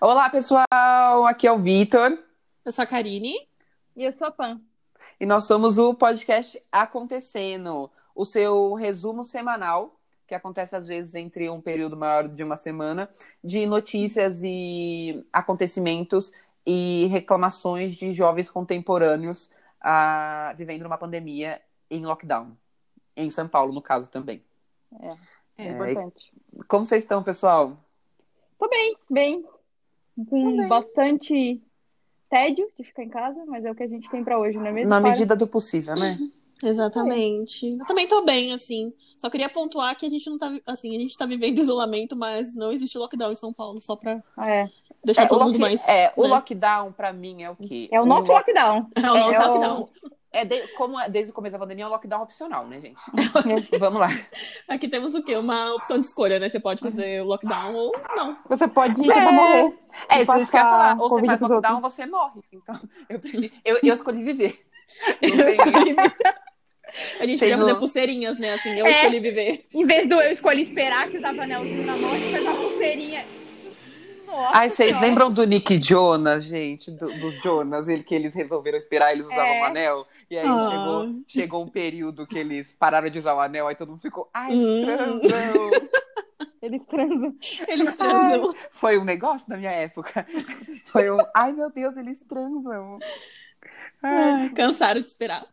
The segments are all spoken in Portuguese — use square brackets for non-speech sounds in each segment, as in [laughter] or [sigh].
Olá, pessoal! Aqui é o Vitor. Eu sou a Karine. E eu sou a Pan. E nós somos o podcast Acontecendo, o seu resumo semanal, que acontece às vezes entre um período maior de uma semana, de notícias e acontecimentos e reclamações de jovens contemporâneos ah, vivendo uma pandemia em lockdown. Em São Paulo, no caso, também. É, é, importante. Como vocês estão, pessoal? Tô bem, bem. Com bem. bastante tédio de ficar em casa, mas é o que a gente tem pra hoje, não é mesmo? Na Para? medida do possível, né? Exatamente. Eu também tô bem, assim. Só queria pontuar que a gente não tá, vi- assim, a gente tá vivendo [laughs] isolamento, mas não existe lockdown em São Paulo, só pra É, deixar É, o, todo mundo lock- mais. é, o né? lockdown, pra mim, é o quê? é o nosso Um- lockdown. É o nosso é o- lockdown. É de- como é- desde o começo da pandemia é um lockdown opcional, né, [laughs] gente? Vamos lá. Aqui temos o quê? Uma opção de escolha, né? Você pode fazer o lockdown ou [laughs] não. Você pode ir É. pra morrer. É isso, isso que eu ia passar falar. Ou você Covid faz pros lockdown ou você morre. Então, [laughs] eu, prefiro- eu, eu escolhi viver. Não tem- A gente Fez podia fazer o- pulseirinhas, né? Assim, eu É. escolhi viver. Em vez do eu escolhi esperar que usava anelzinho na mão, a gente faz uma pulseirinha. Nossa Ai, [laughs] vocês Senhora. lembram do Nick Jonas, gente? Do, do Jonas, ele, que eles resolveram esperar, eles usavam É. o anel. E aí Ah. chegou, chegou um período que eles pararam de usar o anel, aí todo mundo ficou, ai, Hum. eles [laughs] transam. Eles transam. Eles transam. Foi um negócio da minha época. [laughs] Foi um, ai meu Deus, eles transam. Ai, Ah, Cansaram de esperar.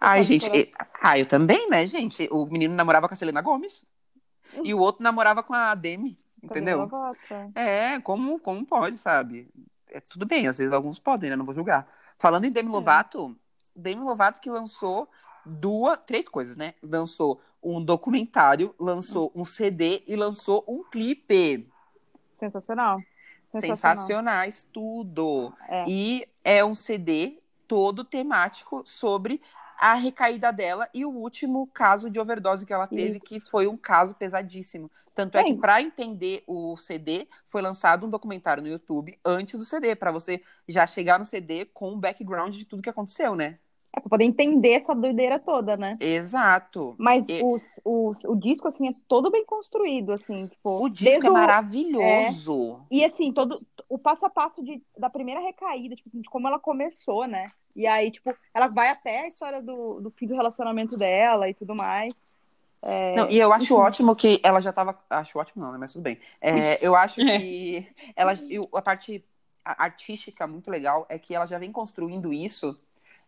Ai, gente, e- ah, eu também, né, gente? O menino namorava com a Selena Gomes e o outro namorava com a Demi, entendeu? É, como, como pode, sabe? É, tudo bem, às vezes alguns podem, né? Não vou julgar. Falando em Demi Lovato, Demi Lovato que lançou duas, três coisas, né? Lançou um documentário, lançou um CD e lançou um clipe. Sensacional. Sensacionais, tudo. É. E é um CD todo temático sobre a recaída dela e o último caso de overdose que ela teve, que foi um caso pesadíssimo. Tanto é que, Sim. para entender o CD, foi lançado um documentário no YouTube antes do CD, para você já chegar no CD com o background de tudo que aconteceu, né? É pra poder entender essa doideira toda, né? Exato. Mas E- o, o, o disco, assim, é todo bem construído, assim, tipo... O disco desde é maravilhoso. E, assim, todo o passo a passo de, da primeira recaída, tipo assim, de como ela começou, né? E aí, tipo, ela vai até a história do, do fim do relacionamento dela e tudo mais. Não, e eu acho Uhum. ótimo que ela já tava. Acho ótimo não, né? Mas tudo bem. É, eu acho que ela, e o- a parte a- artística muito legal é que ela já vem construindo isso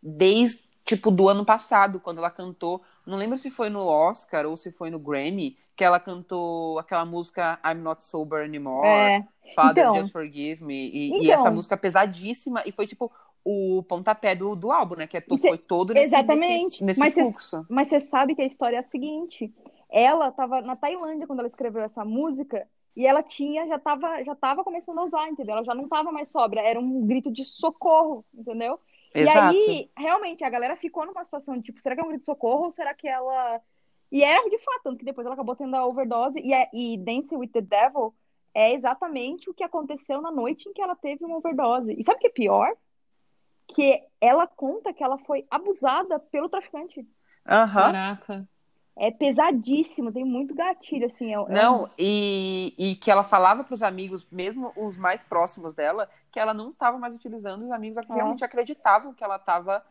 desde, tipo, do ano passado, quando ela cantou. Não lembro se foi no Oscar ou se foi no Grammy, que ela cantou aquela música I'm Not Sober Anymore, É, Father então. Just Forgive Me. E, e Então. essa música pesadíssima, e foi tipo o pontapé do, do álbum, né? Que é, to- Isso é- foi todo nesse, exatamente. nesse, nesse Mas cês- fluxo. mas você sabe que a história é a seguinte. Ela tava na Tailândia quando ela escreveu essa música e ela tinha, já tava, já tava começando a usar, entendeu? Ela já não tava mais sobra, era um grito de socorro, entendeu? Exato. E aí, realmente, a galera ficou numa situação de, tipo, será que é um grito de socorro ou será que ela... E era de fato, tanto que depois ela acabou tendo a overdose. E, é- e Dance with the Devil é exatamente o que aconteceu na noite em que ela teve uma overdose. E sabe o que é pior? Que ela conta que ela foi abusada pelo traficante. Aham. Caraca. É pesadíssimo, tem muito gatilho, assim. É, é um- Não, e, e que ela falava pros amigos, mesmo os mais próximos dela, que ela não estava mais utilizando os amigos que É. realmente acreditavam que ela estava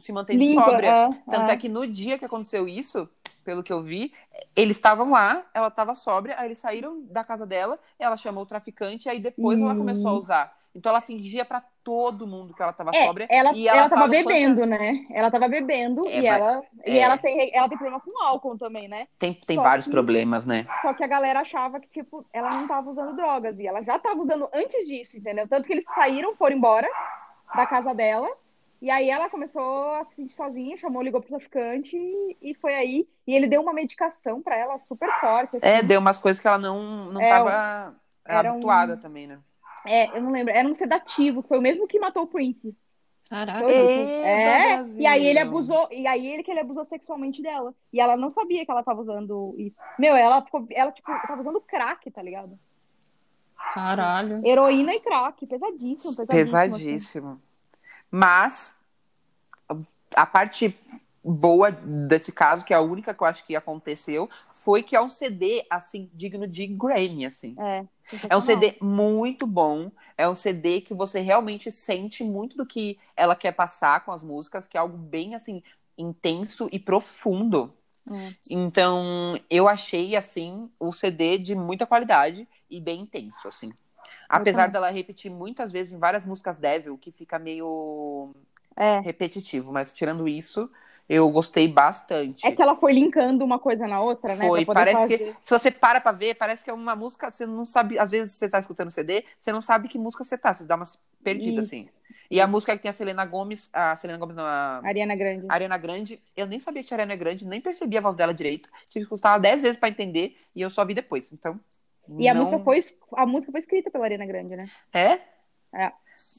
se mantendo limpa, sóbria. é, Tanto é. é que no dia que aconteceu isso, pelo que eu vi, eles estavam lá, ela estava sóbria, aí eles saíram da casa dela, ela chamou o traficante, aí depois ela Hum. começou a usar. Então ela fingia pra todo mundo que ela estava É, sóbria. ela, e ela, ela tava fala quantas- bebendo, né? Ela tava bebendo É, e, mas- ela, e é. ela, tem, ela tem problema com álcool também, né? Tem, tem Só vários que- problemas, né? Só que a galera achava que, tipo, ela não tava usando drogas. E ela já tava usando antes disso, entendeu? Tanto que eles saíram, foram embora da casa dela. E aí ela começou a se sentir sozinha, chamou, ligou pro traficante e, e foi aí. E ele deu uma medicação pra ela super forte. assim. É, deu umas coisas que ela não, não É, tava era um- habituada também, né? É, eu não lembro. Era um sedativo, que foi o mesmo que matou o Prince. Caraca. Foi. É, É. E aí ele abusou, e aí ele que ele abusou sexualmente dela. E ela não sabia que ela tava usando isso. Meu, ela ficou, ela tipo, tava usando crack, tá ligado? Caralho. Heroína e crack, pesadíssimo, pesadíssimo. assim. Pesadíssimo. Mas a parte boa desse caso, que é a única que eu acho que aconteceu, foi que é um CD, assim, digno de Grammy, assim. É. É um CD muito bom. É um CD que você realmente sente muito do que ela quer passar com as músicas, que é algo bem assim intenso e profundo. É. Então, eu achei assim o CD de muita qualidade e bem intenso assim. Apesar também. dela repetir muitas vezes em várias músicas Devil, que fica meio É. repetitivo, mas tirando isso, eu gostei bastante. É que ela foi linkando uma coisa na outra, né? Foi, pra poder parece fazer. que se você para pra ver, parece que é uma música, você não sabe, às vezes você tá escutando CD, você não sabe que música você tá, você dá uma perdida Isso. assim. E a música que tem a Selena Gomes, a Selena Gomes na Ariana Grande. Ariana Grande, eu nem sabia que tinha Ariana Grande, nem percebi a voz dela direito, tive que escutar ela 10 vezes pra entender e eu só vi depois. Então, E a não- música foi a música foi escrita pela Ariana Grande, né? É? É.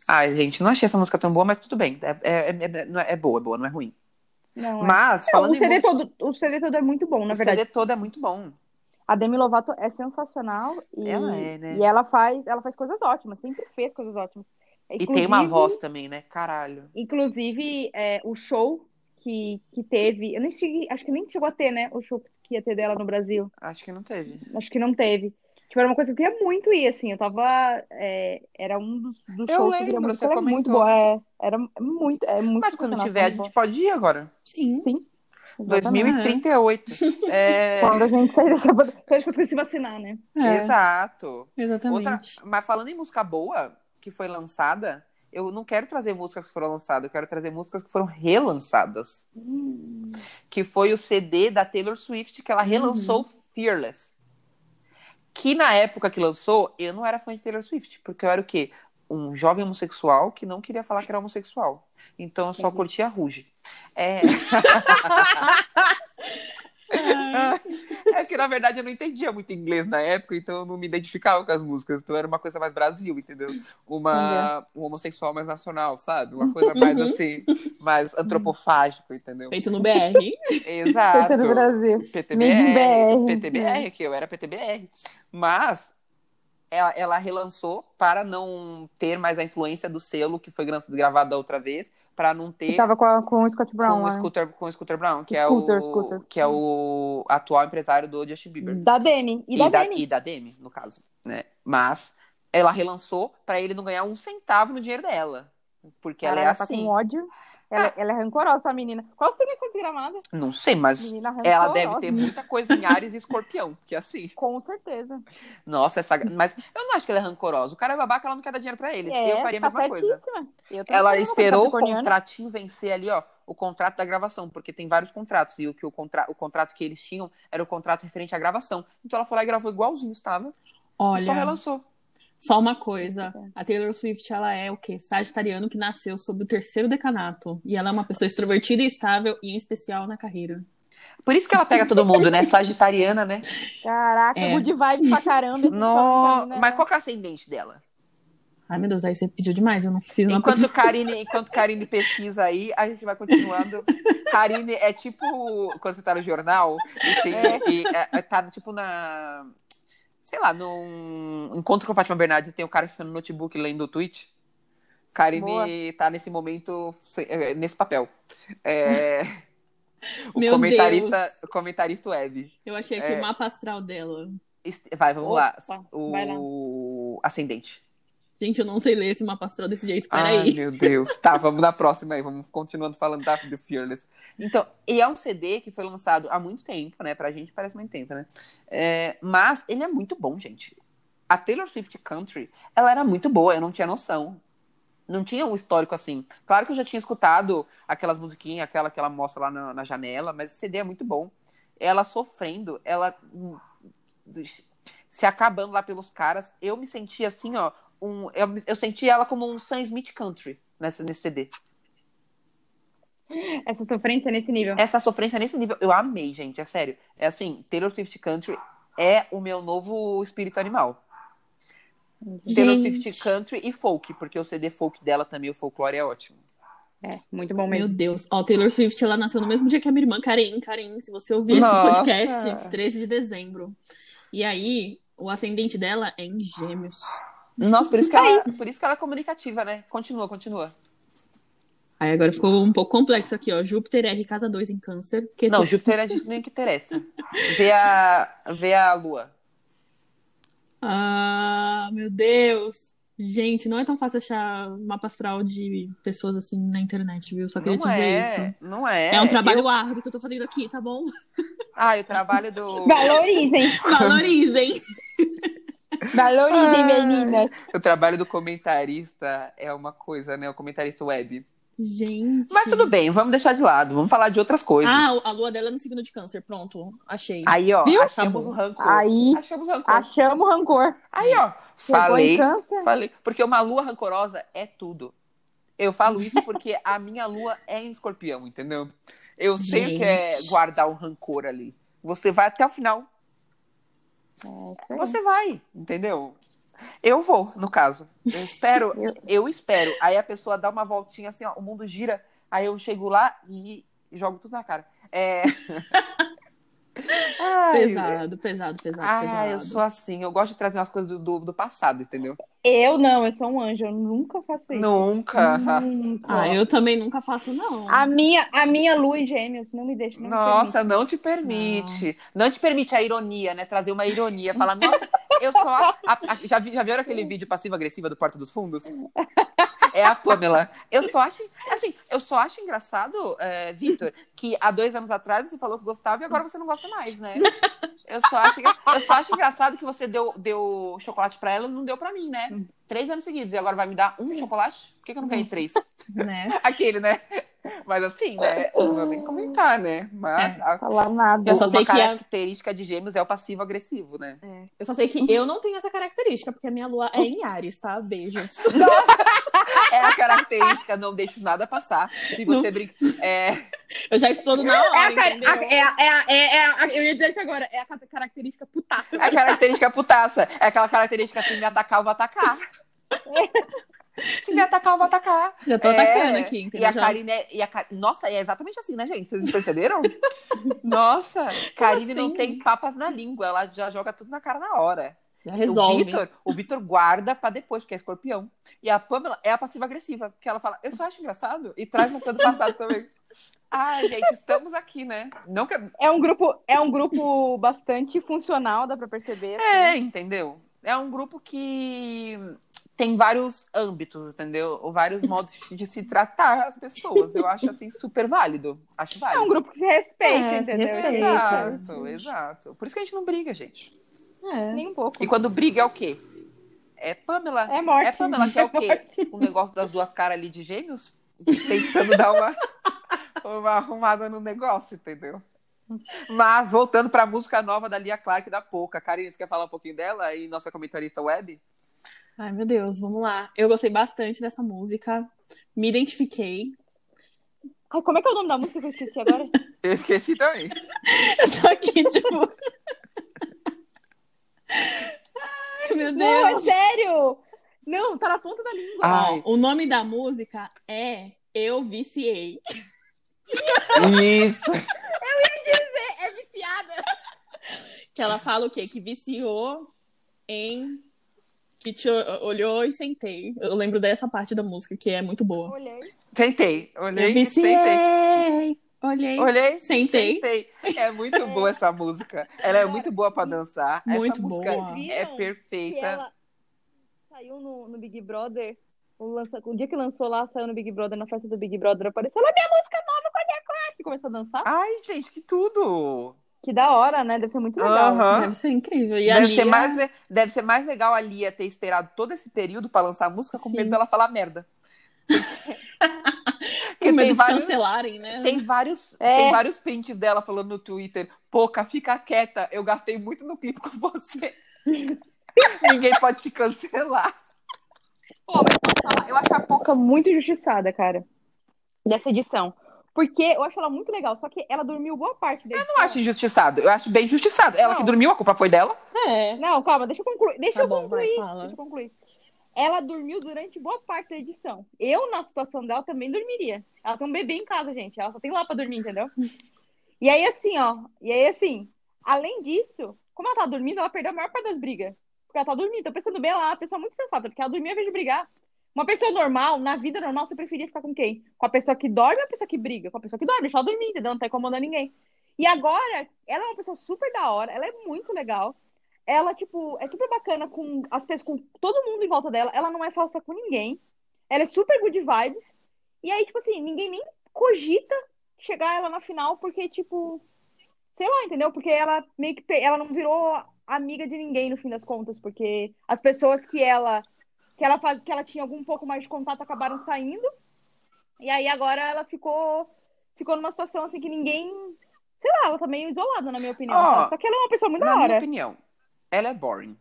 Ai, gente, não achei essa música tão boa, mas tudo bem. É, é, é- é- não é- é boa, é boa, não é ruim. Não, é. Mas, Não, falando o, em CD música, todo, o CD todo é muito bom, na o verdade. CD todo é muito bom. A Demi Lovato é sensacional e Ela é, né? e ela faz, ela faz coisas ótimas, sempre fez coisas ótimas. E tem uma voz também, né? Caralho. Inclusive, é, o show que, que teve, eu nem cheguei, acho que nem chegou a ter, né? O show que ia ter dela no Brasil. Acho que não teve. Acho que não teve. Tipo, era uma coisa que eu queria muito ir, assim. Eu tava. é, era um dos, Eu dos shows que eu lembro, queria muito. você era muito comentou. boa. É, era muito. É muito Mas quando sensacional, tiver, tipo, a muito gente pode ir agora. Sim. bom. Sim. exatamente. [laughs] 2038. É, Quando a gente sair dessa. Quando a gente conseguir se vacinar, né? É, Exato. Outra... exatamente. Mas falando em música boa, que foi lançada, eu não quero trazer músicas que foram lançadas, eu quero trazer músicas que foram relançadas. Que foi o CD da Taylor Swift, que ela relançou Uhum. Fearless. Que na época que lançou, eu não era fã de Taylor Swift, porque eu era o quê? Um jovem homossexual que não queria falar que era homossexual. Então eu só Uhum. Entendi. curtia Ruge. É. É que, na verdade, eu não entendia muito inglês na época, então eu não me identificava com as músicas. Então era uma coisa mais Brasil, entendeu? Uma, um homossexual mais nacional, sabe? Uma coisa mais Uhum. assim, mais antropofágico, entendeu? [laughs] Feito no BR. Exato. no é Brasil. Made in PTBR, BR, PTBR, que eu era PTBR. Mas ela, ela relançou para não ter mais a influência do selo que foi gra- gravado da outra vez, para não Que ter tava com, a- com o Scott Brown. né? com, o lá. Scooter, com o Scooter Brown, que é Scooter, o Scooter. que é o atual empresário do Justin Bieber. Da Demi. E, da, Demi. e da Demi, no caso, né? Mas ela relançou pra ele não ganhar um centavo no dinheiro dela. Porque ela, Cara, é ela tá assim. Ah. com ódio. Ela, ela é rancorosa, a menina. Qual seria essa desgramada? Não sei, mas Menina tá rancorosa. ela deve ter muita coisa em Ares e Escorpião, que é assim. Com certeza. Nossa, essa. Mas eu não acho que ela é rancorosa. O cara é babaca, ela não quer dar dinheiro pra eles. É, eu faria a tá mesma coisa. Eu também Ela faria é uma coisa esperou o capricorniana. contratinho vencer ali, ó. O contrato da gravação, porque tem vários contratos. E o, que o, contra... o contrato que eles tinham era o contrato referente à gravação. Então ela foi lá e gravou igualzinho, estava. E só Olha, relançou. Só uma coisa, a Taylor Swift, ela é o quê? Sagitariano que nasceu sob o terceiro decanato. E ela é uma pessoa extrovertida e estável, e em especial na carreira. Por isso que ela pega todo mundo, [laughs] né? Sagitariana, né? Caraca, É. good vibe pra caramba. No... Não, Mas qual que é o ascendente dela? Ai, meu Deus, aí você pediu demais, eu não fiz uma Enquanto coisa. Karine, enquanto Karine pesquisa aí, a gente vai continuando. Karine é tipo quando você tá no jornal e, tem, e, é, é, tá tipo na. Sei lá, num encontro com a Fátima Bernardes e tem o cara ficando no notebook lendo o tweet. Karine Boa. tá nesse momento, se- é, nesse papel. É, o [laughs] [laughs] Meu comentarista, Deus. o comentarista web. Eu achei aqui É. o mapa astral dela. Este- Vai, vamos lá. Opa, O vai lá. ascendente. Gente, eu não sei ler esse mapa astral desse jeito, Ai, peraí. Ah, meu Deus. Tá, vamos na próxima aí. Vamos continuando falando da do Fearless. Então, e é um CD que foi lançado há muito tempo, né? Pra gente parece muito tempo, né? É, mas ele é muito bom, gente. A Taylor Swift Country, ela era muito boa, eu não tinha noção. Não tinha um histórico assim. Claro que eu já tinha escutado aquelas musiquinhas, aquela que ela mostra lá na, na janela, mas esse CD é muito bom. Ela sofrendo, ela hum, se acabando lá pelos caras. Eu me sentia assim, ó, um, eu, eu senti ela como um Sam Smith Country nessa, nesse CD. Essa sofrência é nesse nível. Essa sofrência nesse nível, eu amei, gente, é sério. É assim, Taylor Swift Country é o meu novo espírito animal. Taylor Gente. Swift Country e folk, porque o CD folk dela também, o folclore é ótimo. É, muito bom Meu mesmo. Deus. Ó, Taylor Swift, ela nasceu no mesmo dia que a minha irmã, Karen. Karen, se você ouvir Nossa. esse podcast, 13 de dezembro. E aí, o ascendente dela é em gêmeos. Nossa, por isso que ela, por isso que ela é comunicativa, né? Continua, continua. Aí agora ficou um pouco complexo aqui, ó. Júpiter R, casa 2 em câncer. Que Não, Júpiter a gente nem que interessa. Vê a, vê a lua. Ah, meu Deus. Gente, não é tão fácil achar mapa astral de pessoas assim na internet, viu? Só queria não te dizer é, isso. Não é. É um trabalho árduo que eu tô fazendo aqui, tá bom? [laughs] Ah, e o trabalho do. Valorizem. Valorizem! Valorizem, Ai. meninas. o trabalho do comentarista é uma coisa, né? O comentarista web. Gente. Mas tudo bem, vamos deixar de lado, vamos falar de outras coisas. Ah, a lua dela é no signo de câncer. Pronto, achei. Aí, ó, Viu? achamos o rancor. Aí Achamos o rancor. achamos rancor. Aí, ó, Chegou em falei, câncer. falei. Porque uma lua rancorosa é tudo. Eu falo isso porque a minha lua é em escorpião, entendeu? Eu sei o que é Gente. guardar o rancor ali. Você vai até o final. Você vai, entendeu? Eu vou, no caso. Eu [laughs] espero, Eu- eu espero. Aí a pessoa dá uma voltinha assim, ó, o mundo gira. Aí eu chego lá e jogo tudo na cara. [laughs] É. Ai, Pesado, pesado, pesado, Ah, pesado. eu sou assim. Eu gosto de trazer as coisas do, do, do passado, entendeu? Eu não, eu sou um anjo, eu nunca faço isso. Nunca. Nunca. Ah, eu também nunca faço, não. A minha, a minha luz gêmeos não me deixa. Não me Nossa, não te permite. Não. te permite a ironia, né? Trazer uma ironia. Falar, nossa, eu só. a- a- já, vi- já viram aquele vídeo passivo-agressiva do Porta dos Fundos? É a Pamela. Eu só acho. Assim, eu só acho engraçado, é, Vitor, que há dois anos atrás você falou que gostava e agora você não gosta mais, né? Eu só acho, engra- eu só acho engraçado que você deu, deu chocolate pra ela e não deu pra mim, né? Três anos seguidos. E agora vai me dar um chocolate? Por que, que eu não ganhei três? Né? Aquele, né? Mas assim, né? Não vou nem comentar, né? Mas a, falar nada. É. Eu só uma sei que é- característica de gêmeos é o passivo-agressivo, né? Eu só sei que eu não tenho essa característica, porque a minha lua é em Ares, tá? [laughs] Beijos. É a característica, não deixo nada passar. Se você brinca. É, Eu já explodo na É hora, a, cara- entendeu? a- é, a- é, a- é, a- eu ia dizer isso agora, é a ca- característica putaça. é a característica putaça. É aquela característica, se me atacar, eu vou atacar. Se me atacar, eu vou atacar. Já tô É, atacando aqui, E entendeu? a Já- Karine é, e a Ca- Nossa, é exatamente assim, né, gente? Vocês [laughs] perceberam? Nossa, Karine não assim? tem papas na língua. Ela já joga tudo na cara na hora. já O resolve. Vitor, o Vitor guarda pra depois, porque é escorpião. E a Pamela é a passiva agressiva, porque ela fala, eu só acho engraçado, e traz uma coisa do passado [laughs] também. Ai, gente, estamos aqui, né? Não que... É um grupo, é um grupo bastante funcional, dá pra perceber. assim. É, entendeu? É um grupo que tem vários âmbitos, entendeu? Ou vários modos de se tratar as pessoas. Eu acho, assim, super válido. Acho É válido. um grupo que se respeita, É, se entendeu? respeita. Exato, exato. Por isso que a gente não briga, gente. É. Nem um pouco. E quando briga é o quê? É Pamela, É morte. É Pamela que é o [laughs] quê? O negócio das duas caras ali de gêmeos? Tentando dar uma, uma arrumada no negócio, entendeu? Mas voltando pra música nova da Lia Clark da Pouca. Karine, você quer falar um pouquinho dela e nossa comentarista web? Ai, meu Deus, vamos lá. Eu gostei bastante dessa música. Me identifiquei. [laughs] Ai, como é que é o nome da música que eu esqueci [laughs] agora? Eu esqueci também. Eu tô aqui, tipo. Ai, meu Não, é Deus. sério! Não, tá na ponta da língua. Ai, O nome da música é Eu Viciei. isso. É, é viciada. Que ela fala o quê? Que viciou em. Que te o- olhou e sentei. Eu lembro dessa parte da música que é muito boa. Olhei. Tentei. Eu Olhei, tentei. viciei. Olhei. Olhei, Sentei. É muito boa essa música. Ela é muito boa pra dançar. Muito essa música boa. é Viram Que perfeita. ela saiu no, no Big Brother. O, lança- o dia que lançou lá, saiu no Big Brother, na festa do Big Brother, apareceu lá minha música nova com a minha Clark. E Começou a dançar. Ai, gente, que tudo! Que da hora, né? Deve ser muito legal. Aham. Deve ser incrível. E é a Deve, Lia- ser mais, le- deve ser mais legal a Lia ter esperado todo esse período pra lançar a música com Sim. medo dela falar [laughs] merda. Porque Com medo tem de vários, cancelarem, né? tem, vários, É. tem vários prints dela falando no Twitter: Poca, fica quieta, eu gastei muito no clipe com [laughs] você. Ninguém pode te cancelar. Pô, mas posso falar, Ah, eu acho a Poca muito injustiçada, cara. Dessa edição. Porque eu acho ela muito legal, só que ela dormiu boa parte da edição. Eu acho injustiçado, eu acho bem injustiçado. Ela Não. que dormiu, a culpa foi dela. É. Não, calma, deixa eu concluir. Deixa Tá eu bom, vai, concluir. Deixa fala. eu concluir. Ela dormiu durante boa parte da edição. Eu, na situação dela, também dormiria. Ela tem um bebê em casa, gente. Ela só tem lá pra dormir, entendeu? E aí, assim, ó. E aí, assim, além disso, como ela tá dormindo, ela perdeu a maior parte das brigas. Porque ela tá dormindo. Então, pensando bem, ela é uma pessoa muito sensata, porque ela dormia ao invés de brigar. Uma pessoa normal, na vida normal, você preferia ficar com quem? Com a pessoa que dorme ou a pessoa que briga? Com a pessoa que dorme, deixa ela dormir, entendeu? Não tá incomodando ninguém. E agora, ela é uma pessoa super da hora, ela é muito legal. Ela, tipo, é super bacana com as pessoas, com todo mundo em volta dela. Ela não é falsa com ninguém. Ela é super good vibes. E aí, tipo assim, ninguém nem cogita chegar ela na final, porque, tipo, sei lá, entendeu? Porque ela meio que ela não virou amiga de ninguém no fim das contas, porque as pessoas que ela que ela faz, que ela tinha algum pouco mais de contato acabaram saindo. E aí agora ela ficou ficou numa situação assim que ninguém, sei lá, ela tá meio isolada na minha opinião, Ó, sabe? Só que ela é uma pessoa muito Na da minha hora. opinião, ela é boring.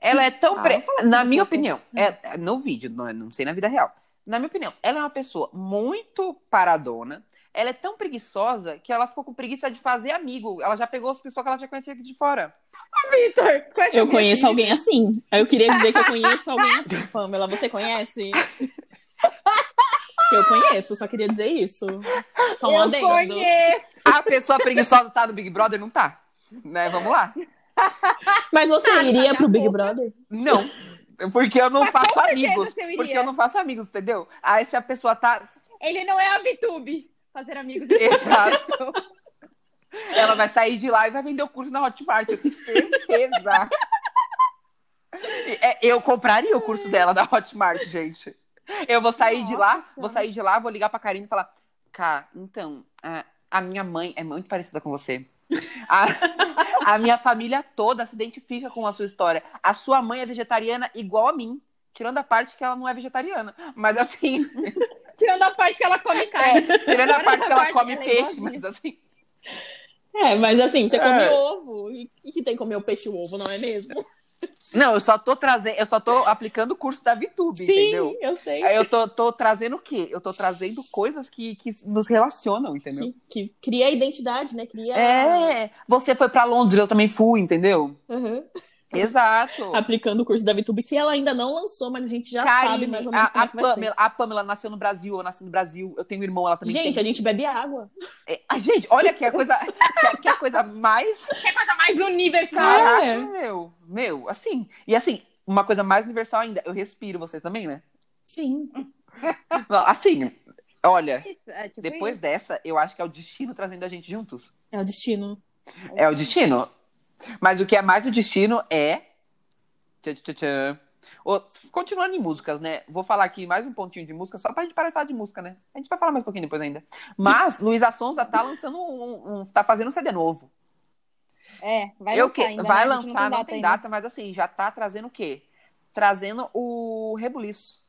Ela é tão. Ah, pre- não fala Na assim, minha porque- opinião, é- é no vídeo, não, não sei na vida real. Na minha opinião, ela é uma pessoa muito paradona. Ela é tão preguiçosa que ela ficou com preguiça de fazer amigo. Ela já pegou as pessoas que ela já conhecia aqui de fora. Vitor, conhece Eu alguém conheço assim? alguém assim. Aí Eu queria dizer que eu conheço alguém assim, Pamela. Você conhece? Que eu conheço, só queria dizer isso. Só um Eu adendo. conheço. A pessoa preguiçosa tá no Big Brother? Não tá. Né? Vamos lá. Mas você iria pro Big Brother? Não. Porque eu não faço certeza amigos. eu iria. Porque eu não faço amigos, entendeu? Aí se a pessoa tá. Ele não é a VTube. [laughs] Fazer amigos. Exato. Ela vai sair de lá e vai vender o curso na Hotmart, eu tenho certeza. É, eu compraria o curso dela na Hotmart, gente. Eu vou sair de lá, vou sair de lá, vou ligar pra Karine e falar: Cá, então, a, a minha mãe é muito parecida com você. A, a minha família toda se identifica com a sua história. A sua mãe é vegetariana igual a mim. Tirando a parte que ela não é vegetariana. Mas assim, [laughs] Tirando a parte que ela É. come carne. tirando a Agora parte essa que ela parte come ela é peixe, igualzinha. mas assim. É, mas assim, você É. come ovo. E e que tem que comer o peixe e o ovo, não é mesmo? Não, eu só tô trazendo, eu só tô aplicando o curso da VTube, entendeu? É, eu sei. Aí eu tô, tô trazendo o quê? Eu tô trazendo coisas que, que nos relacionam, entendeu? Que, que cria a identidade, né? Cria. É, você foi pra Londres, eu também fui, entendeu? Uhum. Exato. Aplicando o curso da VTube, que ela ainda não lançou, mas a gente já sabe Karine, mais ou a, menos como a é que vai ser. Pamela, a Pamela nasceu no Brasil, eu nasci no Brasil, eu tenho um irmão, ela também Gente, a tem. gente bebe água. É, a gente, olha que a coisa, que é a coisa mais [laughs] Que coisa mais universal. Caraca, É. meu, meu, assim. E assim, uma coisa mais universal ainda, eu respiro vocês também, né? Sim. Não, Assim, olha, Isso, é tipo Depois dessa, eu acho que é o destino trazendo a gente juntos. É o destino. isso. É o destino. Mas o que é mais o destino é. Tchan, tchan, tchan. Ô, Continuando em músicas, né? Vou falar aqui mais um pontinho de música, só pra gente parar de falar de música, né? A gente vai falar mais um pouquinho depois ainda. Mas Luísa Sonza tá lançando um, um- tá fazendo um CD novo. É, vai Eu lançar que- ainda, né? vai A gente lançar, não tem ainda. data, mas assim, já tá trazendo o quê? Trazendo o Rebuliço.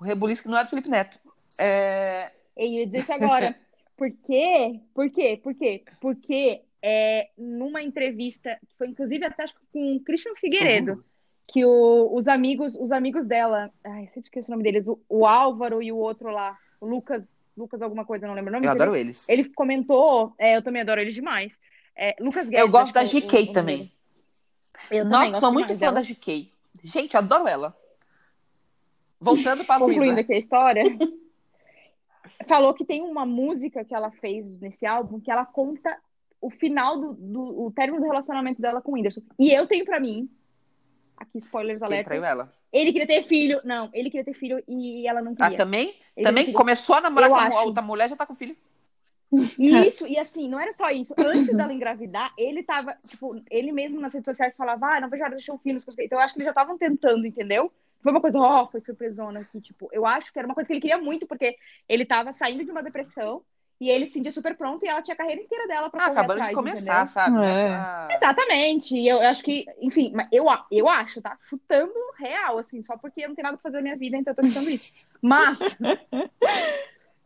O Rebuliço que não é do Felipe Neto. É, Eu ia dizer isso agora. Por quê? Por quê? Por quê? Porque é, numa entrevista, que foi inclusive até acho que com o Christian Figueiredo, que o- os amigos, os amigos dela, ai, eu sempre esqueço o nome deles, o, o Álvaro e o outro lá, o Lucas, Lucas alguma coisa, não lembro o nome. Eu dele. adoro eles. Ele comentou, é, eu também adoro ele demais. É, Lucas Guedes, Eu gosto da acho que é o- o GK nome também. dele. Eu também Nossa, gosto sou muito fã demais dela. da GK. Gente, eu adoro ela. Voltando pra tá concluindo Luísa. aqui [laughs] a história, falou que tem uma música que ela fez nesse álbum que ela conta o final do, do- o término do relacionamento dela com o Whindersson. E eu tenho pra mim, aqui spoilers Quem alerta, traiu ela? ele queria ter filho. Não, ele queria ter filho e ela não Ah, queria. também? Ele também queria. começou a namorar Eu com a acho. outra mulher, já tá com filho. [laughs] E isso, e assim, não era só isso. Antes dela engravidar, ele tava, tipo, ele mesmo nas redes sociais falava, ah, não vejo a hora de deixar um filho. não sei o quê. Então eu acho que eles já estavam tentando, entendeu? Foi uma coisa, ó, foi surpresona, que, tipo, eu acho que era uma coisa que ele queria muito, porque ele tava saindo de uma depressão e ele se sentia super pronto e ela tinha a carreira inteira dela pra Ah, correr acabando atrás, de começar, entendeu? sabe? É. Ah, Exatamente. E eu, eu acho que, enfim, mas eu, a- eu acho, tá? Chutando real, assim, só porque eu não tenho nada pra fazer na minha vida, então eu tô chutando isso. [laughs] Mas.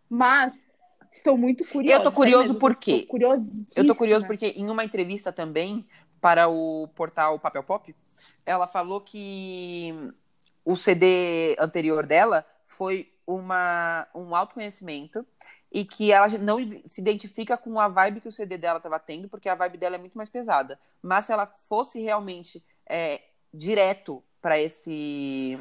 mas. Estou muito curiosa. Eu tô curioso sério mesmo, por eu tô quê? Curiosíssima. eu tô né? curioso porque em uma entrevista também para o portal Papel Pop, ela falou que o CD anterior dela foi uma, um autoconhecimento e que ela não se identifica com a vibe que o CD dela estava tendo, porque a vibe dela é muito mais pesada. Mas se ela fosse realmente é, direto para esse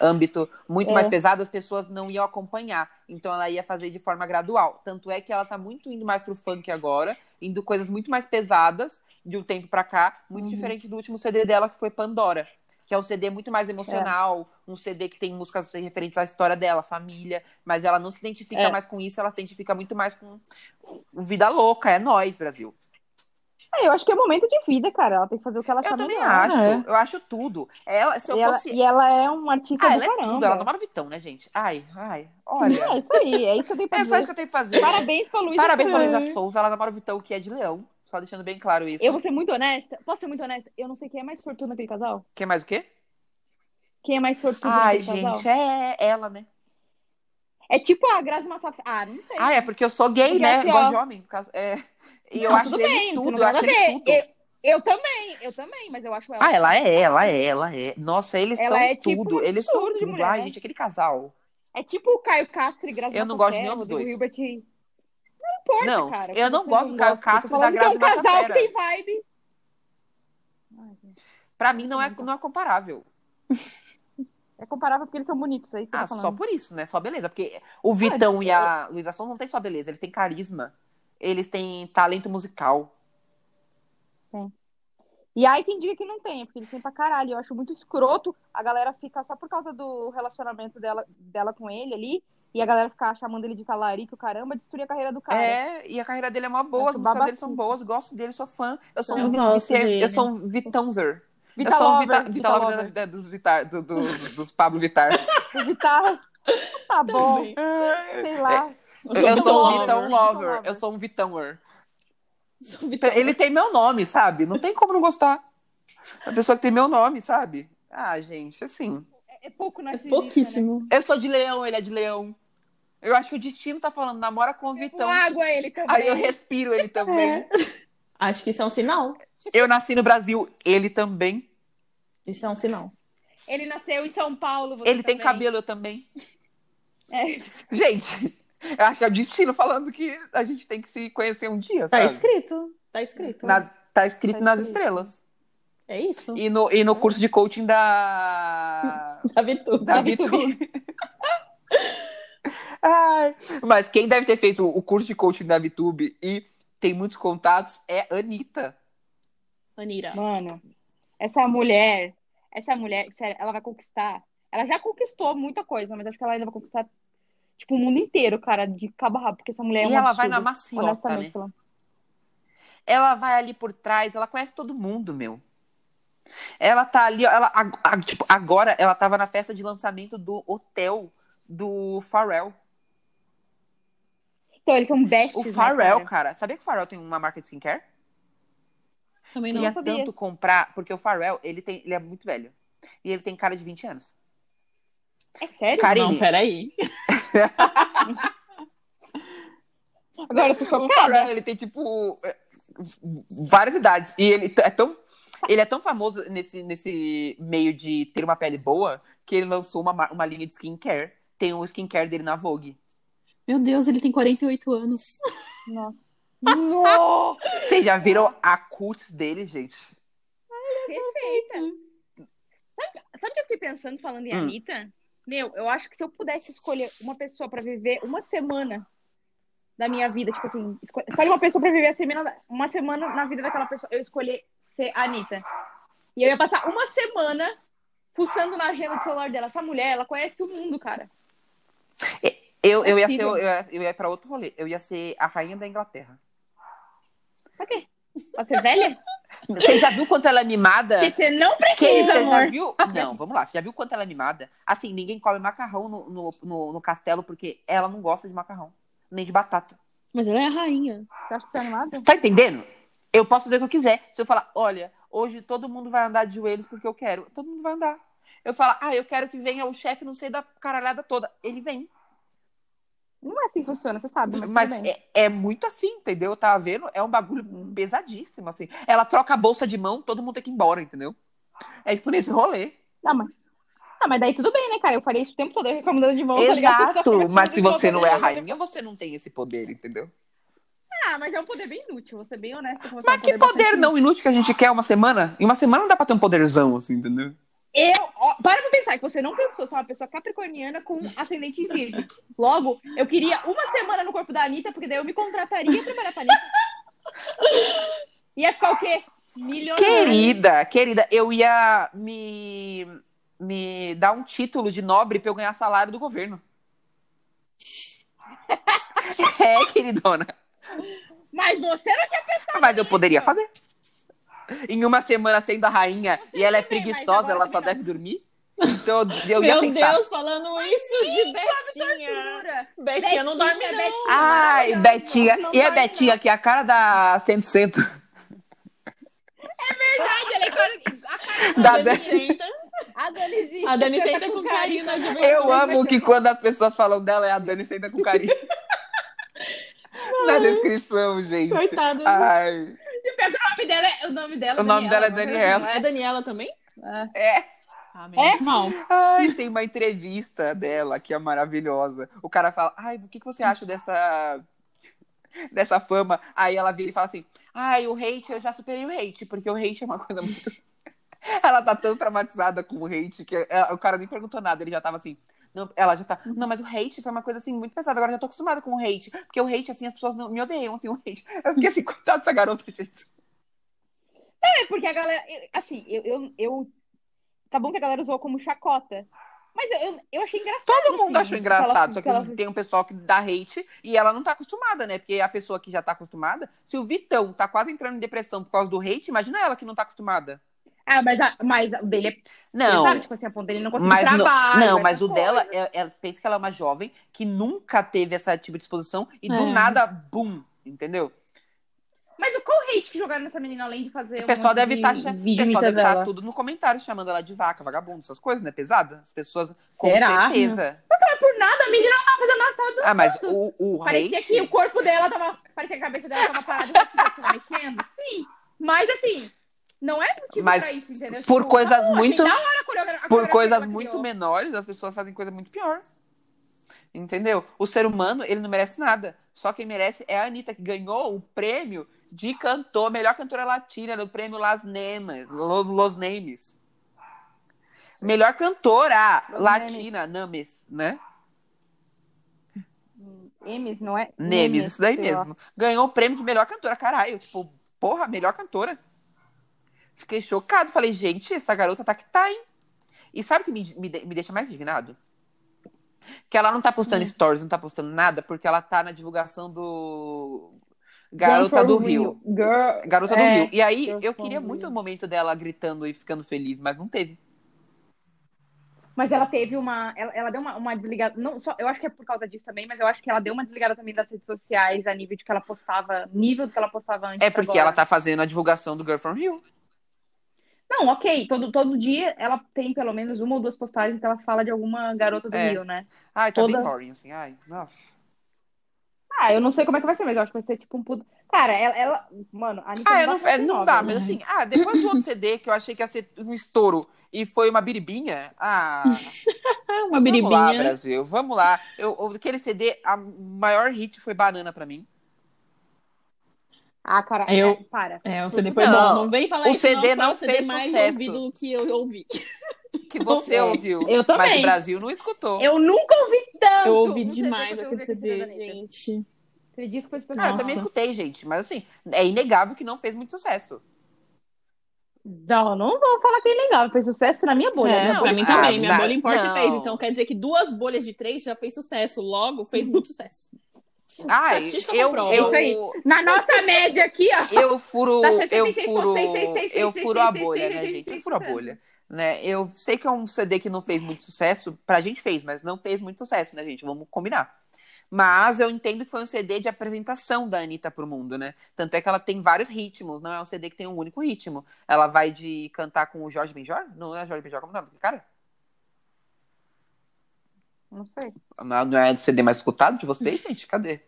âmbito muito É. mais pesado, as pessoas não iam acompanhar. Então ela ia fazer de forma gradual. Tanto é que ela tá muito indo mais pro funk agora, indo coisas muito mais pesadas de um tempo para cá, muito Uhum. diferente do último CD dela que foi Pandora que é um CD muito mais emocional, um CD que tem músicas referentes à história dela, família, mas ela não se identifica É. mais com isso, ela se identifica muito mais com o Vida Louca, é nós, Brasil. Ah, eu acho que é momento de vida, cara. Ela tem que fazer o que ela Eu tá também melhor. acho. é. Eu acho tudo. Ela, se eu e, ela, fosse. e ela é um artista Ah, do ela é caramba. tudo. Ela não mora Vitão, né, gente? Ai, ai. Olha. [laughs] É isso aí, é isso que eu tenho pra é só dizer. isso que eu tenho que fazer. Parabéns pra Luísa. Parabéns pra Sonza. Luísa Souza. Ela namora o Vitão, que é de leão. Só deixando bem claro isso. Eu vou ser muito honesta. Posso ser muito honesta? Eu não sei quem é mais sortudo naquele casal. Quem mais o quê? Quem é mais sortudo Ai, naquele casal. gente, é ela, né? É tipo a Grazi Massafra. Ah, não sei. Ah, é porque eu sou gay, Porque né? assim, Eu gosto ó. de homem, por causa. É. E eu Não, acho tudo ele bem, isso tudo, não eu tem acho nada a ele ver. tudo. Eu, eu também, eu também, mas eu acho ela. Ah, ela é, ela é, ela é. Nossa, eles Ela são é tipo um tudo. eles são absurdo de tudo. mulher, Ai, né? gente, aquele casal. É tipo o Caio Castro e Grazi Eu não gosto de Massafera, nenhum dos Rodrigo dois. Hilbert. e- Não importa, Não, cara. eu não que vocês gosto do Caio gostam. Castro e Tô falando da que é um Grazi casal Massafera. que tem vibe. Pra mim não é, não é comparável. É comparável porque eles são bonitos, é isso que eu Ah, tô falando. só por isso, né? Só beleza. Porque o Vitão e a Luísa Sonza não tem só beleza, eles têm carisma. Eles têm talento musical. E aí tem dia que não tem, é porque eles têm pra caralho. Eu acho muito escroto a galera fica só por causa do relacionamento dela, dela com ele ali. E a galera ficar chamando ele de talarico, caramba, destruir a carreira do cara. É, e a carreira dele é mó boa, as Nossa, músicas dele são babaquíssimo. boas, gosto dele, sou fã. Eu sou Eu um, gosto Vite- eu dele. sou um Vitãozer. Vita eu sou um Lover, Vita, Vita, Vita Lover Lover. da- da- É, dos, Vitar, do- do- dos Pablo Vitar. Vitar. Tá bom, Também. sei lá. [laughs] eu sou um Vitão Vitão Lover. Lover. Lover. Eu sou um Vitãoer. Sou Vitão. Ele tem meu nome, sabe? Não tem como não gostar. A pessoa que tem meu nome, sabe? Ah, gente, assim. É, é pouco É narcisista, né? pouquíssimo. Eu sou de leão, ele é de leão. Eu acho que o destino tá falando, namora com o Vitão. Com Tipo, água ele também. Então, Aí eu respiro ele também. Acho que isso é um sinal. Eu nasci no Brasil, ele também. Isso é um sinal. Ele nasceu em São Paulo. você ele tem também. cabelo, eu também. É. Gente, eu acho que é o destino falando que a gente tem que se conhecer um dia, Tá sabe? escrito. Tá escrito. Nas- tá escrito Tá nas escrito. estrelas. É isso. E no, e no curso de coaching [laughs] da. Já vi tudo. da Vitube. Ai, mas quem deve ter feito o curso de coaching da Vitube e tem muitos contatos é a Anitta. Anira. Mano, essa mulher, essa mulher, sério, ela vai conquistar. Ela já conquistou muita coisa, mas acho que ela ainda vai conquistar, tipo, o mundo inteiro, cara, de cabo a rabo, porque essa mulher é e um ela absurdo, vai na maciota, né? honestamente falando. Ela vai ali por trás, ela conhece todo mundo, meu. Ela tá ali, ó, ela, ag- ag- tipo, agora ela tava na festa de lançamento do hotel do Pharrell. Então, eles são besties, O né, Pharrell, cara? cara, sabia que o Pharrell tem uma marca de skincare? Também não. Queria sabia. tanto comprar, porque o Pharrell, ele, tem, ele é muito velho. E ele tem cara de 20 anos. É sério? Cara, Não, ele- peraí. Agora eu [laughs] tô O chocada. Pharrell, ele tem, tipo, é, várias idades. E ele t- é tão. Ele é tão famoso nesse, nesse meio de ter uma pele boa que ele lançou uma, ma- uma linha de skincare. Tem o skincare dele na Vogue. Meu Deus, ele tem 48 anos. Nossa. Nossa, Vocês já viram a cutis dele, gente? perfeita. Sabe o que eu fiquei pensando falando em Hum. Anitta? Meu, eu acho que se eu pudesse escolher uma pessoa pra viver uma semana da minha vida, tipo assim, escolhe escolhe uma pessoa pra viver a semana- uma semana na vida daquela pessoa, eu escolher ser a Anitta. E eu ia passar uma semana fuçando na agenda do celular dela. Essa mulher, ela conhece o mundo, cara. Eu, eu ia ser. Possível. Eu ia, eu ia pra outro rolê. Eu ia ser a rainha da Inglaterra. Pra quê? Pra ser É. velha? Você já viu quanto ela é mimada? Porque você não Quem precisa, você já amor. viu? Não, vamos lá. Você já viu quanto ela é mimada? Assim, ninguém come macarrão no, no, no, no castelo porque ela não gosta de macarrão, nem de batata. Mas ela é a rainha. Você acha que você é animada? Tá entendendo? Eu posso fazer o que eu quiser. Se eu falar, olha, hoje todo mundo vai andar de joelhos porque eu quero, todo mundo vai andar. Eu falar, ah, eu quero que venha o chefe, não sei da caralhada toda. Ele vem. Não é assim que funciona, você sabe. Mas, Mas tudo bem. é, é muito assim, entendeu? Tá vendo? É um bagulho pesadíssimo, assim. Ela troca a bolsa de mão, todo mundo tem que ir embora, entendeu? É tipo nesse rolê. Ah, mas... Ah, mas daí tudo bem, né, cara? Eu faria isso o tempo todo, eu recomendando de mão, tá ligado? Exato, mas se você não é a Eu tô- rainha, você não tem esse poder, entendeu? Ah, mas é um poder bem inútil, vou ser bem honesta com você. é Mas um que bastante poder não inútil que a gente quer uma semana? Em uma semana não dá pra ter um poderzão, assim, entendeu? Eu, ó, para pra pensar que você não pensou, você é uma pessoa capricorniana com ascendente em virgem. Logo, eu queria uma semana no corpo da Anitta, porque daí eu me contrataria pra trabalhar pra Anitta. Ia ficar o quê? Milionário. Querida, querida, eu ia me, me dar um título de nobre pra eu ganhar salário do governo. É, queridona. Mas você não tinha pensado. Mas eu poderia fazer. Em uma semana sendo a rainha e ela é preguiçosa, ela só deve dormir. Então eu ia Meu pensar. Deus, falando isso de Betinha. Cultura. Betinha não dorme, Betinha, não. Betinha. Ai, Não, Betinha. não e a vai, não. Betinha, que é a cara da 100%. Verdade, ela é cara- Da a Dani Betinha. senta, A Dani existe. a Dani senta com carinho na juventude. Eu amo que quando as pessoas falam dela é a Dani senta com carinho. Na descrição, gente. Coitada. Ai. O nome dela é, o nome dela O nome dela é Daniela. É Daniela também? É. É. Ah, menos mal. Ai, tem uma entrevista dela que é maravilhosa. O cara fala, ai, o que, que você acha dessa dessa fama? Aí ela vira e fala assim, ai, o hate, eu já superei o hate, porque o hate é uma coisa muito... [laughs] ela tá tão traumatizada com o hate que ela- o cara nem perguntou nada, ele já tava assim... não, ela já tá, não, mas o hate foi uma coisa assim muito pesada, agora eu já tô acostumada com o hate, porque o hate, assim, as pessoas não, me odeiam, assim, o hate. Eu fiquei assim, coitada dessa garota, gente. É, porque a galera. Assim, eu, eu, eu- Tá bom que a galera usou como chacota. Mas eu, eu, eu achei engraçado. Todo mundo assim, achou o que ela- engraçado, só o que ela- tem um pessoal que dá hate e ela não tá acostumada, né? Porque a pessoa que já tá acostumada, se o Vitão tá quase entrando em depressão por causa do hate, imagina ela que não tá acostumada. tá Ah, mas, a, mas o dele é Não, pesado, tipo assim, a ponto dele não conseguir mas, no- trabalho. não, essas mas o coisas. dela, é- ela pensa que ela é uma jovem que nunca teve essa tipo de exposição e do É. nada, bum, entendeu? Mas o qual hate que jogaram nessa menina além de fazer. O pessoal um monte deve de tá estar vídeo imitando ela? tudo no comentário chamando ela de vaca, vagabundo, essas coisas, né? Pesada. As pessoas, Será? com certeza. Nossa, mas por nada a menina não tava fazendo nada, só é Ah, mas o, o Parecia hate... que o corpo dela tava. Parecia que a cabeça dela tava parada e as pessoas tava mexendo. Sim. Mas assim, não é motivo Mas pra isso, entendeu? Por Tipo, coisas não, achei muito da hora a coreogra- a por coreografia que coisas ela muito criou. menores, as pessoas fazem coisa muito pior. Entendeu? O ser humano, ele não merece nada. Só quem merece é a Anitta, que ganhou o prêmio de cantor, melhor cantora latina, do prêmio Las Nemas, Los, Los Names. Melhor cantora Los latina, Names, né? Emes, não é? Nemes, isso daí sei lá. mesmo. Ganhou o prêmio de melhor cantora, caralho. Tipo, porra, melhor cantora. Fiquei chocado. Falei, gente, essa garota tá que tá, hein? E sabe o que me, me, de- me deixa mais indignado? Que ela não tá Hum. postando stories, não tá postando nada, porque ela tá na divulgação do Garota Girl do from Rio. Girl. Garota do É, Rio. E aí, Girl eu from queria Rio. muito o momento dela gritando e ficando feliz, mas não teve. Mas ela teve uma. Ela, ela deu uma, uma desligada. Não, só, eu acho que é por causa disso também, mas eu acho que ela deu uma desligada também das redes sociais a nível de que ela postava. Nível do que ela postava antes. É porque agora. ela tá fazendo a divulgação do Girl from Rio. Não, ok. Todo, todo dia ela tem pelo menos uma ou duas postagens que ela fala de alguma garota do É. Rio, né? Ai, tá bem Toda- boring, assim. Ai, nossa. Ah, eu não sei como é que vai ser, mas eu acho que vai ser tipo um puto. Cara, ela. ela- Mano, a Anitta Ah, eu não, não, dá é, não dá, mas mas. assim, ah, depois do outro CD que eu achei que ia ser um estouro e foi uma biribinha, [laughs] ah, Ah, vamos uma lá, biribinha. Brasil, vamos lá. Eu, eu- aquele CD, a maior hit foi Banana pra mim. Ah, cara, Eu- é, para. É, o CD foi Não. bom. Não vem falar O isso, CD não, não foi o CD fez mais sucesso. ouvido do que eu ouvi. Que você É, ouviu, eu também. mas o Brasil não escutou. Eu nunca ouvi tanto. Eu ouvi um CD demais quanto eu aquele ouvi CD, da Anitta. gente. Aquele disco foi Ah, eu sensacional. também Nossa. escutei, gente, mas assim, é inegável que não fez muito sucesso. Não, não vou falar que é legal. Fez sucesso na minha bolha. É, né? não, pra mim ah, também. minha na- bolha importa não. fez. Então quer dizer que duas bolhas de três já fez sucesso. Logo, fez muito sucesso. Ai, Estatística eu, comprova. eu, Isso aí. eu, Na nossa média aqui, ó. furo, Tá eu furo, 66,6666666. eu furo a bolha, né, gente? Eu furo a bolha. né? Eu sei que é um CD que não fez muito sucesso, pra gente fez, mas não fez muito sucesso, né, gente? Vamos combinar. Mas eu entendo que foi um CD de apresentação da Anitta pro mundo, né? Tanto é que ela tem vários ritmos, não é um CD que tem um único ritmo. Ela vai de cantar com o Jorge Benjor? Não é Jorge Benjor, como é o nome do cara? Não sei. Não não é o CD mais escutado de vocês, gente? Cadê?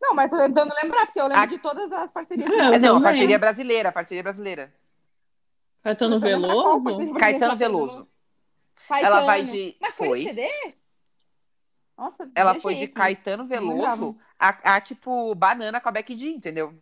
Não, mas tô tentando lembrar, porque eu lembro A- de todas as parcerias. Ah, É, eu não, a também. parceria brasileira, a parceria é brasileira. Caetano é Veloso? Caetano Veloso. Ela vai de. Mas foi, Foi. CD? Nossa, né? Ela viajei foi de aqui. Caetano lembrava. Veloso a, a, tipo banana com a Becky G, entendeu?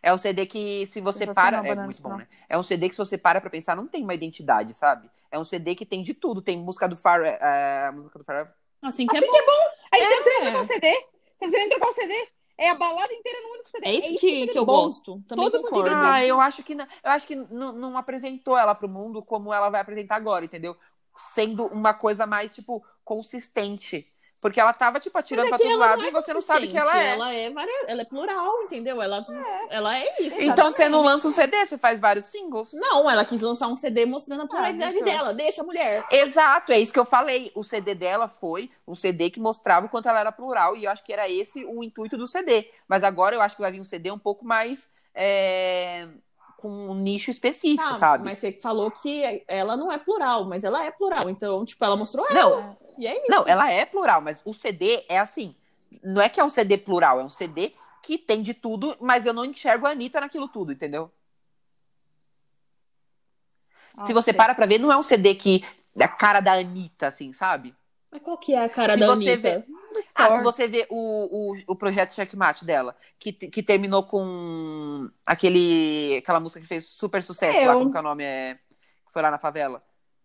É um CD que se você Sensacional, para, é Banana muito bom, Sinal. né? É um CD que se você para pra pensar não tem uma identidade, sabe? É um CD que tem de tudo, tem música do Far, é, música do Far, Assim que é Assim bom. que é bom. Aí você não precisa É. nem trocar o CD. Você não precisa nem trocar o CD. É a balada inteira num único CD. É isso é que, que eu bom. gosto. Também Todo mundo concordo. igual. Ah, eu acho que não, eu acho que não, não apresentou ela pro mundo como ela vai apresentar agora, entendeu? Sendo uma coisa mais tipo consistente. Porque ela tava, tipo, atirando Mas é pra que todo ela lado não é e você não sabe consciente, que ela é. Ela é, varia- ela é plural, entendeu? Ela é, ela é isso. Então você não lança um CD, você faz vários singles. Não, ela quis lançar um CD mostrando a pluralidade então. dela. Deixa a mulher. Exato, é isso que eu falei. O CD dela foi um CD que mostrava o quanto ela era plural, e eu acho que era esse o intuito do CD. Mas agora eu acho que vai vir um CD um pouco mais é, com um nicho específico, Tá, sabe? Mas você falou que ela não é plural, mas ela é plural. Então, tipo, ela mostrou ela. Não, E é isso. não, ela é plural, mas o CD é assim. Não é que é um CD plural, é um CD que tem de tudo, mas eu não enxergo a Anitta naquilo tudo, entendeu? Ah, Se você para pra ver, não é um CD que é a cara da Anitta, assim, sabe? Mas qual que é a cara Se da você Anitta? Ah, se você vê o, o, o projeto Checkmate dela, que, te- que terminou com aquele, aquela música que fez super sucesso lá, Eu. como que é o nome? É, que foi lá na favela.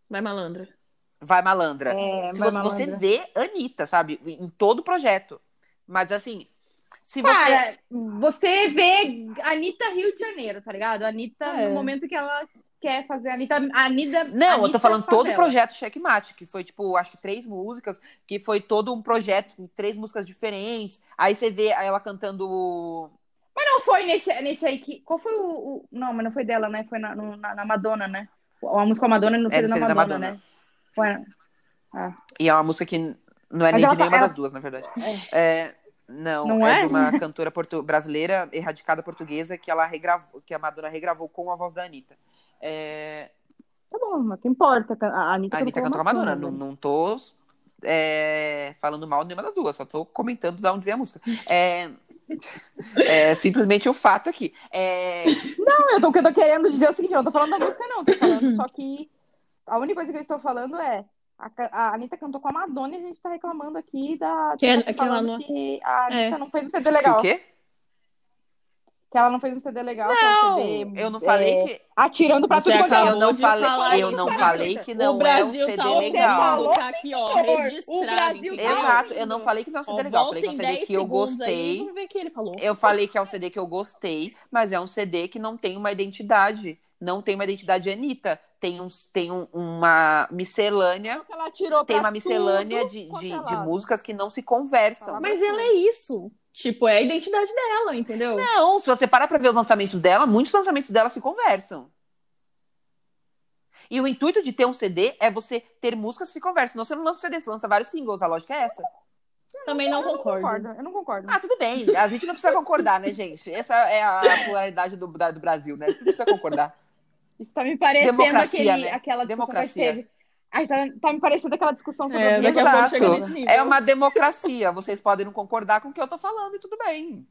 Vai, malandra. Vai Malandra. É, se vai você, você malandra. vê Anitta, sabe? Em todo o projeto. Mas assim, se você. Cara, você vê Anitta Rio de Janeiro, tá ligado? Anitta, É. no momento que ela quer fazer a Anitta. a Anitta Não, eu Anitta é tô falando todo o favela. projeto Checkmate, que foi, tipo, acho que três músicas, que foi todo um projeto com três músicas diferentes. Aí você vê ela cantando Mas não foi nesse, nesse aí que. Qual foi o, o- Não, mas não foi dela, né? Foi na, no- na, na Madonna, né? A música Madonna não É, foi no da CD Madonna, da né? Foi. E é uma música que não é Mas nem ela de nenhuma tá- das duas, na verdade. É, não, Não é, é? de uma cantora portu- brasileira, erradicada portuguesa, que ela regravou, que a Madonna regravou com a voz da Anitta. É, Tá bom, mas que importa? A Anitta, a Anitta cantou com a Madonna, não, não tô é, falando mal de nenhuma das duas, só tô comentando de onde vem a música. É, é simplesmente um fato aqui. É, Não, eu tô, o que eu tô querendo dizer é o seguinte, eu não tô falando da música, não. eu [clears throat] Tô falando só que a única coisa que eu estou falando é a, ca- a Anitta cantou com a Madonna e a gente tá reclamando aqui da... Que é- tá que ela falando não- que a Anitta É. não fez um CD que legal. o quê? Que ela não fez um CD legal. que é um Não, CD, eu não é, falei que Atirando pra Você tudo quanto é acabou eu não de falei, falar eu isso, não né? falei que não o é um Brasil CD tá legal. ouvindo, tá aqui, ó, O registrado. Brasil entendeu? tá Exato, eu não falei que não é um Ó, CD legal, eu falei volta que é um em CD 10 que eu segundos Aí, gostei. vamos ver o que ele falou. Eu falei que é um CD que eu gostei, mas é um CD que não tem uma identidade. Não tem uma identidade Anitta. Tem, um, tem um- uma miscelânea, que ela atirou tem pra uma miscelânea tudo de, quanto de- é de lado. músicas que não se conversam. Mas ela é isso. Tipo, é a identidade dela, entendeu? Não, se você parar pra ver os lançamentos dela, muitos lançamentos dela se conversam. E o intuito de ter um CD é você ter músicas que se conversam. Não, você não lança um CD, você lança vários singles, a lógica é essa. Também não concordo. Eu não concordo. Ah, tudo bem. A gente não precisa concordar, né, gente? Essa é a polaridade do, da- do Brasil, né? Não precisa concordar. Isso tá me parecendo Democracia, aquele, né? aquela discussão que a Democracia. gente teve. Ai, tá, tá me parecendo aquela discussão sobre É, o daqui a pouco chega nesse nível. É uma democracia. Vocês podem não concordar com o que eu tô falando e tudo bem.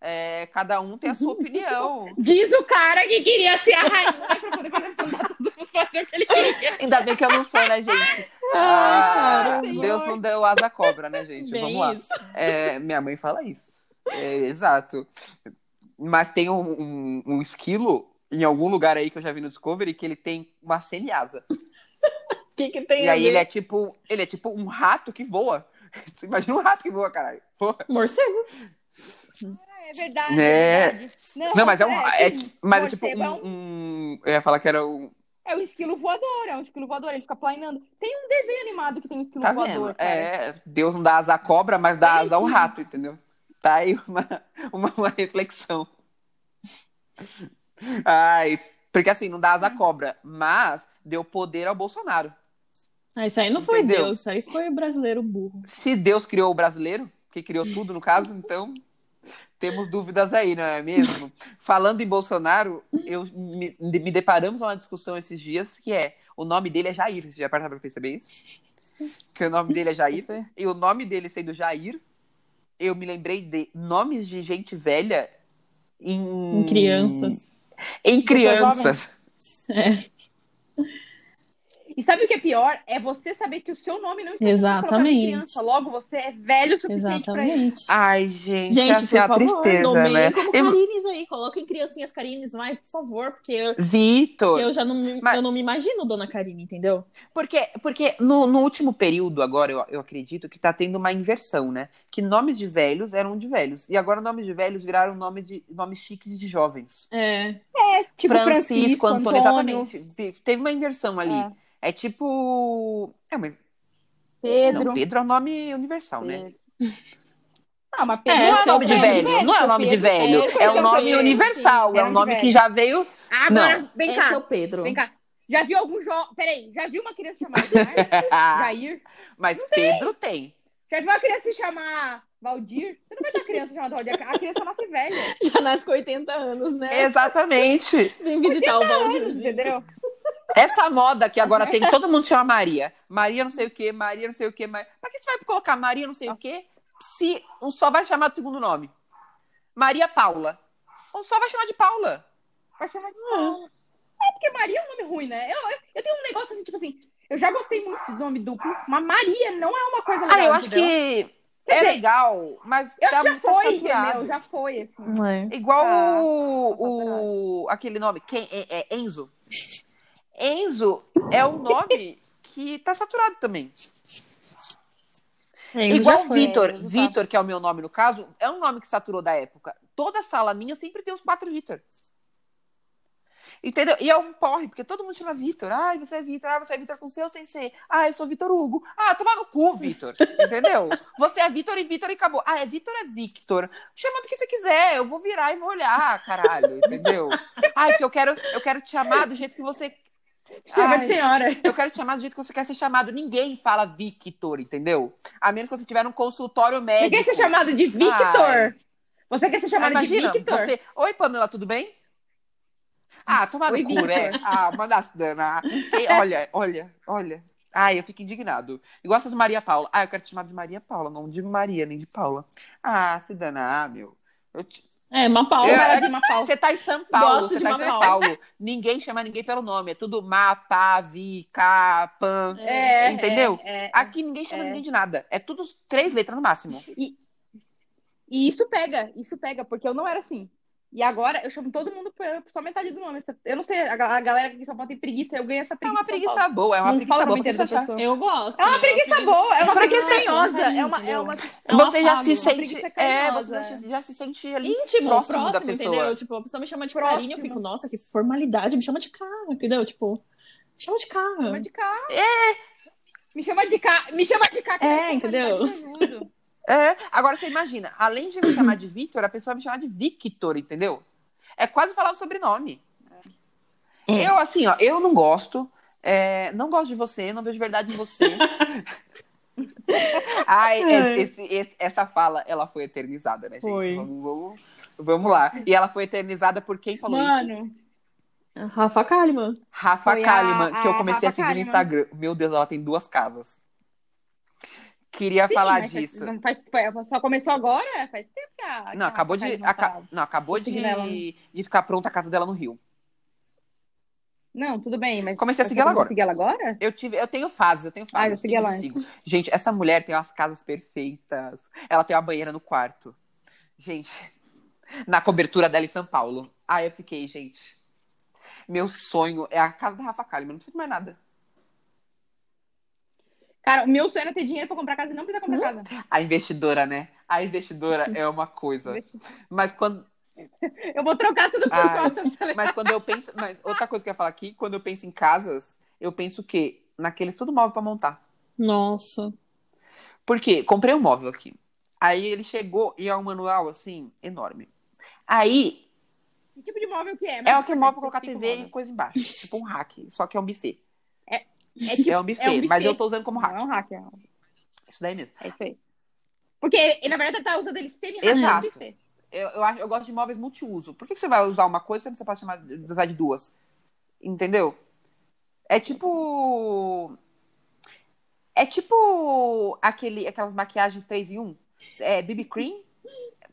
É, cada um tem a sua opinião. Diz o cara que queria ser a rainha pra poder fazer mandar todo mundo tá fazer o que ele queria. Ainda bem que eu não sou, né, gente? [laughs] Ah, Deus não deu asa à cobra, né, gente? Bem Vamos lá. isso. É, minha mãe fala isso. É, exato. Mas tem um, um- um esquilo em algum lugar aí que eu já vi no Discovery que ele tem uma semiasa. O que, que tem E a aí ver? ele é tipo, ele é tipo um rato que voa. [laughs] Você imagina um rato que voa, caralho. Porra. Morcego. É verdade. É. verdade. Não, mas é um. É, mas é tipo morcego é um, um- Eu ia falar que era um. É um esquilo voador, é um esquilo voador, ele fica planeando. Tem um desenho animado que tem um esquilo Tá voador. vendo? cara. É, Deus não dá asa à cobra, mas dá Gente. asa ao rato, entendeu? Tá aí uma, [laughs] uma, uma reflexão. Ai, porque assim, não dá asa à Hum. cobra, mas deu poder ao Bolsonaro. Ah, isso aí não foi Entendeu? Deus, isso aí foi o brasileiro burro. Se Deus criou o brasileiro, que criou tudo no caso, então temos dúvidas aí, não é mesmo? Falando em Bolsonaro, eu me, me deparamos a uma discussão esses dias que é o nome dele é Jair. Você já parou pra perceber isso? Que o nome dele é Jair. E o nome dele sendo Jair, eu me lembrei de nomes de gente velha em, Em crianças. Em crianças. Hum. É, E sabe o que é pior? É você saber que o seu nome não está sendo mais colocado em Exatamente. criança. Logo, você é velho o suficiente pra isso. exatamente. Ai, gente, Gente, essa é por a favor, tristeza, nomeiem né? como Eu- Carines aí. Coloquem criancinhas Carines, vai, por favor, porque eu, Vitor. porque eu já não, me- Mas- eu não me imagino Dona Karine, entendeu? Porque, porque no, no último período, agora, eu, eu acredito que tá tendo uma inversão, né? Que nomes de velhos eram de velhos. E agora nomes de velhos viraram nome de, nomes chiques de jovens. É, Tipo Francisco, Antônio. Exatamente. Vi- Teve é uma inversão ali. É, tipo. É, mas Pedro. Não, Pedro é o nome universal, né? Pedro. Ah, mas É, Pedro não é esse nome de é o velho, não é o nome de Pedro. velho, Esse é é o o nome Pedro, universal, sim, é é um um nome de que velho. já veio. Agora, vem Esse cá. é o Pedro. Vem cá. Já viu algum jovem. Peraí, já viu uma criança chamada [laughs] Jair? Jair? Mas Pedro tem. Já viu uma criança se chamar Valdir? Você não vai ter uma criança chamada Valdir. A criança nasce velha. Já nasce com 80 anos, É. né? Exatamente. Vem visitar o Valdirzinho. Entendeu? Essa moda que agora tem, todo mundo chama Maria. Maria não sei o quê, Maria não sei o quê. Maria... Pra que você vai colocar Maria não sei o quê se um só vai chamar do segundo nome? Maria Paula. Ou só vai chamar de Paula. Pra chamar de Paula. É porque Maria é um nome ruim, né? Eu, eu, eu tenho um negócio assim, tipo assim. Eu já gostei muito de nome duplo, mas Maria não é uma coisa legal. Ah, eu acho entendeu? que Quer é dizer, legal, mas Eu tá já muito foi, saturado. entendeu? Já foi, assim. É Igual Tá, o, tá o- aquele nome, quem é, é Enzo. Enzo é um nome que tá saturado também. É, Igual o Vitor, Enzo tá. Vitor, que é o meu nome no caso, é um nome que saturou da época. Toda sala minha sempre tem os quatro Vitor. Entendeu? E é um porre, porque todo mundo chama Vitor. Ai, você é Vitor. Ah, você é Vitor com seu sem ser. Ah, eu sou Vitor Hugo. Ah, toma no cu, Vitor. Entendeu? Você é Vitor e Vitor e acabou. Ah, é Vitor, é Victor. Chama do que você quiser. Eu vou virar e vou olhar, caralho. Entendeu? Ai, porque eu quero, eu quero te chamar do jeito que você... Chama Ai. é de senhora. Eu quero te chamar do jeito que você quer ser chamado. Ninguém fala Victor, entendeu? A menos que você tiver um consultório Você médico. quer ser chamado de Victor? Ai. Você quer ser Ah, chamado imagina, de Victor? você... Oi, Pamela, tudo bem? Ah, toma no Oi, cu, Victor. né? Ah, uma das dana. E olha, olha, olha. Ai, eu fico indignado. Igual essas Maria Paula. Ah, eu quero te chamar de Maria Paula, não de Maria, nem de Paula. Ah, se danar, meu. Eu te- É, uma Eu- palma. Para de uma pau. Você tá em São Paulo, Gosto você de tá em Maria São Paula. Paulo. Ninguém chama ninguém pelo nome. É tudo Mapa, Vi, Capan. É, Entendeu? é, é. Aqui ninguém chama É. ninguém de nada. É tudo três letras no máximo. E isso pega, isso pega, porque eu não era assim. E agora eu chamo todo mundo pra, só metade do nome. Eu não sei, a, ga- a galera que em São Paulo tem preguiça, eu ganho essa É preguiça. uma em São preguiça boa, é uma Paulo. não preguiça fala o nome boa. inteiro pra da você achar. pessoa. Eu gosto. É uma eu preguiça utilizo- boa, é uma Preguiça preguiça é um carinhosa. É uma, carinho, é uma... É um você já afago, se uma sente. preguiça É, carinhosa. você já se, já se sente ali Íntimo, próximo, próximo, da pessoa. entendeu? Tipo, a pessoa me chama de Próximo. carinho, eu fico, nossa, que formalidade, me chama de cara, entendeu? Tipo, me chama de Me chama cara. de cá. Me chama de cá, me chama de cá. que tá É, eu sou entendeu? qualidade de tudo. É, agora você imagina, além de me chamar de Victor, a pessoa vai me chamar de Victor, entendeu? É quase falar o sobrenome. É. Eu, assim, ó, eu não gosto. é, não gosto de você, não vejo verdade em [laughs] você. Ai, É. esse- esse- essa fala, ela foi eternizada, né, gente? Foi. Vamos, vamos- vamos lá. E ela foi eternizada por quem falou isso? Mano, Rafa Kalimann. Rafa Foi a- Kalimann, que eu a comecei a Rafa seguir no Kalimann. Instagram. Meu Deus, ela tem duas casas. Queria sim, falar mas disso. Faz, faz, só começou agora? Faz tempo que a. que Não, a acabou de, Rafael não tá. aca- falava. não, acabou Tô de, seguindo ela, né? de ficar pronta a casa dela no Rio. Não, tudo bem, mas. Comecei a Você seguir ela começou agora. a seguir ela agora? Eu, tive, eu tenho fases, eu tenho fases. Ah, eu eu segui ela sempre sigo. Gente, essa mulher tem umas casas perfeitas. Ela tem uma banheira no quarto. Gente, na cobertura dela em São Paulo. Aí eu fiquei, gente. Meu sonho é a casa da Rafa Kalimann, não preciso de mais nada. Cara, o meu sonho era ter dinheiro pra comprar casa e não precisar comprar casa. A investidora, né? A investidora é uma coisa. Mas quando, Eu vou trocar tudo por Ai. cotas. Falei, Mas quando eu penso. Mas outra coisa que eu ia falar aqui, quando eu penso em casas, eu penso o quê? Naquele tudo móvel pra montar. Nossa. Por quê? Comprei um móvel aqui. Aí ele chegou e é um manual, assim, enorme. Aí Que tipo de móvel que é? é aquele móvel pra colocar Especifica o TV e móvel. coisa embaixo. Tipo um rack. Só que é um buffet. É tipo É um buffet, é um buffet. mas eu tô usando como Não, é rack. um hack, é, um- Isso daí mesmo. é isso aí. Porque ele, na verdade, tá usando ele semi Exato. Eu, eu, acho- eu gosto de móveis multiuso. Por que, que você vai usar uma coisa se você pode chamar, usar de duas? Entendeu? É tipo. É tipo aquele, aquelas maquiagens 3 em 1. É BB Cream,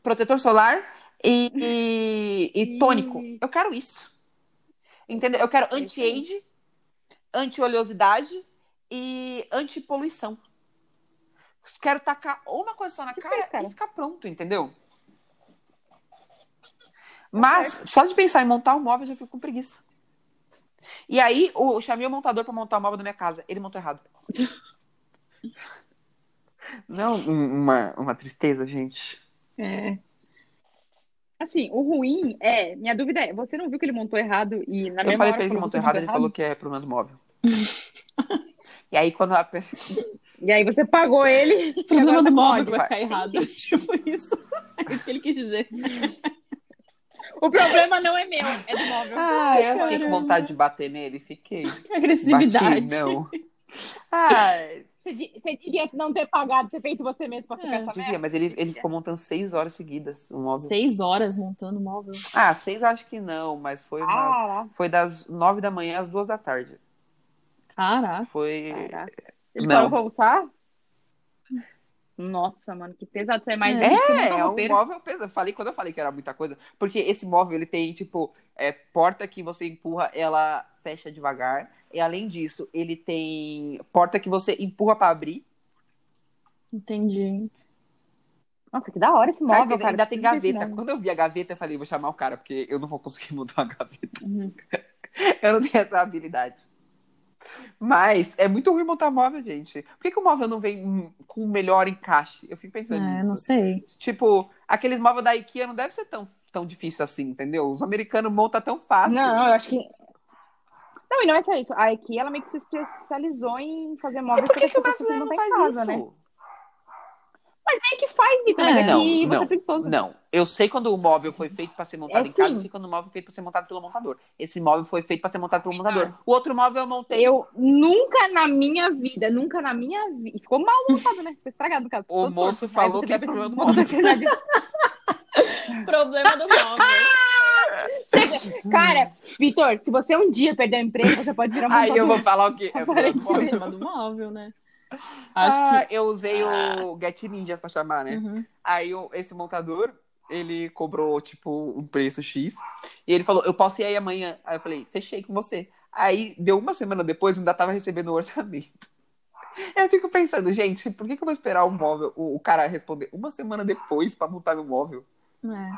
protetor solar e, e, e E- tônico. Eu quero isso. Entendeu? Eu quero anti-age, anti-oleosidade e anti-poluição. Quero tacar uma coisa só na cara, cara. e ficar pronto, entendeu? Mas só de pensar em montar um móvel eu já fico com preguiça. E aí, o- eu chamei o montador pra montar o móvel da minha casa. Ele montou errado. Não, um- uma, uma tristeza, gente. É. Assim, o ruim é. Minha dúvida é: você não viu que ele montou errado e na eu mesma falei hora pra ele que falou, montou você errado, ele falou que é problema do móvel. e aí, quando a pessoa. E aí você pagou ele. [laughs] O problema agora do tá móvel que pode, vai vai. ficar errado. [laughs] Tipo isso. É isso que ele quis dizer. O problema não é meu, é do móvel. Ah, [laughs] eu fiquei com caramba. vontade de bater nele, fiquei. [laughs] Agressividade. Bati, não. [laughs] Ai, Você, di- você devia não ter pagado, ter feito você mesmo pra ficar É, essa Ah, devia, merda. mas ele, ele ficou montando seis horas seguidas o móvel. Seis horas montando o móvel. Ah, seis acho que não, mas foi Ah. umas... Caraca. Foi das nove da manhã às duas da tarde. Caraca. Foi. tá. Ele é, Não. parou pra almoçar? Nossa, mano, que pesado. Isso é mais difícil que É, uma é um roupeira. móvel pesado. Eu Falei quando eu falei que era muita coisa, porque esse móvel ele tem tipo é, porta que você empurra, ela fecha devagar. E além disso, ele tem porta que você empurra pra abrir. Entendi. Nossa, que da hora esse Cara, móvel, ainda cara. ainda tem Preciso ver esse gaveta. móvel. Quando eu vi a gaveta, eu falei, vou chamar o cara, porque eu não vou conseguir [laughs] montar uma gaveta. Uhum. [laughs] Eu não tenho essa habilidade. Mas é muito ruim montar móvel, gente. Por que, que o móvel não vem hum, com o melhor encaixe? Eu fico pensando Ah, É, nisso. não sei. Tipo, aqueles móveis da IKEA não deve ser tão, tão difícil assim, entendeu? Os americanos montam tão fácil. Não, eu acho que. Não, e não é só isso. A IKEA, ela meio que se especializou em fazer E móveis por que, que o as pessoas brasileiro não têm faz em casa, isso? né? Mas meio que faz, Vitor, É, mas não, aqui você não, é preguiçoso. Não, eu sei quando o móvel foi feito pra ser montado É em casa, sim. eu sei quando o móvel foi feito pra ser montado pelo montador. Esse móvel foi feito pra ser montado É pelo montador. O outro móvel eu montei. Eu nunca na minha vida, nunca na minha vida. Ficou mal montado, né? Ficou estragado no caso. O Ficou moço torto. falou Aí você que é vê pra problema esse do moço, na [laughs] verdade. Problema do [laughs] móvel. Você- Cara, Vitor, se você um dia perder o emprego, você pode virar um Aí eu vou montador. falar o quê? É problema do móvel. Problema do móvel, né? Acho Ah, que. eu usei o Get Ninja pra chamar, né? Uhum. Aí o- esse montador, ele cobrou, tipo, um preço X. E ele falou, eu posso ir aí amanhã. Aí eu falei, fechei com você. Aí deu uma semana depois, eu ainda tava recebendo o orçamento. [laughs] Eu fico pensando, gente, por que, que eu vou esperar o móvel, o, o cara responder uma semana depois pra montar meu móvel? É.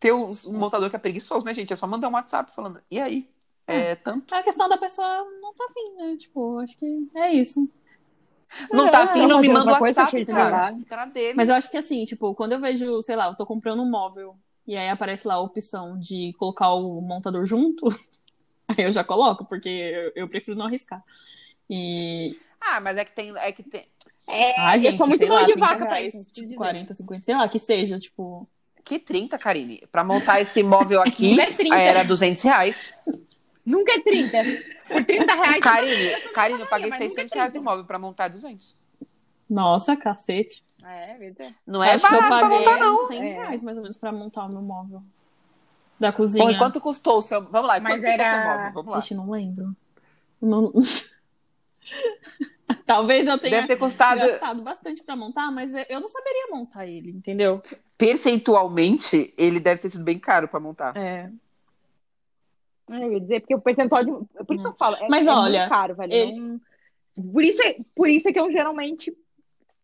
Tem uns- um montador que é preguiçoso, né, gente? É só mandar um WhatsApp falando, e aí? É tanto. É a questão da pessoa não tá afim, né? Tipo, acho que é isso. Não tá é, afim, não me fazer manda o outra coisa, WhatsApp, Tito, cara. não Cara dele. Mas eu acho que assim, tipo, quando eu vejo, sei lá, eu tô comprando um móvel e aí aparece lá a opção de colocar o montador junto, [laughs] aí eu já coloco, porque eu, eu prefiro não arriscar. E. Ah, mas é que tem... É que tem... É, Ah, gente, eu sou muito sei mão lá, de 30 vaca pra reais, isso. preciso tipo, dizer. 40, 50, sei lá, que seja, tipo. Que 30, Karine? Pra montar esse móvel [laughs] aqui, Não é 30. aí era 200 reais. Nunca é 30. Por 30 [laughs] reais. Karine, Karine, eu paguei mas nunca 600 é reais 30. no móvel pra montar 200. Nossa, cacete. É, Vitor. Não é acho que eu barato pra paguei montar, não. uns 100 É. reais, mais ou menos, pra montar o meu móvel. Da cozinha. Bom, e quanto custou o seu... Vamos lá, e Mas quanto custa o seu era- móvel? Vamos lá. Ixi, não lembro. Não- [laughs] Talvez eu tenha Deve ter custado... gastado bastante pra montar, mas eu não saberia montar ele, entendeu? Percentualmente, ele deve ter sido bem caro pra montar. É. É, Eu ia dizer, porque o percentual de. Por isso que eu falo. É, Mas é olha, muito caro, velho. ele- não- Por, isso é, por isso é que eu geralmente.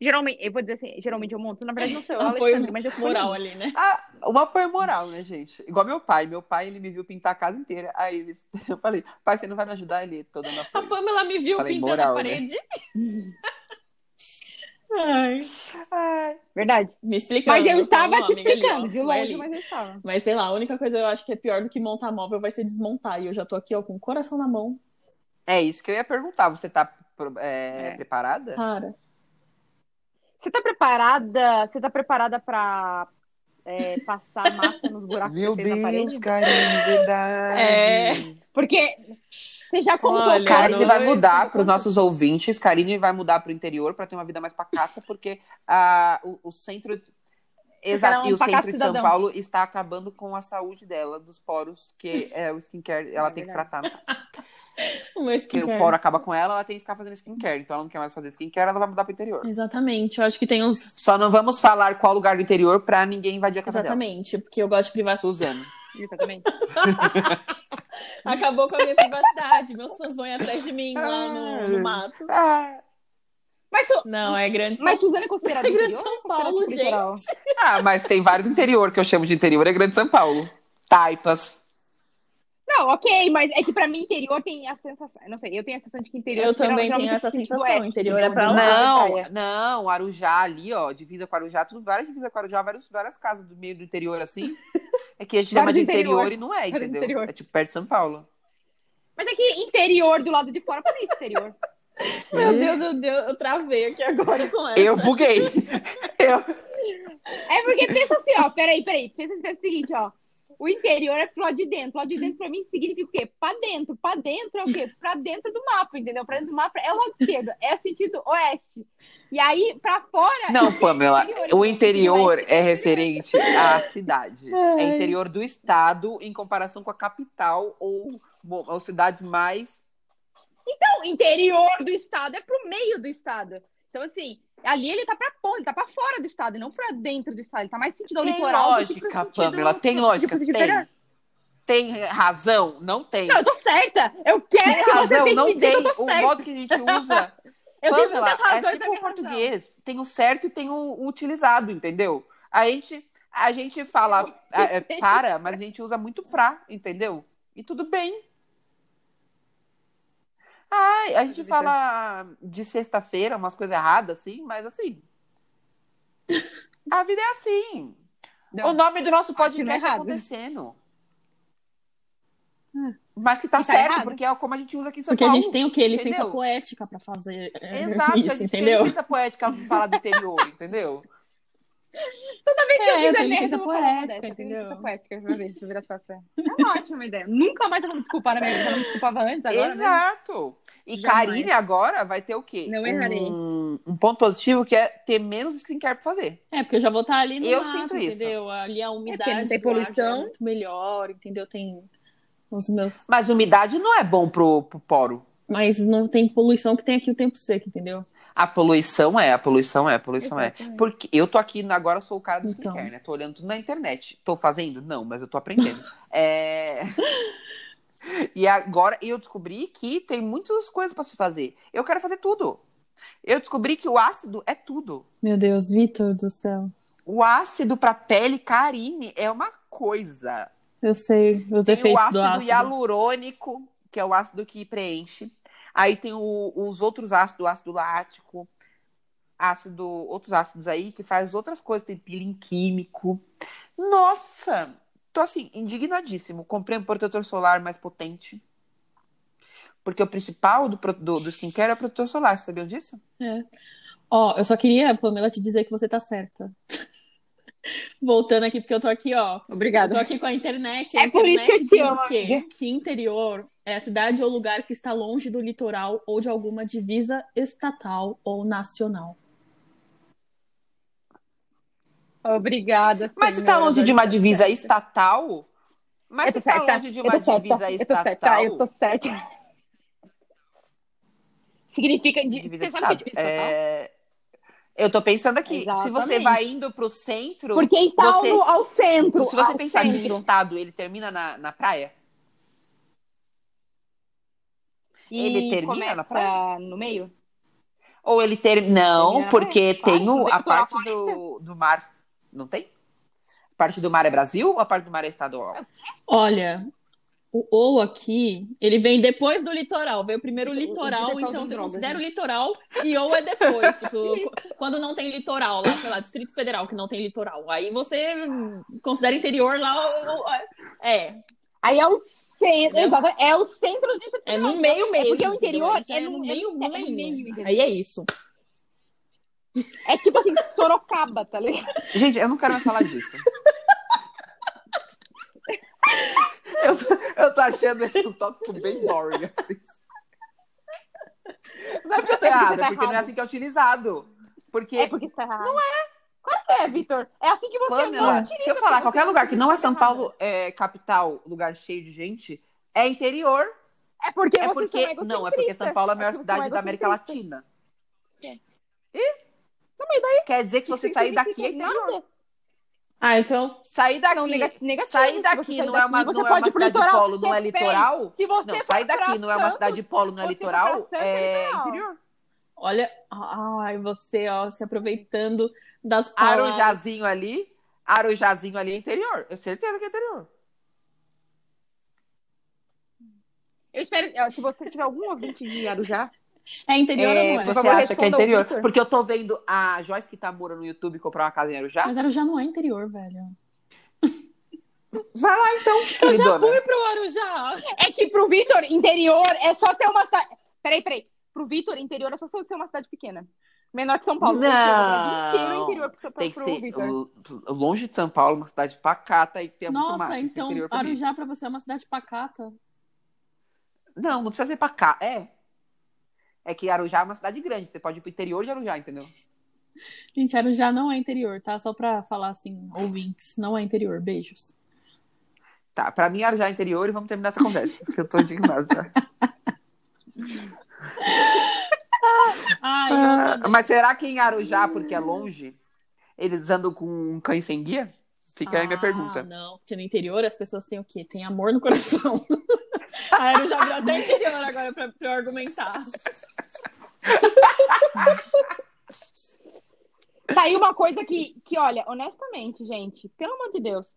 Geralmente, eu vou dizer assim, geralmente eu monto. Na verdade, não sou eu, é Apoio Alexandre, mas eu fui. moral ali, né? Ah, um apoio moral, né, gente? Igual meu pai. Meu pai, ele me viu pintar a casa inteira. Aí ele... [laughs] eu falei, pai, você não vai me ajudar? Ele, tô dando A apoio. Pamela me viu Falei, pintando moral, a né? parede. [laughs] Ai. Ai, Verdade. Me explicando. Mas eu estava falando, te amiga, ali, um ó, explicando, de vai longe, ali. mas eu estava. Mas sei lá, a única coisa que eu acho que é pior do que montar móvel vai ser desmontar. E eu já tô aqui, ó, com o coração na mão. É isso que eu ia perguntar. Você tá é, É. preparada? Cara. Você tá preparada? Você tá preparada pra é, passar massa nos buracos Meu que você fez Tá na Deus, parede? [laughs] Karine, verdade. É. Porque você já contou, Olha, cara. Karine vai não é mudar isso. para os nossos ouvintes, Karine vai mudar para o interior para ter uma vida mais pacata, porque ah, o, o centro. ela é Exato, um e o pacato centro de São cidadão. Paulo está acabando com a saúde dela, dos poros, que é o skincare, ela É tem que verdade. tratar. Mas Porque o poro acaba com ela, ela tem que ficar fazendo skincare. Então ela não quer mais fazer skincare, ela vai mudar para o interior. Exatamente. Eu acho que tem uns. Só não vamos falar qual lugar do interior para ninguém invadir a casa Exatamente, porque eu gosto de dela. privacidade. Suzano. Exatamente. Acabou com a minha privacidade. Meus fãs vão ir atrás de mim lá no, no mato. Ah, Mas, Su- Não, é grande São mas Suzana é considerada Grande interior São ou é considerada Paulo, tipo litoral? ah, mas tem vários interior que eu chamo de interior, é Grande São Paulo. Taipas. Não, ok, mas é que pra mim interior tem a sensação. Não sei, eu tenho a sensação de que interior. Eu também geralmente tenho é essa muito sensação, oeste, interior é pra onde lá. eu Não, saia. não, Arujá ali, ó, divisa com Arujá, tudo, várias divisas com Arujá, vários, várias casas do meio do interior assim. É que a gente chama Vários de interior, interior, e não é, vários entendeu? interior. É tipo perto de São Paulo. Mas é que interior do lado de fora parece exterior. Meu Deus, meu Deus, eu travei aqui agora com essa. Eu buguei. [laughs] Eu... É porque pensa assim, ó, peraí, peraí. Pensa, pensa o seguinte, ó. O interior é pro lado de dentro. O lado de dentro pra mim significa o quê? Pra dentro. Pra dentro é o quê? Pra dentro do mapa, entendeu? Pra dentro do mapa é o lado esquerdo, é o sentido oeste. E aí, pra fora. Não, Pamela, o interior é referente à cidade. É interior do estado em comparação com a capital ou, bom, ou cidades mais. Então, interior do estado é pro meio do estado. Então, assim, ali ele tá pra ponta, ele tá pra fora do estado, e não pra dentro do estado. Ele tá mais sentido ao Tem litoral. do que pro lógica, sentido- Pâmela, tem pro lógica, sentido de tem. pegar. Tem razão? Não tem. Não, eu tô certa. Eu quero Tem que razão, você tenha que não me dizer tem. que tá eu tô O certa. modo que a gente usa. Eu tenho Pamela, muitas razões é da tipo o minha razão. português. Tem o certo e tem o, o utilizado, entendeu? A gente, a gente fala é, é, para, mas a gente usa muito pra, entendeu? E tudo bem. Ai, a gente fala de sexta-feira umas coisas erradas, assim, mas assim. A vida é assim. Não. o nome do nosso Continua podcast é errado. acontecendo. Mas que tá, Que tá certo, errado. porque é como a gente usa aqui em São Porque a Paulo. gente tem o quê? Licença entendeu? poética pra fazer é, Exato, a isso, gente entendeu? tem licença poética pra falar do [laughs] interior, entendeu? Toda vez que eu É, tem fizer merda, licença eu vou falar poética, dessa. Eu tenho entendeu? licença poética, deixa eu ver, deixa eu virar as costas. É uma ótima ideia. Nunca mais eu vou me desculpar na minha vida. Eu não me desculpava antes, agora né? Exato. E Jamais. Karine agora vai ter o quê? Não errarei. um, um ponto positivo que é ter menos skincare pra fazer. É, porque eu É, já vou estar ali no Eu mato, sinto isso. entendeu? Ali a umidade não tem do ar já poluição. é muito melhor, entendeu? Tem os meus... Mas umidade não é bom pro, pro poro. Mas não tem poluição que tem aqui o tempo seco, entendeu? A poluição é, a poluição é, a poluição é. Exatamente. Porque eu tô aqui, agora eu sou o cara do Então. skincare, né? Tô olhando tudo na internet. Tô fazendo? Não, mas eu tô [laughs] aprendendo. É. E agora eu descobri que tem muitas coisas pra se fazer. Eu quero fazer tudo. Eu descobri que o ácido é tudo. Meu Deus, Vitor do céu. O ácido pra pele, Karine, é uma coisa. Eu sei os Tem o efeitos ácido, do ácido. hialurônico, que é o ácido que preenche. Aí tem o- os outros ácidos, o ácido lático, ácido, outros ácidos aí que faz outras coisas, tem peeling químico. Nossa, tô assim indignadíssimo. Comprei um protetor solar mais potente. Porque o principal do, pro- do, do skincare é o protetor solar, vocês sabiam disso? Ó, eu só queria, Pamela, te dizer que você tá certa. [laughs] Voltando aqui, porque eu tô aqui, ó. Eu tô Obrigada. aqui com a internet. É a por isso internet que eu te diz o amo, quê? amiga. Que interior é a cidade ou lugar que está longe do litoral ou de alguma divisa estatal ou nacional. Obrigada. Mas se senhor. tá longe de uma divisa certa. estatal, mas Eu se tô tá certa, longe de eu uma tô certa, divisa Eu tô certa, estatal, eu tô certa. Significa. de- divisa Você de sabe o que é estado. divisa estatal? É, Eu tô pensando aqui, se você Exatamente. vai indo pro centro, Porque está É, Você- ao, ao centro. se você ao pensar que centro. estado, ele termina na, na praia? ele E termina começa na praia? No meio? Ou ele termina. Não, Não, porque claro, tem não o- tem a litoral parte do, do mar. Não tem? A parte do mar é Brasil ou a parte do mar é estadual? Olha, o ou aqui, ele vem depois do litoral. Veio primeiro o O- o litoral, litoral então das você drogas, considera o né? litoral e ou é depois. [laughs] tipo, quando não tem litoral, lá, sei lá, Distrito Federal, que não tem litoral. Aí você considera interior lá. ou- ou- é, Aí é o centro. Entendeu? Exato, é o centro do distrito. É no meio mesmo. porque o entendeu? interior Aí já é no- meio, é no no meio, meio. entendeu? Aí é isso. É tipo assim, Sorocaba, tá ligado? Gente, eu não quero mais falar disso. [laughs] eu, tô, eu tô achando esse um tópico bem boring, assim. Não é porque eu tô É porque errada, tá é porque não é errado. assim que é utilizado. Porque, É porque está errado. Não é. Claro que é, Vitor. É assim que você Pamela, não deixa eu falar, você qualquer lugar que não é São errada. Paulo, é capital, lugar cheio de gente, é interior. É porque É vocês são porque, egocentristas. não, é porque São Paulo é a maior vocês são cidade da América egocentristas. Latina. É. E? Quer dizer que se você Isso sair daqui significa é interior. nada. Ah, então. Sair daqui. Não, nega- negativo. sair Se daqui você sair não é uma, daqui, não é você uma pode ir pro cidade de litoral. polo, não é Você- peraí, litoral. Se você Não, for sair pra daqui não é uma Santos, cidade de polo, não é você for pra litoral, Santos, é é litoral. interior. Olha, ai, você, ó, se aproveitando das palavras. Arujazinho ali, Arujazinho ali é interior. Eu certeza que é interior. Eu espero. ó, Se você tiver algum ouvinte de Arujá, É interior É, ou não é? Você Por favor, acha que é responda ao interior? Victor. Porque eu tô vendo a Joyce que tá morando no YouTube comprar uma casa em Arujá. Mas Arujá não é interior, velho. Vai lá então, Eu já [laughs] queridona. fui pro Arujá. É que pro Vitor, interior é só ter uma. sa- Peraí, peraí. Pro pro Vitor, interior é só ser uma cidade pequena. Menor que São Paulo. Não. é Inteiro interior pro, pro, Tem que pro ser Vitor. l- longe de São Paulo, uma cidade pacata e que tem é muito Nossa, mato. Esse então interior pra mim. Arujá pra você é uma cidade pacata. Não, não precisa ser pacata. É. É que Arujá é uma cidade grande. Você pode ir pro interior de Arujá, entendeu? Gente, Arujá não é interior, tá? Só pra falar assim, ouvintes, não é interior. Beijos. Tá, pra mim Arujá é interior e vamos terminar essa conversa. porque eu tô indignado já. [laughs] Ah, e outra Ah, Mas será que em Arujá, porque é longe, eles andam com um cães sem guia? Fica aí a minha Ah, pergunta. Não, porque no interior as pessoas têm o quê? Tem amor no coração. [laughs] Aí eu já virou até interior agora pra, pra eu argumentar. Tá aí uma coisa que, que, olha, honestamente, gente, pelo amor de Deus,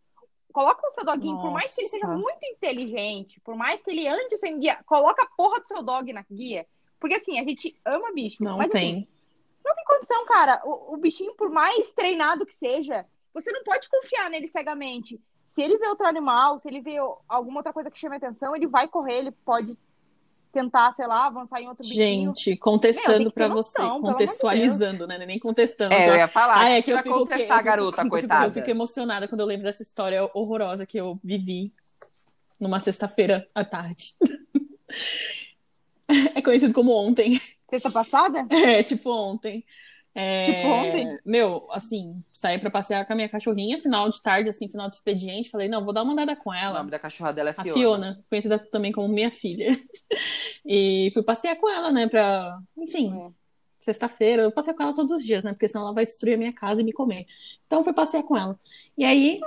coloca o seu doguinho, por mais que ele seja Nossa. muito inteligente, por mais que ele ande sem guia, coloca a porra do seu dog na guia. Porque assim, a gente ama bicho. Não mas, assim, tem. não tem condição, cara. O, o bichinho, por mais treinado que seja, você não pode confiar nele cegamente. Se ele vê outro animal, se ele vê o- alguma outra coisa que chame atenção, ele vai correr, ele pode tentar, sei lá, avançar em outro bichinho. Gente, Meu, tem contestando que ter pra noção, você. pelo amor de Contextualizando, né? Nem contestando. É, eu tá? ia falar. Ah, é que eu vai fico, o quê? contestar a eu garota, fico, coitada. Eu fico emocionada quando eu lembro dessa história horrorosa que eu vivi numa sexta-feira à tarde. [laughs] É conhecido como ontem. [laughs] Sexta passada? É, tipo ontem. É, Tipo ontem? Meu, assim, saí pra passear com a minha cachorrinha, final de tarde, assim, final de expediente. Falei, não, vou dar uma andada com O ela. nome da cachorra dela é A Fiona. Fiona, conhecida também como minha filha. [laughs] E fui passear com ela, né, pra. Enfim, É. sexta-feira. Eu passeio com ela todos os dias, né, porque senão ela vai destruir a minha casa e me comer. Então fui passear com ela. E aí,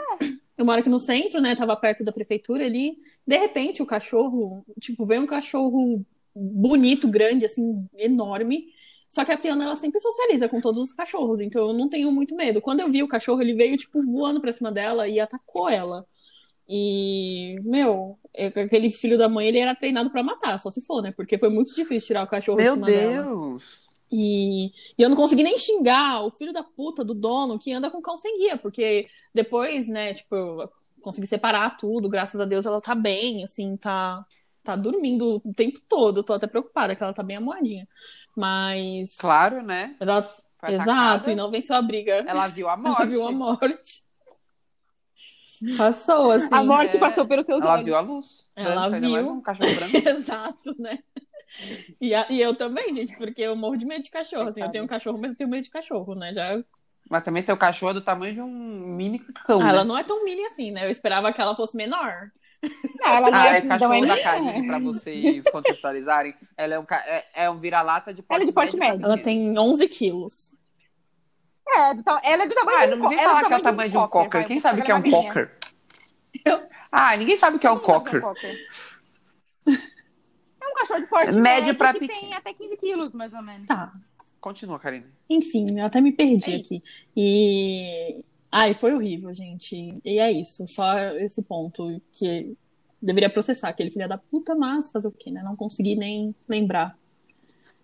eu moro aqui no centro, né, tava perto da prefeitura ali. De repente, o cachorro, tipo, veio um cachorro bonito, grande, assim, enorme. Só que a Fiona, ela sempre socializa com todos os cachorros, então eu não tenho muito medo. Quando eu vi o cachorro, ele veio, tipo, voando pra cima dela e atacou ela. E, meu, é- aquele filho da mãe, ele era treinado pra matar, só se for, né? Porque foi muito difícil tirar o cachorro de Meu cima dela. Deus. E, e eu não consegui nem xingar o filho da puta do dono que anda com cão sem guia, porque depois, né, tipo, eu consegui separar tudo, graças a Deus ela tá bem, assim, tá, tá dormindo o tempo todo. Eu tô até preocupada que ela tá bem amoadinha. Mas. Claro, né? Mas ela- Foi exato, atacada. e não venceu a briga. Ela viu É a morte. [laughs] Ela viu a morte. Passou, assim. a morte é. passou pelos seus Ela olhos. viu a luz. Ela branca, ainda mais viu. um cachorro branco. [laughs] Exato, né? E, a- e eu também, gente, porque eu morro de medo de cachorro. Assim, eu Coitada. tenho um cachorro, mas eu tenho medo de cachorro, né? Já... Mas também seu cachorro é do tamanho de um mini cão, Ah, ela né? não é tão mini assim, né? Eu esperava que ela fosse menor. Não, ela não Ah, é, é não é cachorro da nem- Karine, [laughs] pra vocês contextualizarem. Ela é um, ca- é, é um vira-lata de porte Ela é de porte médio pra médio. Ela pequeno. tem 11 quilos. É, então, ela é do tamanho Ah, de não um me co- vem ela falar que é o tamanho de um cocker. vai. Quem sabe o que é Ela um magrinha. cocker? Eu- Ah, ninguém sabe o que é um Todo mundo sabe que cocker. É um cachorro de porte Médio pra que pequeno. tem até 15 quilos, mais ou menos. Tá. Continua, Karine. Enfim, eu até me perdi É isso. aqui. E. Ai, foi horrível, gente. E é isso. Só esse ponto que deveria processar aquele filho da puta, mas fazer o quê, né? Não consegui nem lembrar.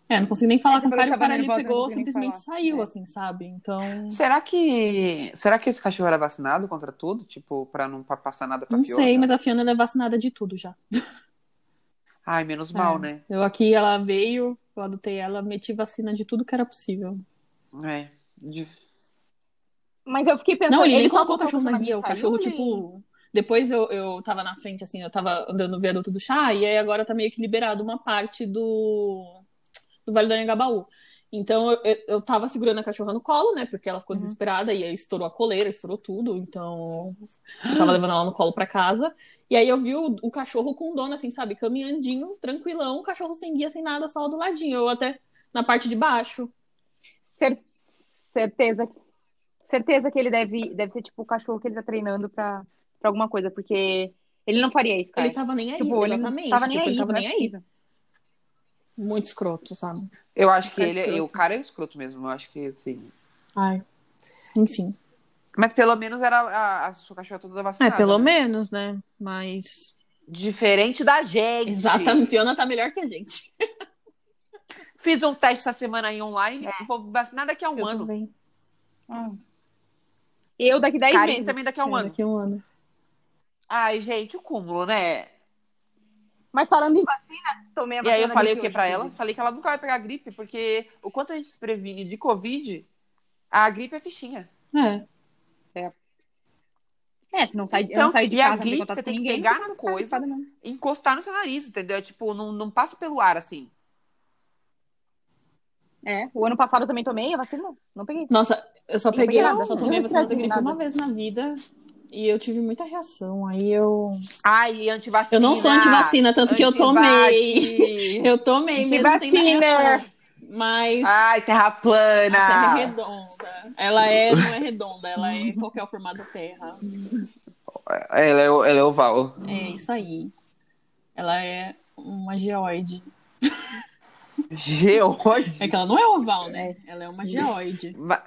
É, não consegui nem falar É, você com o cara e falou o que cara tava ele nervosa, não pegou, conseguiu nem simplesmente falar. saiu, É. assim, sabe? Então. Será que será que esse cachorro era vacinado contra tudo? Tipo, pra não pa- passar nada pra Não Fiona? sei, mas a Fiona ela é vacinada de tudo já. Ai, menos mal, É. né? Eu aqui, ela veio, eu adotei ela, meti vacina de tudo que era possível. É. De- Mas eu fiquei pensando. um Não, ele nem só colocou o cachorro na guia. O saiu, cachorro, ele- tipo. Depois eu, eu tava na frente, assim, eu tava andando no viaduto do chá, e aí agora tá meio que liberado uma parte do, do Vale do Anhangabaú. Então eu, eu, eu tava segurando a cachorra no colo, né? Porque ela ficou Uhum. desesperada e aí estourou a coleira, estourou tudo. Então eu tava levando ela no colo pra casa. E aí eu vi o, o cachorro com o dono, assim, sabe? Caminhandinho, tranquilão, o cachorro sem guia, sem nada, só do ladinho. Eu até na parte de baixo. Cer- certeza. Certeza que ele deve, deve ser, tipo, o cachorro que ele tá treinando pra, pra alguma coisa, porque ele não faria isso, cara. Ele tava nem aí, tipo, ele exatamente. tava nem Tipo, aí. ele tava não é nem aí. possível. Muito escroto, sabe? Eu acho que Tá ele, escroto. o cara é escroto mesmo. Eu acho que assim. Ai. Enfim. Mas pelo menos era a, a sua cachorra toda É, vacinada. pelo né? menos, né? Mas. Diferente da gente. Exatamente. Fiona tá melhor que a gente. Fiz um teste essa semana aí online. O povo vacinado daqui a um ano. É. também. Ah. Eu daqui 10 Karine um meses. um também daqui a um ano. Daqui a um ano. Ai, gente, o cúmulo, né? Mas falando em vacina, tomei a E vacina. aí eu falei o que que pra ela? Falei que ela nunca vai pegar gripe, porque o quanto a gente se previne de Covid, a gripe é fichinha. É. É, não sai, eu Então, não saio de e a casa, não tenho gripe, contato você com tem que ninguém, pegar não na fico coisa. preocupada, não. Encostar no seu nariz, entendeu? É Tipo, não, não passa pelo ar assim. É, o ano passado eu também tomei a vacina, não, não peguei. Nossa, eu só Eu não peguei, peguei nada, eu só nada, tomei eu não vacina da peguei gripe nada. uma vez na vida. E eu tive muita reação. Aí eu. Ai, antivacina. Eu não sou antivacina, tanto que eu tomei. Antivac. Eu tomei mesmo, não tem Antivacina! reação. Mas Ai, terra a terra é plana. redonda. Ela é, não é redonda, ela é qual que é o formato da terra. Ela é, o- ela é oval. É isso aí. Ela é uma geoide. Geoide. É que ela não é oval, né? Ela é uma geoide. Ma-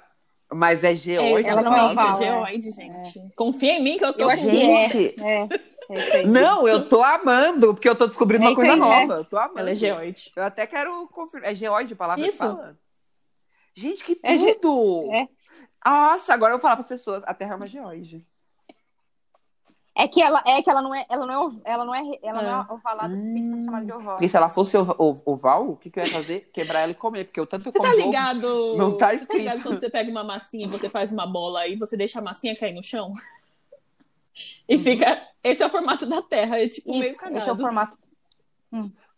Mas é geoide. É, ela não é exatamente, oval, é geoide, gente. Confia em mim que eu tô Eu acho com que é. Gente, É, é isso aí. não, eu tô amando, porque eu tô descobrindo É uma isso coisa aí, né? nova. Eu tô amando. Ela é geoide. Eu até quero confirmar. É geóide a palavra Isso. que fala? Gente, que É ge- tudo! é. Nossa, agora eu vou falar para pessoas. A Terra é uma geóide. É que ela é que ela não é, ela não é, ov- ela não é, ela não Ah. é ovalada, Hum. tem que ser chamada de oval. Porque se ela fosse o- o- oval, o que, que eu ia fazer? Quebrar ela e comer. Porque eu tanto Você como tá ovo- ligado? não tá Você tá ligado escrito. quando você pega uma massinha e você faz uma bola e você deixa a massinha cair no [laughs] chão? E fica. Esse é o formato da Terra, é tipo Isso, meio esse é o cagado. formato.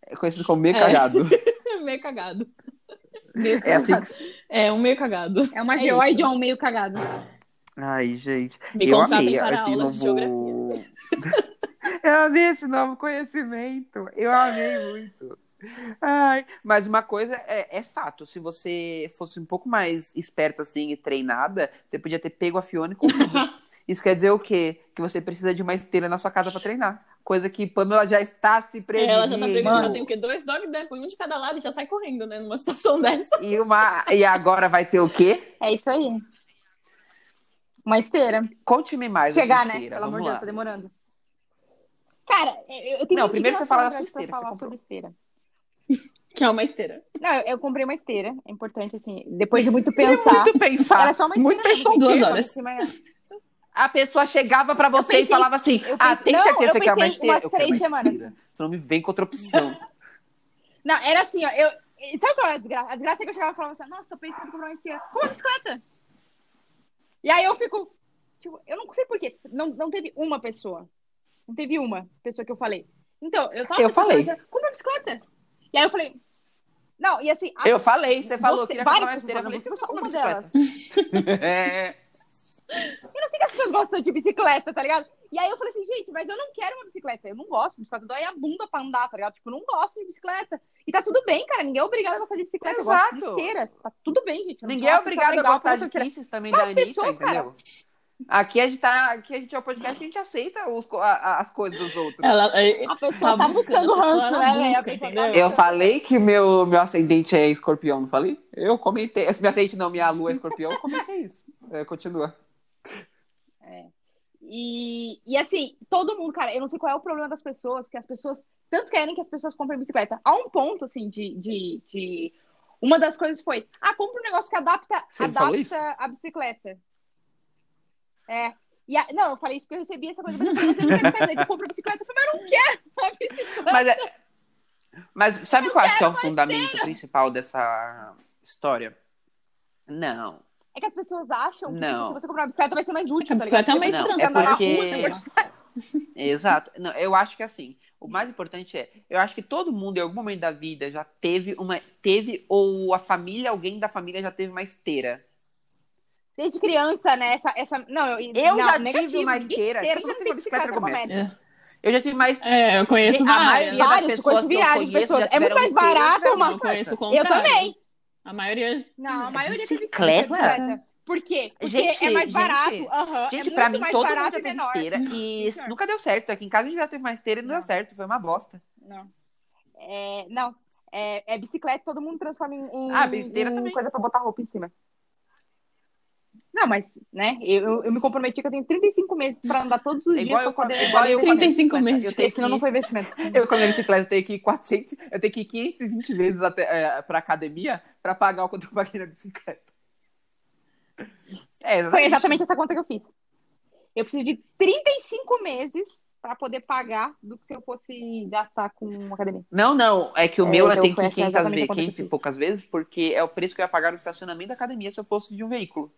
é conhecido como meio É. [laughs] cagado. [laughs] meio cagado. É assim que... É um meio cagado. É uma É geoide ou um meio cagado. Ai, gente. Me eu contratem amei para esse aulas de novo. [laughs] eu amei esse novo conhecimento. Eu amei muito. Ai, mas uma coisa é, é fato, se você fosse um pouco mais esperta assim e treinada, você podia ter pego a Fione com tudo. [laughs] Isso quer dizer o quê? Que você precisa de uma esteira na sua casa pra treinar. Coisa que Pamela já está se É, prevenindo. Ela já tá pegando, ela tem o quê? Dois dog depois, um de cada lado e já sai correndo, né? Numa situação [laughs] dessa. E, uma... e agora vai ter o quê? É isso aí. Uma esteira. Conte-me mais da Chegar, sua né? esteira. Pelo amor Vamos de Deus, lá. tá demorando. Cara, eu eu tenho um Não, uma primeiro você fala da sua indignação esteira pra que você falar comprou. sobre esteira. Que é uma esteira. Não, eu, eu comprei uma esteira. É importante, assim, depois de É um muito pensar. Muito pensar. Era só uma Tá muito esteira. pensar. Duas só horas. em cima, é. A pessoa chegava pra você pensei- e falava assim: eu Ah, pensei- tem não, certeza eu que é uma pensei esteira? umas Eu quero uma três semanas. esteira. Tu não me vem com outra [laughs] opção. Não, era assim, ó. Eu, sabe qual era a desgraça? A desgraça é que eu chegava e falava assim, nossa, tô pensando em comprar uma esteira. Com uma bicicleta! E aí eu fico, tipo, eu não sei porquê. Não, não teve uma pessoa. Não teve uma pessoa que eu falei. Então, eu tava Eu pensando em falei. uma esteira, compra uma bicicleta. E aí eu falei, não, e assim, a- Eu falei, você falou você- que ia comprar várias uma esteira. Eu falei: pessoas, Você você não só compra uma uma delas. bicicleta. [laughs] É. eu não sei que as pessoas gostam de bicicleta, tá ligado? E aí eu falei assim, gente, mas eu não quero uma bicicleta. Eu não gosto de bicicleta. Dói a bunda pra andar, tá ligado? Tipo, eu não gosto de bicicleta. E tá tudo bem, cara. Ninguém é obrigado a gostar de bicicleta. Eu gosto Exato. de esteira. Tá tudo bem, gente. Eu não Ninguém é gosto, cada obrigado a igual, gostar cada de outra. Kisses também Mas da Anitta, pessoas, cara. entendeu? Aqui a gente tá. Aqui a gente é o podcast, a gente aceita os co- a- a- as coisas dos outros. Ela, é- A pessoa tá buscando a pessoa ranço, na né, velho? A busca, pessoa entendeu? tá... Eu falei que meu, meu ascendente é escorpião, não falei? Eu comentei. Esse Meu ascendente não, minha lua é escorpião, eu comentei isso. É, continua. E, e assim, todo mundo, cara, eu não sei qual é o problema das pessoas, que as pessoas tanto querem que as pessoas comprem bicicleta. Há um ponto, assim, de. de, de- Uma das coisas foi: ah, compra um negócio que adapta, Você me falou isso? adapta a bicicleta. É. E a- Não, eu falei isso porque eu recebi essa coisa. Mas eu falei, você não quer bicicleta? Então compra bicicleta. Eu falei, mas eu não quero uma bicicleta. Mas, é- mas sabe qual acho que é o fundamento principal dessa história? Não. É que as pessoas acham que tipo, Não. se você comprar uma bicicleta vai ser mais útil. A tá ligado? bicicleta é uma Você Não, pode é andar na porque- rua, você pode Exato. Não, eu acho que assim, o mais importante é, eu acho que todo mundo em algum momento da vida já teve uma, teve ou a família, alguém da família já teve uma esteira. Desde criança, né? Essa, essa... Não, eu, Eu não, já tive negativo, uma ninguém esteira. esteira, Quem já teve todo uma mundo bicicleta tem bicicleta é pra comer? comércio. Eu já tive mais É, eu conheço A várias. maioria- Ah, Vários, das tu pessoas conhece que eu viagem, conheço pessoas. já É muito tiveram mais esteira, barato tiveram uma Eu conheço o Eu contrário. também. A maioria. Não, a maioria teve Hum, é Bicicleta? bicicleta. Por quê? Porque Gente, é mais gente, barato. aham, é Gente, muito pra mim mais todo mundo é já barato e teve menor. esteira e Menor. nunca deu certo. Aqui em casa a gente já teve uma esteira e não, Não. deu certo, foi uma bosta. Não. É, não. É, é bicicleta, todo mundo transforma em, em- Ah, besteira em também. coisa pra botar roupa em cima. Não, mas, né, eu, eu- eu me comprometi que eu tenho 35 meses pra andar todos os É dias igual pra eu, com a- poder... igual eu com a 35 bicicleta. meses. Eu tenho Esse que, não foi investimento. eu com a minha bicicleta eu tenho que ir 400, eu tenho que ir 520 vezes até é, pra academia pra pagar o [laughs] quanto eu paguei na bicicleta. É, Foi exatamente essa conta que eu fiz. Eu preciso de 35 meses para poder pagar do que se eu fosse gastar com academia. Não, não. É que o meu É, eu então tenho que foi ir essa 500, exatamente vezes, a conta que eu 500 e fiz. poucas vezes, porque é o preço que eu ia pagar no estacionamento da academia se eu fosse de um veículo.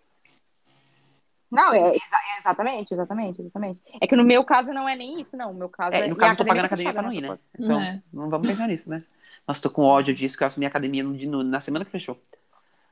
Não, é, exa- é exatamente, exatamente, exatamente. É que no meu caso não é nem isso, não. O meu caso É, no e caso, eu tô pagando a que academia pra não paga, ir, essa né? coisa. Então, É. não vamos pensar nisso, né? Nossa, tô com ódio disso, que eu assinei a academia no, de- no- na semana que fechou.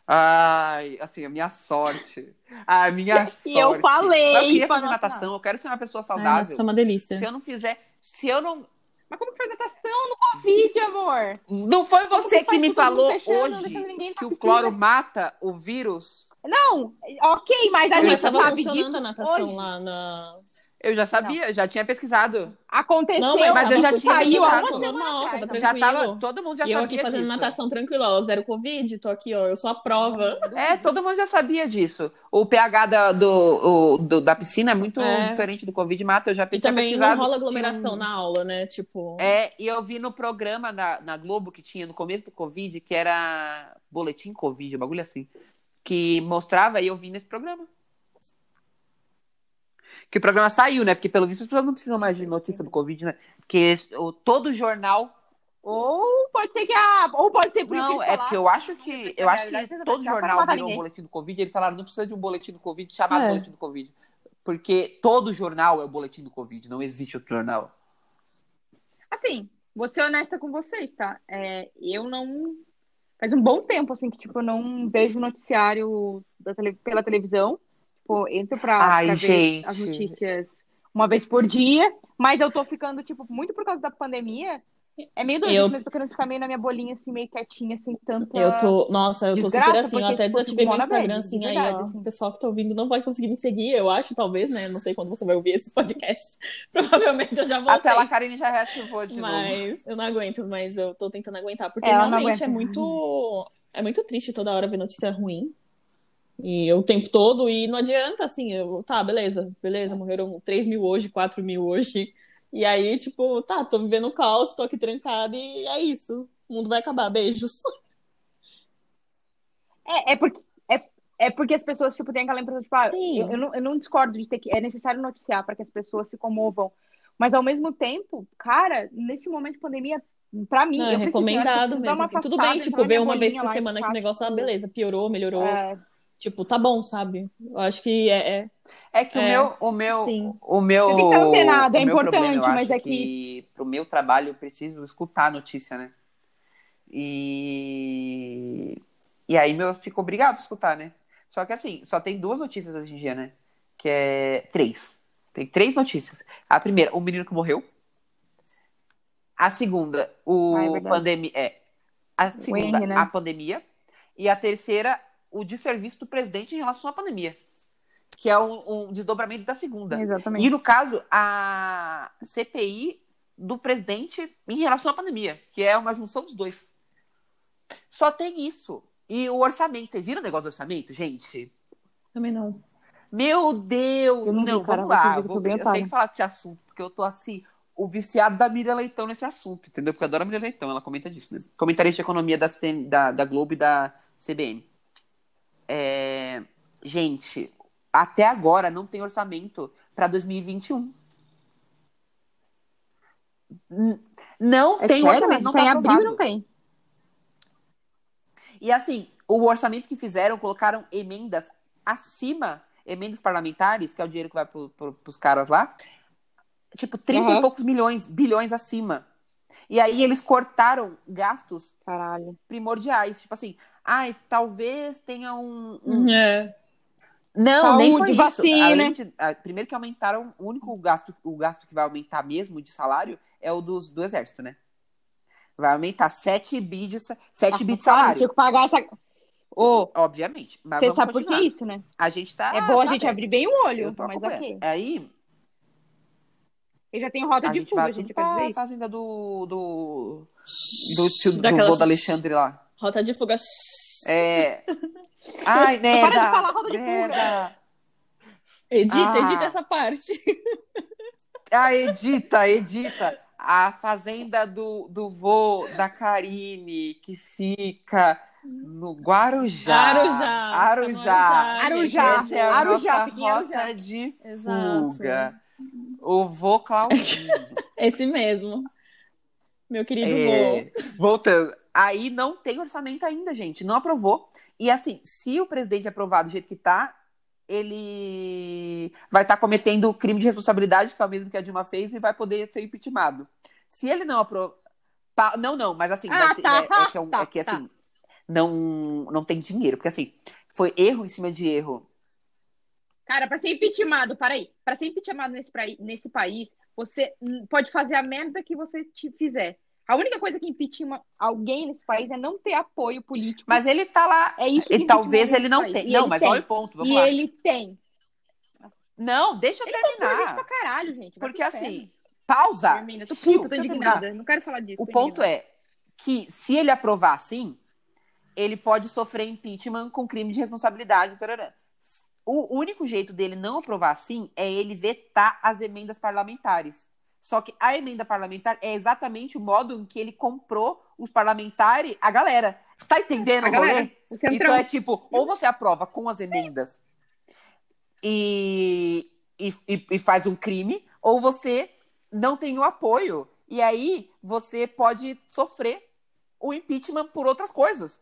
Ai, assim, a minha sorte. A minha sorte. E eu falei Mas eu queria pra fazer não assinar. natação, eu quero ser uma pessoa Ai, nossa, saudável. isso é uma delícia. se eu não fizer. Se eu não. Mas como que faz natação no Covid, amor? Não foi você Como que faz me todo mundo falou fechando, não deixando hoje ninguém que o participar? cloro mata o vírus? Não, ok, mas a Mas gente tava sabe funcionando disso a natação hoje. lá na. Eu já sabia, eu já tinha pesquisado. Aconteceu, Não, mas, mas eu já tava tinha saiu há uma funcionando, semana normal, atrás. tava Já Tranquilo. tava, todo mundo já E eu sabia aqui fazendo disso. natação tranquila, ó, zero Covid, tô aqui, ó, eu sou a prova. É, todo mundo já sabia disso. O pH da, do, o- do- da piscina é muito É. diferente do Covid mata, eu já E tinha também não pesquisado. um rola aglomeração na aula, né? Tipo. Uhum. É, e eu vi no programa na, na Globo que tinha no começo do Covid, que era Boletim Covid, um bagulho assim, que mostrava e eu vi nesse programa. Que o programa saiu, né? Porque pelo visto as pessoas não precisam mais de notícia do Covid, né? Porque esse- o, todo jornal. Ou pode ser que a. Ou pode ser por isso Não, que é eles porque falaram. eu acho que. Eu Na acho verdade, que você todo tá jornal matando virou um ninguém. boletim do Covid. Eles falaram, não precisa de um boletim do Covid chamado É. boletim do Covid. Porque todo jornal é o boletim do Covid, não existe outro jornal. Assim, vou ser honesta com vocês, tá? É, eu não. Faz um bom tempo, assim, que, tipo, eu não vejo noticiário da tele- pela televisão. Tipo, entro pra, Ai, pra ver gente. as notícias uma vez por dia, mas eu tô ficando, tipo, muito por causa da pandemia. É meio doido, Eu- mas eu tô querendo ficar meio na minha bolinha, assim, meio quietinha, sem tanta. Eu tô, nossa, eu tô Desgraça, super assim, eu porque, até tipo, desativei tipo, meu mora Instagram, bem, assim, de aí, verdade, ó, assim. o pessoal que tá ouvindo não vai conseguir me seguir, eu acho, talvez, né, não sei quando você vai ouvir esse podcast, [laughs] provavelmente eu já voltei, Até lá, a Karine já reativou de novo. mas eu não aguento, mas eu tô tentando aguentar, porque Ela não realmente é aguenta. muito, é muito triste toda hora ver notícia ruim, e o tempo todo, e não adianta, assim, eu, tá, beleza, beleza, morreram 3 mil hoje, 4 mil hoje, e aí, tipo, tá, tô vivendo o caos, tô aqui trancada, e é isso, o mundo vai acabar, beijos. É, é porque, é, é porque as pessoas, tipo, têm aquela impressão, tipo, ah, Sim. eu, eu não, eu não discordo de ter que... É necessário noticiar para que as pessoas se comovam. Mas, ao mesmo tempo, cara, nesse momento de pandemia, pra mim, Não, é eu preciso, eu acho que eu recomendado preciso dar mesmo. uma assim. Tudo afastada, bem, entrar tipo, na ver minha uma vez bolinha por lá e semana que ficar, o negócio, ah, tipo, beleza, piorou, melhorou. é, Tipo, tá bom, sabe? Eu acho que é. é- É que o É, meu, o meu, sim. o meu, Você tem que estar antenado, é o meu importante, problema, eu mas acho é que- pro meu trabalho eu preciso escutar a notícia, né? E e aí meu, eu fico obrigado a escutar, né? Só que assim, só tem duas notícias hoje em dia, né? Que é três. Tem três notícias. A primeira, o menino que morreu. A segunda, o Ah, é verdade. pandemia, é. A segunda, Henry, né? a pandemia. E a terceira, o desserviço do presidente em relação à pandemia. Que é um, um desdobramento da segunda. Exatamente. E no caso, a CPI do presidente em relação à pandemia, que é uma junção dos dois. Só tem isso. E o orçamento, vocês viram o negócio do orçamento, gente? Também não. Meu Deus! Eu não vi, cara, vamos eu lá. acredito que vou- eu né? bem eu otária. tenho que falar desse assunto, porque eu tô assim, o viciado da Miriam Leitão nesse assunto, entendeu? Porque eu adoro a Miriam Leitão, ela comenta disso, né? Comentarista de economia da, CN da, da Globo e da CBN. É, Gente, até agora não tem orçamento pra 2021. N- Não É tem sério? orçamento, não Só em tá abril aprovado. não tem. E assim, o orçamento que fizeram, colocaram emendas acima, emendas parlamentares, que é o dinheiro que vai pro, pro, pros caras lá, tipo, 30 e Uhum. poucos milhões, bilhões acima. E aí eles cortaram gastos Caralho. primordiais, tipo assim, ai, talvez tenha um. um- Hum. É. Não, Saúde, nem foi isso. vacina. Além de- ah, primeiro que aumentaram, o único gasto, o gasto que vai aumentar mesmo de salário é o dos, do exército, né? Vai aumentar 7 bi de, sa- 7 bi de Cara, eu salário, tinha Ah, que pagar essa... Ô, obviamente. Mas você vamos sabe por que continuar. isso, né? A gente tá. é bom a tá gente aberto. abrir bem o olho, Eu tô mas é acompanhando. ok. Aí Eu já tenho roda a de gente fuga, vai gente, tudo eu quero pra dizer isso. fazenda do. do. do tio do Daquelas- vô do Alexandre lá. Rota de fuga. [laughs] É. Ai, merda! Para de falar roda de fuga. merda. Edita, Ah. edita essa parte. Ah, edita, edita! A fazenda do, do vô da Karine, que fica no Guarujá. Arujá. Arujá. Arujá. Arujá. Essa é a Arujá, nossa fica em Arujá. rota de Exato. fuga. O vô Claudinho. Esse mesmo. Meu querido É, vô. voltando. Aí não tem orçamento ainda, gente. Não aprovou. E assim, se o presidente aprovar do jeito que tá, ele vai estar cometendo o crime de responsabilidade, que é o mesmo que a Dilma fez, e vai poder ser impeachmentado. Se ele não aprovar. Não, não, mas assim, vai Ah, ser- tá, é, é que, é um- [laughs] tá, é que, tá. assim, não, não tem dinheiro. Porque assim, foi erro em cima de erro. Cara, pra ser impeachmentado, peraí. Pra ser impeachmentado nesse, pra- nesse país, você hum, pode fazer a merda que você te fizer. A única coisa que impeachment alguém nesse país é não ter apoio político. Mas ele tá lá. é isso que E talvez impeachment ele não nesse tenha. país. E Não, ele mas tem. olha o ponto, vamos E lá. ele tem. Não, deixa eu Ele Pô, gente pra terminar. caralho, gente. Vai Porque pro inferno, assim, pausa. Hermínia. Tô Chiu, puta, tô deixa eu terminar. indignada. Não quero falar disso. tá- O tô ponto indignada. é que se ele aprovar sim, ele pode sofrer impeachment com crime de responsabilidade. tarará. O único jeito dele não aprovar sim é ele vetar as emendas parlamentares. Só que a emenda parlamentar é exatamente o modo em que ele comprou os parlamentares, a galera. Tá entendendo, A o rolê? galera, o Então Centrão. é tipo, ou você aprova com as emendas e, e, e- e faz um crime, ou você não tem o apoio. E aí você pode sofrer o impeachment por outras coisas.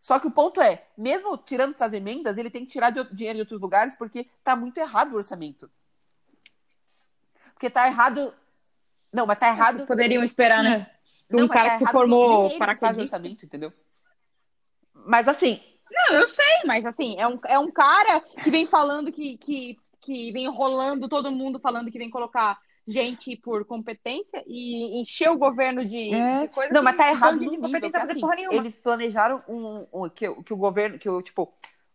Só que o ponto é, mesmo tirando essas emendas, ele tem que tirar de outro- dinheiro de outros lugares porque tá muito errado o orçamento. Porque tá errado. Não, mas tá errado. Poderiam esperar, né? É. De um não, mas cara tá que se errado formou nem ele que faz paraquedista. orçamento, entendeu? Mas assim, Não, eu sei, mas assim, é um, é um cara que vem falando que, que, que vem enrolando todo mundo, falando que vem colocar gente por competência e encher o governo de, É. de coisa. Não, que mas tá um errado bando de no nível, incompetente porque, vai fazer assim, porra nenhuma. eles planejaram um, um- que, o- que o governo, que o, tipo,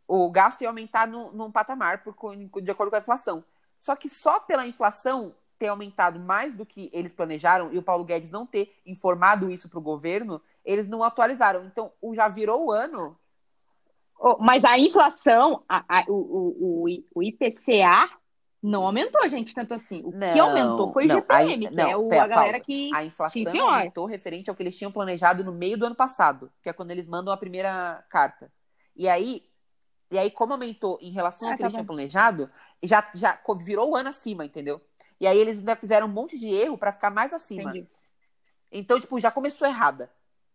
o gasto ia aumentar num, num patamar por co- de acordo com a inflação. Só que só pela inflação ter aumentado mais do que eles planejaram e o Paulo Guedes não ter informado isso pro governo, eles não atualizaram. Então, o já virou o ano. Oh, Mas a inflação, a- a- o, o, o I- o IPCA não aumentou, gente, tanto assim. O que Não, aumentou foi o não, GPM, aí- que não, é o, pera, a galera pausa. que. A inflação Sim, senhor. aumentou referente ao que eles tinham planejado no meio do ano passado, que é quando eles mandam a primeira carta. E aí, e aí como aumentou em relação ao Ah, que tá eles tinham bom. planejado, já, já co- virou o ano acima, entendeu? E aí eles ainda fizeram um monte de erro pra ficar mais acima. Entendi. Então, tipo, já começou errada.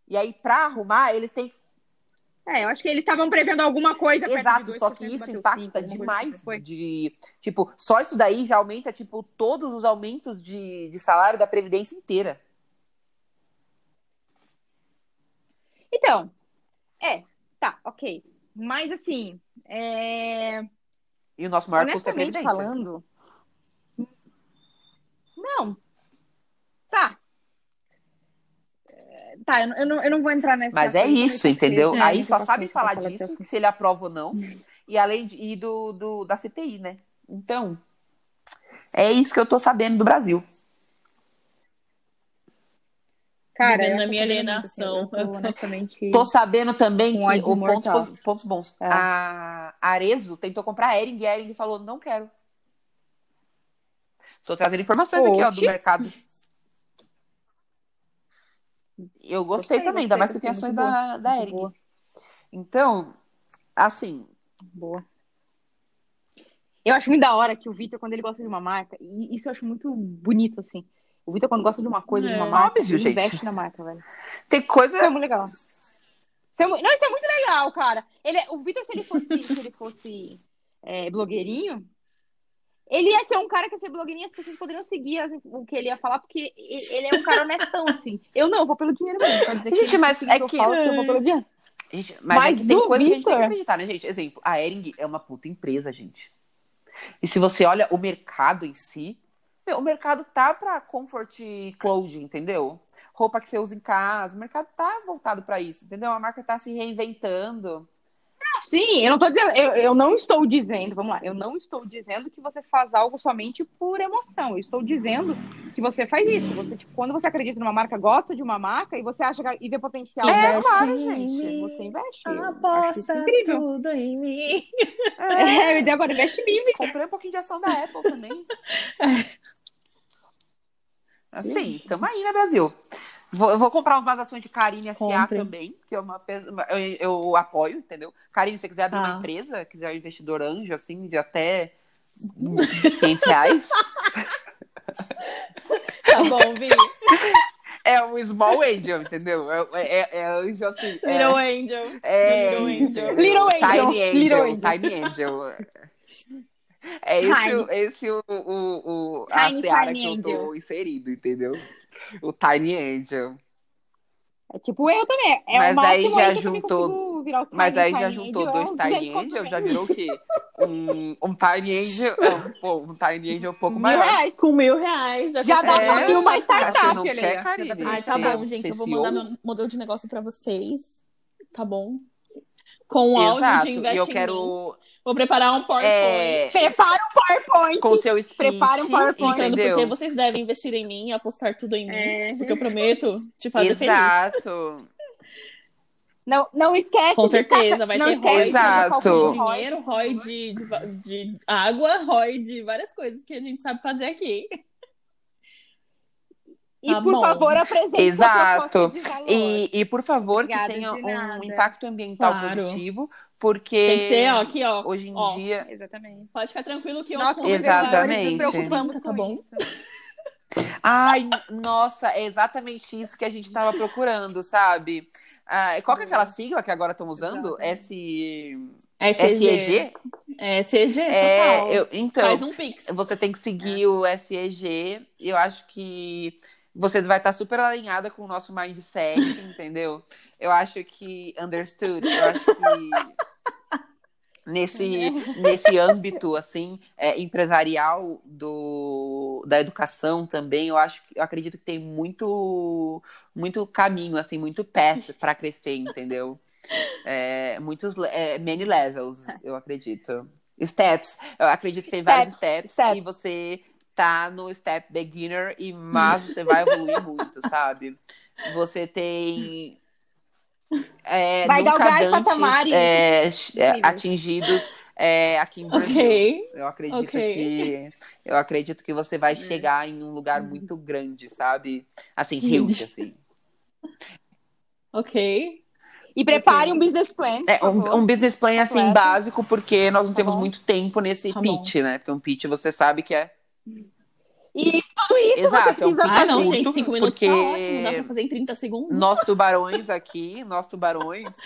E aí, pra arrumar, eles têm que. É, eu acho que eles estavam prevendo alguma coisa. perto de Exato, só 2%, que isso bateu cinco, impacta alguma coisa demais. assim, foi? De, tipo, só isso daí já aumenta, tipo, todos os aumentos de, de salário da Previdência inteira. Então, é, tá, ok. Mas assim, é, E o nosso maior custo é a honestamente Previdência. falando. Não. Tá. É, Tá, eu, não- eu não, eu não vou entrar nessa. Mas é coisa, isso, porque- entendeu? É, Aí eu só posso sabem falar falar pra disso, pessoa. se ele aprova ou não. E além de, e do, do- da CPI, né? Então, é isso que eu tô sabendo do Brasil. Cara, Vivendo eu na tô minha sabendo muito, assim, alienação. eu [laughs] tô, honestamente. Tô sabendo também Um que ódio o pontos, mortal. po- pontos bons. É. A Arezo tentou comprar a Ering e a Ering falou: não quero. Tô trazendo informações aqui, ó, do Oxi. mercado. Eu gostei, Gostei, também, ainda gostei, mais que tem gostei, ações muito da, da muito Ering. boa. Então, assim, Boa. Eu acho muito da hora que o Vitor, quando ele gosta de uma marca, e isso eu acho muito bonito, assim. O Vitor, quando gosta de uma coisa, de uma É. marca, Óbvio, ele gente. investe na marca, velho. tem Isso é coisa. muito legal. Isso é mu- Não, isso é muito legal, cara. Ele é- O Vitor, se ele fosse, se ele fosse é, blogueirinho, ele ia ser um cara que ia ser blogueirinho, as pessoas poderiam seguir as- o que ele ia falar, porque e- ele é um cara honestão, assim. Eu não, eu vou pelo dinheiro mesmo. Pode dizer Gente, que mas tudo é eu que- falo eu vou pelo dinheiro. Gente, mas Mas é que tem do coisa que a gente tem que Vitor- acreditar, né, gente? Exemplo, a Ering é uma puta empresa, gente. E se você olha o mercado em si, meu, o mercado tá pra comfort clothing, entendeu? Roupa que você usa em casa, o mercado tá voltado pra isso, entendeu? A marca tá se reinventando. Não, Sim, eu não tô dizendo, eu, eu não estou dizendo, vamos lá, eu não estou dizendo que você faz algo somente por emoção. Eu estou dizendo que você faz isso. Você, tipo, quando você acredita numa marca, gosta de uma marca e você acha que- e vê potencial É, nela, claro, Sim, gente. Você investe. Eu acho Ah, Aposta isso incrível. tudo em mim. [laughs] É, [laughs] É, mas agora investe em mim. comprei um pouquinho de ação da Apple também. Assim, tamo aí, né, Brasil? Vou, eu vou comprar umas ações de Karine S.A. Compre. também, que é uma, pe- uma- eu, eu apoio, entendeu? Karine, se você quiser abrir Ah. uma empresa, quiser um investidor anjo, assim, de até 500 reais, Tá bom, Vi. É um small angel, entendeu? É, é, é anjo assim. é- Little Angel. É, Little Angel. Little Angel. Tiny Angel. Little Angel. Tiny Angel. É esse, o- esse o, o, o, a Tiny, seara tiny que eu tô angel. inserido, entendeu? O Tiny Angel. É tipo eu também. É Mas o máximo aí já que eu também juntou- consigo virar o Mas Tiny, aí já Tiny juntou Angel, dois é um Tiny conto Angels, bem. já virou o quê? Um, um Tiny Angel, é, um, pô, um Tiny Angel um pouco Mil maior. reais. Com mil reais. Já dá consegue. pra pra abrir vir Tá uma Ah, você startup, não olha quer, aí. Karine? Ai, tá Você- bom, gente. você Eu vou se mandar ouve? meu modelo de negócio pra vocês. Tá bom? Com o áudio Exato. de E eu investimento. quero Vou preparar um PowerPoint. É, Prepara um PowerPoint. com seu speech, Prepara um PowerPoint. Explicando entendeu? porque vocês devem investir em mim, apostar tudo em mim. É. Porque eu prometo te fazer feliz. Exato. Não, não esquece. Com de certeza, vai não ter esquece ROI, de colocar Exato. o de cupom ROI. dinheiro, ROI de, de va- de água, ROI de várias coisas que a gente sabe fazer aqui. E Tá por bom. favor, apresente a Exato. proposta de valor. E, e, por favor, Obrigada, que tenha de nada. um impacto ambiental Claro. positivo, porque Tem que ser, ó, aqui, ó. hoje em ó. dia. Exatamente. Pode ficar tranquilo que eu Nós, como Exatamente. vendedores, nos preocupamos Tá com bom. isso. Ai, nossa, é exatamente isso que a gente estava procurando, sabe? Ah, qual que é Hum. aquela sigla que agora estão usando? S... SEG. SEG? É SEG, É, total. eu- então, Faz um pix. você tem que seguir o SEG. Eu acho que você vai estar super alinhada com o nosso mindset, entendeu? Eu acho que understood, eu acho que nesse, nesse âmbito assim é, empresarial do, da educação também, eu acho que eu acredito que tem muito muito caminho assim, muito path para crescer, entendeu? É, muitos le- é, many levels, eu acredito. Steps, eu acredito que tem vários steps, steps. e você tá no step beginner e mas você vai [laughs] evoluir muito, sabe? Você tem é, Vai nunca galgar dantes, patamares é, incríveis. atingidos é, aqui em Brasil. Ok. Eu acredito Ok. que eu acredito que você Hum. vai chegar em um lugar muito grande, sabe? Assim, Hum. huge, assim. Ok. E prepare um business plan. É, por favor. um, um business plan assim Completo. básico, porque nós não Tá temos bom. muito tempo nesse Tá bom. pitch, né? Porque um pitch você sabe que é E tudo isso Exato, é você um precisa Ah, não, fazer. curto, gente, cinco minutos porque- tá ótimo. Dá pra fazer em 30 segundos. nós tubarões aqui, nós tubarões,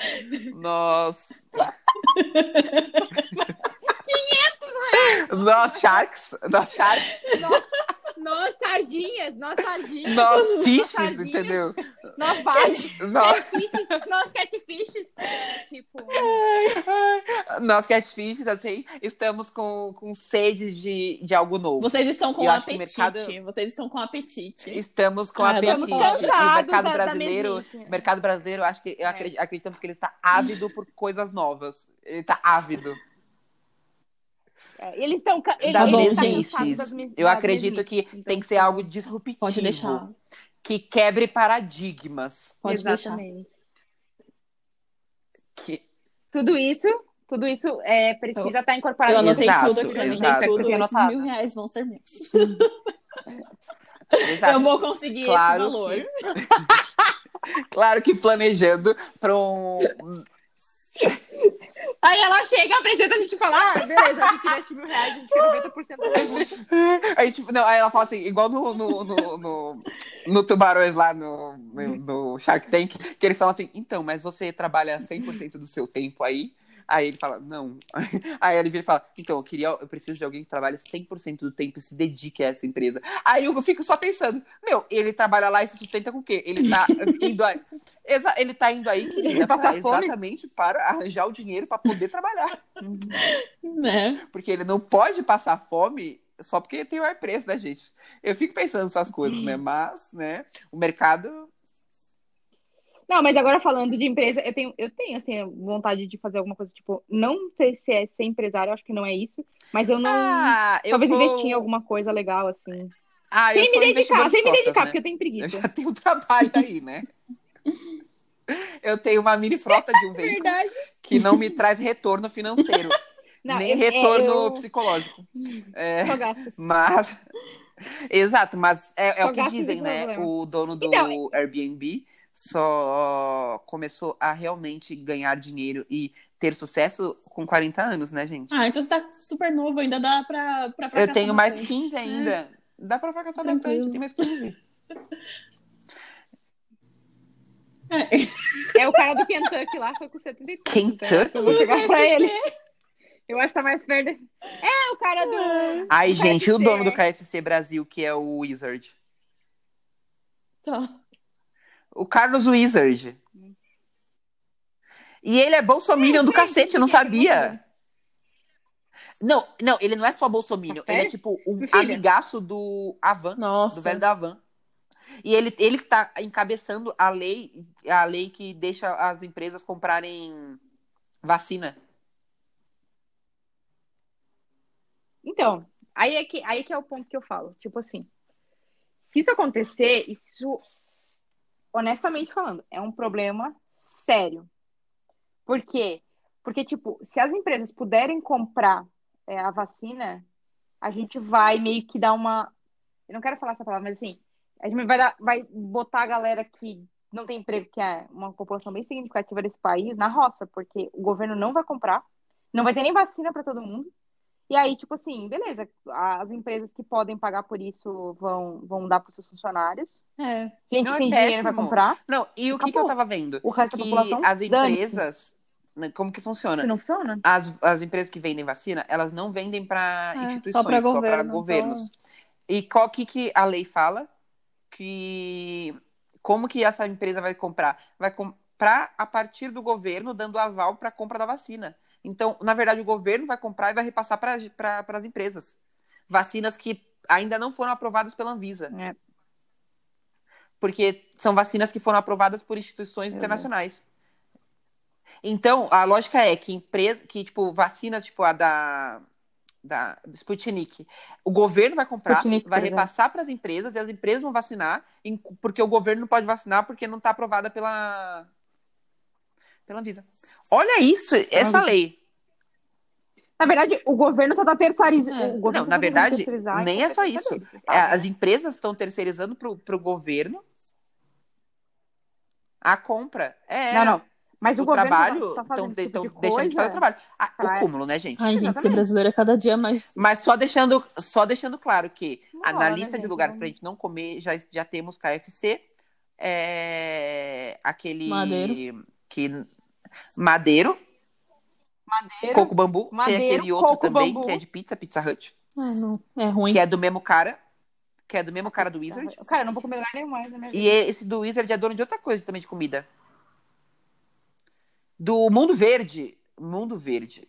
nós nós sharks, nós sharks, Nós sardinhas, nós sardinhas. nós fishes, Sardinhas. entendeu? Nós bates, Nós, fishes, nós catfishes. Tipo, nós catfishes, assim, estamos com, com sede de, de algo novo. Vocês estão com Eu acho que o apetite. mercado- Vocês estão com apetite. Estamos com Ah, apetite. estamos E cansados o mercado Tá, da- da brasileiro, mesmice. mercado brasileiro, eu acho que eu É. acredi- acreditamos que ele está ávido por coisas novas. Ele está ávido. é, eles estão ca- eles da bom, eles estão mesmices. cansados das mes- Eu das acredito mesmices. que Então, tem que ser algo disruptivo. Pode deixar. Que quebre paradigmas. Pode deixar. Exatamente. Que... Tudo isso, tudo isso é, precisa estar incorporado. Eu anotei Exato, tudo aqui, eu anotei exato. tudo. Tem Esses anotado. mil reais vão ser meus. Exato. [laughs] Eu vou conseguir Claro esse valor. Claro que [laughs] planejando para um. Aí ela chega, apresenta a gente e fala: ah, beleza, a gente investe mil reais, a gente quer 90% da pergunta. Aí, tipo, não, aí ela fala assim, igual no, no, no, no, no Tubarões lá no, no, no Shark Tank, que eles falam assim, então, mas você trabalha 100% do seu tempo aí? Aí ele fala, não. [laughs] Aí ele vira e fala, então, eu, queria, eu preciso de alguém que trabalhe 100% do tempo e se dedique a essa empresa. Aí eu fico só pensando, meu, ele trabalha lá e se sustenta com o quê? Ele tá indo aí, [laughs] exa- ele tá indo aí, querida, Ele passa pra- fome? exatamente para arranjar o dinheiro para poder trabalhar. Né? Porque ele não pode passar fome só porque tem o preço, né, gente? Eu fico pensando nessas coisas, né? Mas, né, o mercado. Não, mas agora falando de empresa, eu tenho, eu tenho assim, vontade de fazer alguma coisa, tipo, não sei se é ser empresário, acho que não é isso, mas eu não. Ah, eu talvez sou... investir em alguma coisa legal, assim. Ah, eu Sem me sou dedicar, investidor sem me de dedicar, frotas, porque eu tenho né? Eu [laughs] preguiça. já tenho um trabalho aí, [laughs] né? Eu tenho uma mini frota de um veículo Verdade. que não me traz retorno financeiro, Não, nem eu- é, retorno eu- Hum. psicológico. É, só gasto. assim. Mas. [laughs] Exato, mas é, é Só o que gasta sem dizem, né? problema. O dono do Então, Airbnb só começou a realmente ganhar dinheiro e ter sucesso com 40 anos, né, gente? Ah, então você tá super novo, ainda dá pra, pra Eu fracassar É. tenho mais né? bastante. 15 ainda. Dá pra fracassar bastante, tem mais [laughs] 15. É o cara do Kentucky lá, foi com 74. Kentucky? Eu vou chegar [laughs] pra ele. né? Eu acho que tá mais perto. É, o cara do. Ai, do gente, e o KFC. dono do KFC Brasil, que é o Wizard? Tá. O Carlos Wizard. E ele é bolsominion do cacete, eu não é sabia. Não, não, ele não é só bolsominion, Tá ele é sério? tipo um Filha. amigaço do Tá. Avan, do velho Nossa. da Avan. E ele, ele que tá encabeçando a lei, a lei que deixa as empresas comprarem vacina. Então, aí é, que, aí que é o ponto que eu falo. Tipo assim, se isso acontecer, isso, honestamente falando, é um problema sério. Por quê? Porque, tipo, se as empresas puderem comprar é, a vacina, a gente vai meio que dar uma. Eu não quero falar essa palavra, mas assim, a gente vai, dar, vai botar a galera que não tem emprego, que é uma população bem significativa desse país, na roça, porque o governo não vai comprar, não vai ter nem vacina para todo mundo. E aí, tipo assim, beleza, as empresas que podem pagar por isso vão, vão dar para seus funcionários. É. Gente Não, é que tem dinheiro vai péssimo. comprar, Não, e o que, que eu Acabou. tava vendo? o resto da Que população as dane-se. empresas, né, como que funciona? Se não funciona? as, as empresas que vendem vacina, elas não vendem para É, instituições, só pra só para governo, governos. E qual que, que a lei fala? Que como que essa empresa vai comprar? Vai comprar a partir do governo dando aval para a compra da vacina. Então, na verdade, o governo vai comprar e vai repassar para as empresas. Vacinas que ainda não foram aprovadas pela Anvisa. É. Porque são vacinas que foram aprovadas por instituições Meu internacionais. Então, a lógica é que empresa, que tipo vacinas tipo a da da Sputnik, o governo vai comprar, Sputnik, é. vai por exemplo. repassar para as empresas e as empresas vão vacinar, em- porque o governo não pode vacinar porque não está aprovada pela pela Anvisa. Olha isso, essa Anvisa. lei. Na verdade, o governo só tá terceirizando. É. O Não, governo só na tá tentando verdade, terceirizar, nem então é só vai ter que isso. saber, você É, sabe, né? As empresas estão terceirizando para o governo a compra. É, Não, não. Mas o, o governo trabalho, tá, tá fazendo estão esse tipo de deixando de fazer coisa. o trabalho. Ah, o pra- cúmulo, né, gente? Ai, gente, ser Exatamente. brasileiro é cada dia mais. Mas só deixando, só deixando claro que Uma a- na hora, né, lista de gente? lugares Vamos- pra gente não comer, já, já temos KFC, é, aquele. Madeiro. Que, madeiro, Madeiro, coco bambu, Madeiro, tem aquele outro Coco também, Bambu. que é de pizza, Pizza Hut, Ai, não. É ruim. que é do mesmo cara, que é do mesmo cara do Wizard. Tá, Cara, eu não vou comer lugar nenhum mais, né? E esse do Wizard é dono de outra coisa também de comida. Do Mundo Verde. Mundo Verde.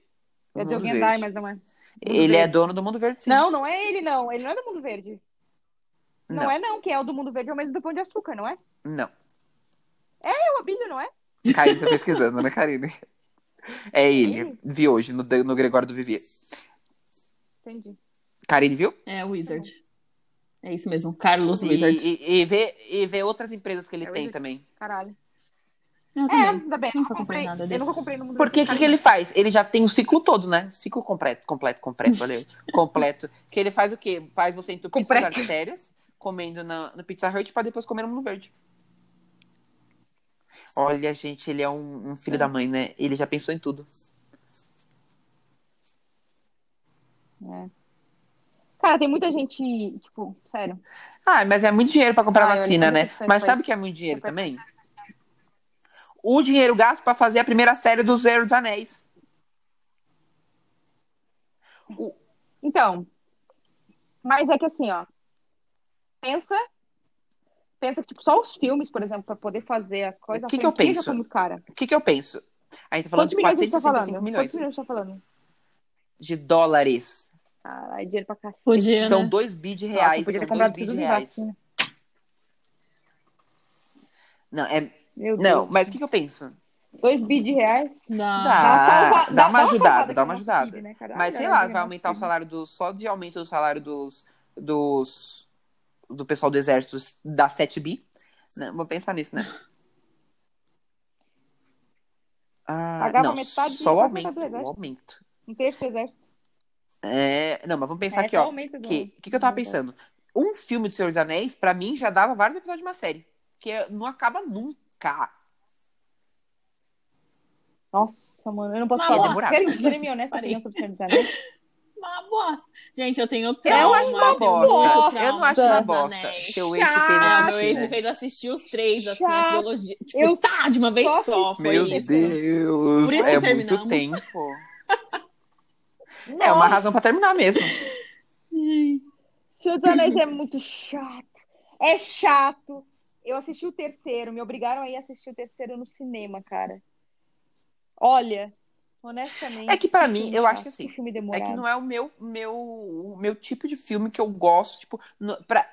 Eu Mundo dei alguém Verde. mas não é. Ele é Verde. dono do Mundo Verde, sim. Não, não é ele, não. Ele não é do Mundo Verde. Não, Não. é, não. Quem é o do Mundo Verde é o mesmo do Pão de Açúcar, não é? não. É o Abílio, não é? Karine tá pesquisando, né, Karine? É ele. Vi hoje no, no Gregório do Vivier. Entendi. Karine viu? É Wizard. É isso mesmo. Carlos E, Wizard. e, e, vê, e vê outras empresas que ele É o tem Wizard. também. Caralho. Eu Assim, É, né? também. ainda bem. Nunca eu comprei nada desse. Eu nunca comprei no Mundo Porque o que, Verde. que ele faz? Ele já tem o ciclo todo, né? Ciclo completo, completo, completo, [laughs] valeu. completo. Que ele faz o quê? Faz você entupir suas Completo. artérias, comendo na, no Pizza Hut, pra depois comer no Mundo Verde. Olha, gente, ele é um, um filho da mãe, né? Ele já pensou em tudo. É. Cara, tem muita gente, tipo, sério. Ah, mas é muito dinheiro pra comprar Ah, eu vacina, olhei né? muito isso Mas depois. sabe o que é muito dinheiro Depois. também? O dinheiro gasto pra fazer a primeira série do Zero dos Anéis. O- Então, mas é que assim, ó, pensa, pensa que tipo, só os filmes, por exemplo, pra poder fazer as coisas, O a que que eu franquia já penso? foi muito cara. O que, que eu penso? A gente tá falando Quantos de milhões a gente tá 465 falando? milhões Quantos milhões a gente tá falando? de dólares. Caralho, é dinheiro pra cacete. Podia, São né? 2 bi de Nossa, reais. eu podia ter são 2 comprado bi tudo né? de em reais. vacina. Não, é, Meu Deus. não, mas o que, que eu penso? 2 bi de reais. Dá. Dá, salva- dá uma salvada ajudada, que dá eu uma não ajudada. tive, né, cara? Mas Ai, sei galera, lá, eu vai não aumentar o tive. salário dos. Só de aumento do salário dos. dos do pessoal do exército dá 7 bi. Não, vou pensar nisso, né? Ah, Pagava não, metade- só o quase metade aumento. do exército. O aumento. Um terço do exército. É, não, mas vamos pensar É, aqui, só ó. aumenta do- Que, que, que eu tava do- pensando? Um filme do Senhor dos Anéis, pra mim, já dava vários episódios de uma série. Que é- não acaba nunca. Nossa, mano, eu não posso Uma falar. bosta. né? Sério que você me honesta opinião sobre o Senhor dos Anéis? uma bosta. Gente, eu tenho trauma. Eu acho uma eu tenho bosta. muito Eu trauma não acho uma das bosta. né? anéis. Seu ex fez Ah, meu assistir, ex né? me fez assistir os três, assim, Chato. a trilogia. Tipo, Eu tá, de uma vez só só. Foi Meu isso. Deus, Por isso é muito terminamos. tempo. [laughs] É uma razão pra terminar mesmo. Senhor dos Anéis é muito chato. É chato. Eu assisti o terceiro, me obrigaram a ir assistir o terceiro no cinema, cara. Olha, honestamente. É que pra mim, filme eu chato, acho que assim, filme É demorado. que não é o meu, meu, o meu tipo de filme que eu gosto, tipo, no- pra,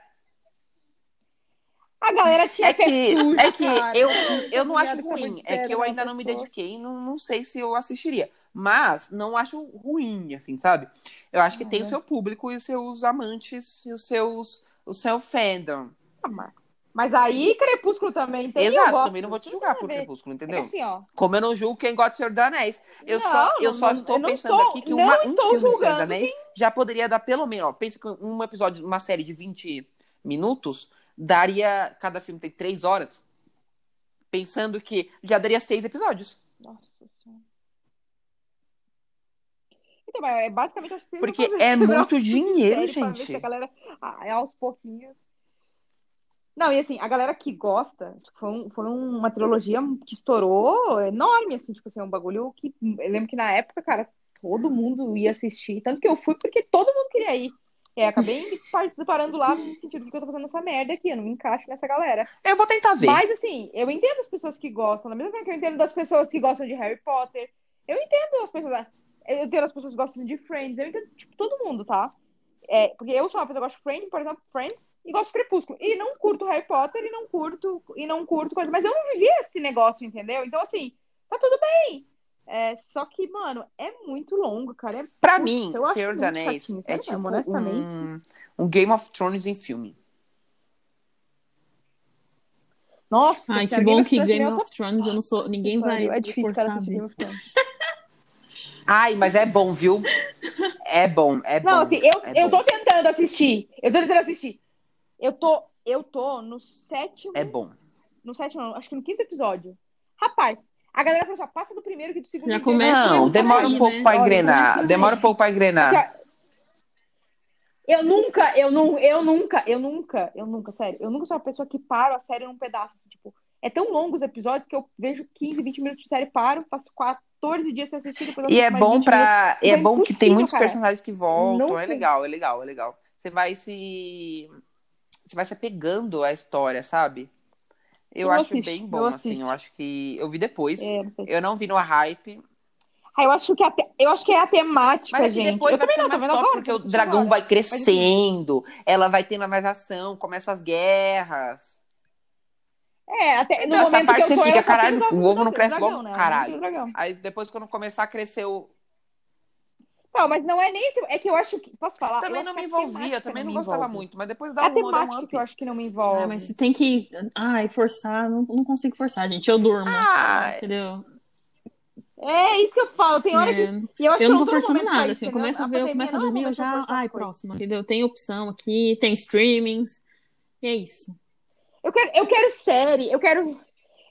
A galera tinha é que, atitude, é que cara. eu, eu não Obrigada acho por ruim, de é que pedra eu na ainda não me pessoa. dediquei, e não, não sei se eu assistiria, mas não acho ruim, assim, sabe? Eu acho que Ah, tem o né? seu público e os seus amantes e os seus, o seu fandom. Ah, Mas aí Crepúsculo também tem. eu Exato, gosto. também não vou te Isso julgar tem a por ver. Crepúsculo, É entendeu? assim, ó. Como eu não julgo quem gosta do Senhor dos Anéis. Eu Não, só, eu só não- estou eu não pensando estou- aqui que não uma, um estou filme do Senhor dos julgando Anéis já poderia dar pelo menos. Ó, pensa que um episódio, uma série de 20 minutos, daria. Cada filme tem 3 horas. Pensando que já daria 6 episódios. Nossa Senhora. Então, mas é basicamente acho que vocês Porque vão fazer é isso, [laughs] né? muito dinheiro, série pra ver se a gente. galera ah, aos pouquinhos. Não, e assim, a galera que gosta, tipo, foi, um- foi uma trilogia que estourou enorme, assim, tipo assim, é um bagulho que. Eu lembro que na época, cara, todo mundo ia assistir. Tanto que eu fui porque todo mundo queria ir. É, acabei par- parando lá no sentido de que eu tô fazendo essa merda aqui, eu não me encaixo nessa galera. Eu vou tentar ver. Mas assim, eu entendo as pessoas que gostam, da mesma forma que eu entendo das pessoas que gostam de Harry Potter. Eu entendo as pessoas. Eu entendo as pessoas que gostam de Friends, eu entendo, tipo, todo mundo, tá? É, porque eu sou uma pessoa que gosta de Friends, por exemplo, Friends, e gosto de Crepúsculo. E não curto Harry Potter, e não curto, e não curto coisa. Mas eu não vivi esse negócio, entendeu? Então, assim, tá tudo bem. É, só que, mano, é muito longo, cara. É- Pra Putz, mim, eu acho Senhor dos muito Anéis chatinho, é sério tipo mesmo, honestamente. um, um Game of Thrones em filme. Nossa, Ai, que Senhora, bom Game que of Thrones Game é outra of Thrones eu não sou. Ninguém vai história. É me difícil, forçar cara, a assistir ver. Game of Thrones. Ai, mas é bom, viu? É bom, é bom. Não, assim, eu, é eu bom. tô tentando assistir. Eu tô tentando assistir. Eu tô, eu tô no sétimo. É bom. No sétimo, não, acho que no quinto episódio. Rapaz, a galera falou assim: ó, passa do primeiro que do segundo. Já que- começa Assim, a Não, Mas demora aí, um pouco né? pra Olha, Assim, engrenar. começa aí. Demora um pouco pra engrenar. ó, eu nunca, eu não, eu nunca, eu nunca, eu nunca, sério, eu nunca sou uma pessoa que paro a série num pedaço. assim, tipo, é tão longo os episódios que eu vejo 15, 20 minutos de série, paro, faço 14 dias sem assistir, depois eu E assisto é mais bom 20 minutos. para Então é é bom que tem impossível, muitos cara. personagens que voltam, Não é tem. legal, é legal, é legal. Você vai se você vai se apegando à história, sabe? Eu, Eu acho assisto, bem eu bom assim, assisto. eu acho que eu vi depois. É, não sei. Eu não vi no hype, Ah, eu acho que a te- eu acho que é a temática, mas é que gente. depois eu vai também ficando não, assim, tô mais vendo top agora, porque tô o assistindo dragão agora. vai crescendo, ela vai tendo mais ação, começa as guerras. É, até Então, no essa momento parte que eu você tô, fica, eu só caralho, tenho o ovo não cresce dragão, igual né? caralho. Não, tem dragão. Aí depois quando começar a crescer o Não, mas não é nem isso. É que eu acho que. Posso falar? também Eu não acho me que é a envolvia, temática também não me gostava envolve. muito, mas depois É dá a um, dá um temática up. que eu acho que não me envolve. Ah, mas você tem que. Ai, forçar. Não, não consigo forçar, gente. Eu durmo. Ah, Entendeu? É isso que eu falo. Tem hora que. É. E eu, acho Eu que não tô tô no forçando momento pra nada, isso, assim. Eu entendeu? começo a ver, eu pandemia começo a não é um dormir, eu momento pra já. forçar Ai, as coisas. próximo, entendeu? Tem opção aqui, tem streamings. E é isso. Eu quero, eu quero série, eu quero.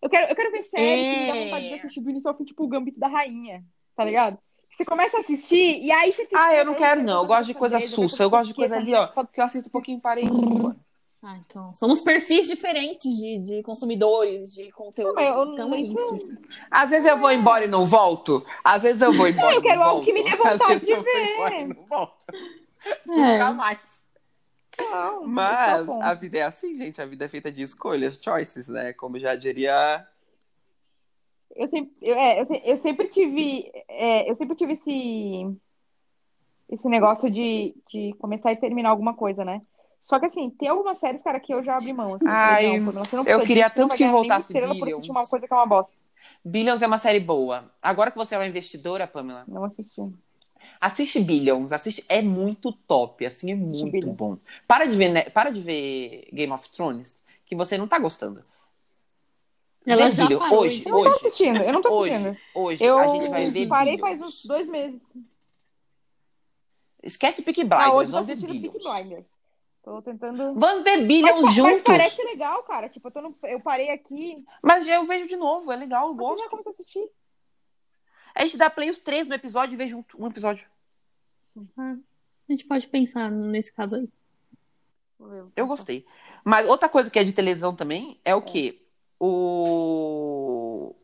Eu quero, eu quero ver série que me dá É. vontade de assistir do início ao fim, tipo o Gambito da Rainha, tá ligado? Você começa a assistir e aí você fica. Ah, eu não quero, "Meu não. Eu Deus, gosto de coisa essa vez, sussa. Eu gosto de coisa essa ali, ó. merda". Que eu assisto um pouquinho e parei. Hum. Ah, então. Somos perfis diferentes de, de consumidores, de conteúdo. Não, mas eu- então é isso isso. Às vezes eu vou embora e não volto. Às vezes eu vou embora. [laughs] eu quero e não algo que me volto. dê vontade Às vezes de eu vou ver. embora e não volto. Nunca É. mais. Não, tá Mas bom. a vida é assim, gente. A vida é feita de escolhas, choices, né? Como já diria. Eu sempre, eu, é, eu, se- eu sempre tive, é, eu sempre tive esse, esse negócio de, de começar e terminar alguma coisa, né? Só que assim, tem algumas séries, cara, que eu já abri mão. Assim, Ai, falei, não, você não eu precisa queria disso, você tanto não vai que ganhar nenhuma voltasse estrela por assistir Billions. uma coisa que é uma bosta. Billions é uma série boa. Agora que você é uma investidora, Pamela, Não assisti. assiste Billions. Assiste. É muito top. Assim, é muito Billions. bom. Para de ver, né? Para de ver Game of Thrones, que você não tá gostando. Ela Vê já Billions. parou, Hoje, então. Eu não tô hoje. assistindo, eu não tô assistindo. Hoje, hoje, Eu a gente vai ver parei Billions. faz uns dois meses. Esquece Peaky Ah, Blinders, hoje eu tô vamos ver assistindo Peaky Billions. Blinders. Tô tentando... Vamos ver Billions mas, juntos. mas parece legal, cara. Tipo, eu, tô no- eu parei aqui, Mas eu vejo de novo, é legal, eu você já gosto. começou a assistir. A gente dá play os três no um episódio e vê junto um episódio. Ah, a gente pode pensar nesse caso aí. Uhum. Eu gostei. Mas outra coisa que é de televisão também é o quê? O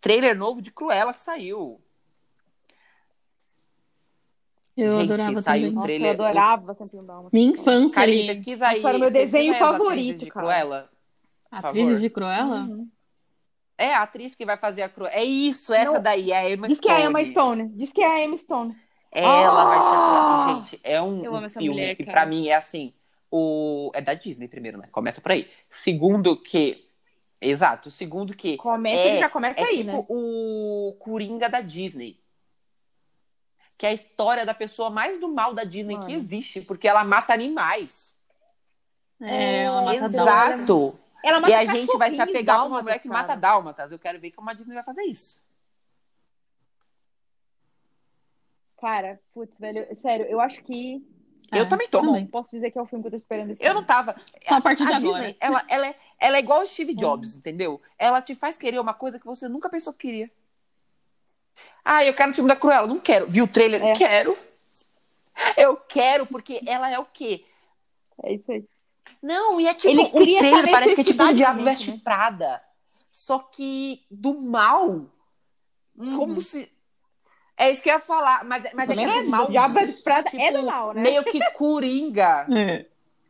trailer novo de Cruella que saiu. Eu Gente, adorava saiu também. um Nossa, eu trailer- adorava sempre um Dálmata. Minha infância Karine, ali. pesquisa aí. Isso era o meu pesquisa desenho aí as atrizes favorito, de cara. Cruella. Atrizes favor. de Cruella? Uhum. É a atriz que vai fazer a Cruella. É isso, essa Não. daí, é a Emma Diz que é Stone. a Emma Stone. Diz que é a Emma Stone. Ela vai ser a Ah! Cruella. Gente, é um, Eu um amo essa filme mulher, que cara. pra mim é assim. O... É da Disney primeiro, né? Começa por aí. Segundo que... Exato, segundo que... Começa É, que já começa É aí, tipo né? o Coringa da Disney. Que é a história da pessoa mais do mal da Disney Mano. que existe, porque ela mata animais. É, ela mata Exato. dálmatas. Ela é e mata a gente vai se cachorrinhos apegar com uma dálmatas, mulher que cara. mata dálmatas. Eu quero ver como a Disney vai fazer isso. Cara, putz, velho. Sério, eu acho que. Eu também tô. Bom, posso dizer que é o filme que eu tô esperando esse Eu não tava. Só a partir de a agora. Disney, ela, ela, é, ela é igual o Hum. Steve Jobs, entendeu? Ela te faz querer uma coisa que você nunca pensou que queria. Ah, eu quero o filme da Cruella. Não quero. Viu o trailer? É. Quero. Eu quero, porque ela é o quê? É isso aí. Não, e é tipo Ele um cria essa trailer, parece que é tipo um necessidade Diabo também, Veste né? Prada. Só que do mal. Uhum. Como se. É isso que eu ia falar. Mas, mas é que é do mal. O Diabo Veste Prada é tipo, do mal, né? Meio que coringa. É.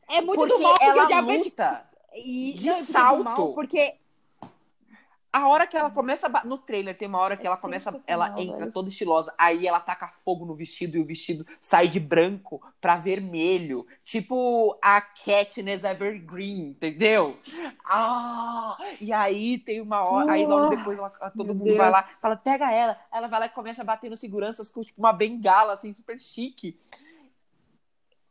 É [laughs] muito porque do mal, porque ela o Diabo Veste- luta. E- de não, eu digo salto. do mal porque A hora que ela começa. a ba- No trailer tem uma hora que É ela começa. sensacional, Ela entra velho. toda estilosa. Aí ela taca fogo no vestido e o vestido sai de branco pra vermelho. Tipo a Katniss Evergreen, entendeu? Ah! E aí tem uma hora. Aí logo Uau! depois ela- todo Meu mundo Deus. vai lá, fala, pega ela. Ela vai lá e começa a bater nos seguranças com tipo, uma bengala, assim, super chique.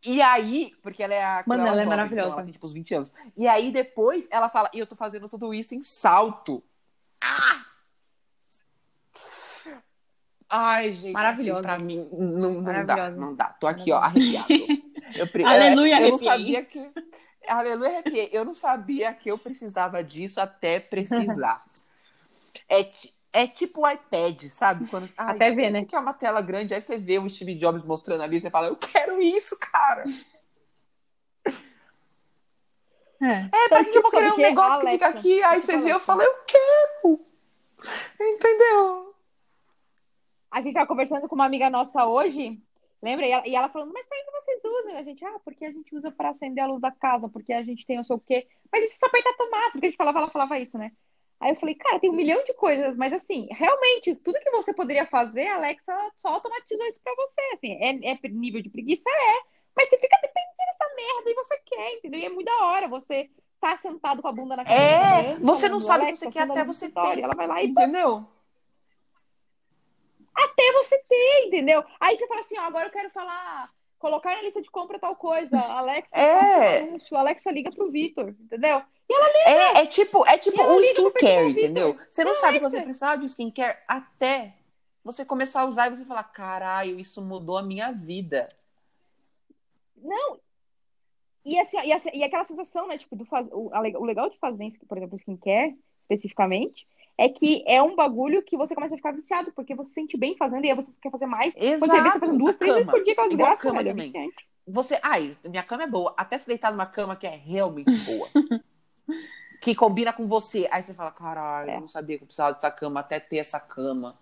E aí, porque ela é a. Cruella Mano, ela é jovem, maravilhosa. então ela tem tipo uns 20 anos. E aí depois ela fala, e eu tô fazendo tudo isso em salto. Ai, gente, Maravilhosa. assim, pra mim não, não dá, Maravilhosa. não dá. Tô aqui, ó, arrepiado. Eu, [laughs] pre- é, Aleluia, eu não arrepiei. sabia que Aleluia, arrepiei. Eu não sabia que eu precisava disso até [laughs] precisar. é, ti- é tipo o iPad, sabe? Quando, ai, Até ver, né? isso aqui é uma tela grande, aí você vê o Steve Jobs mostrando ali, você fala, eu quero isso, cara. É. É, pra que eu vou querer um Que é negócio que fica Alexa. aqui? Aí Tipo você vê, eu Alexa. falo, eu quero. Entendeu? a gente tava conversando com uma amiga nossa hoje, lembra? E ela, e ela falando, mas pra que vocês usam? E a gente, ah, porque a gente usa pra acender a luz da casa, porque a gente tem não sei o quê. Mas isso é só pra ir tomate, porque a gente falava, ela falava isso, né? Aí eu falei, cara, tem um milhão de coisas, mas assim, realmente, tudo que você poderia fazer, a Alexa ela só automatizou isso pra você, assim, é, é nível de preguiça? É, mas você fica dependendo dessa merda e você quer, entendeu? E é muito da hora, você tá sentado com a bunda na cadeira. É, olhando, você não falando, sabe o que "Alexa, você quer acenda a até luz do você escritório", ter. Ela vai lá e Entendeu? até você ter, entendeu? Aí você fala assim, ó, agora eu quero falar, colocar na lista de compra tal [laughs] coisa, Alexa, É. faça um anúncio, Alexa liga pro Vitor, entendeu? É, é tipo, é tipo E ela um liga pro skincare, Vitor. entendeu? Você não Não, sabe é que você isso. precisava de um skincare até você começar a usar e você falar, caralho, isso mudou a minha vida. Não. E, assim, ó, e, assim, e aquela sensação, né, tipo, do faz... o, a le- o legal de fazer, esse- por exemplo, skincare, especificamente, é que é um bagulho que você começa a ficar viciado, porque você se sente bem fazendo e aí você quer fazer mais. Quando você vê, você Exato. tá fazendo duas, A três vezes cama. por dia, aquelas Igual a graças, cama velho, é também. viciante. Você, ai, minha cama é boa. Até se deitar numa cama que é [laughs] realmente boa. que combina com você. Aí você fala, caralho, É. eu não sabia que eu precisava dessa cama, até ter essa cama.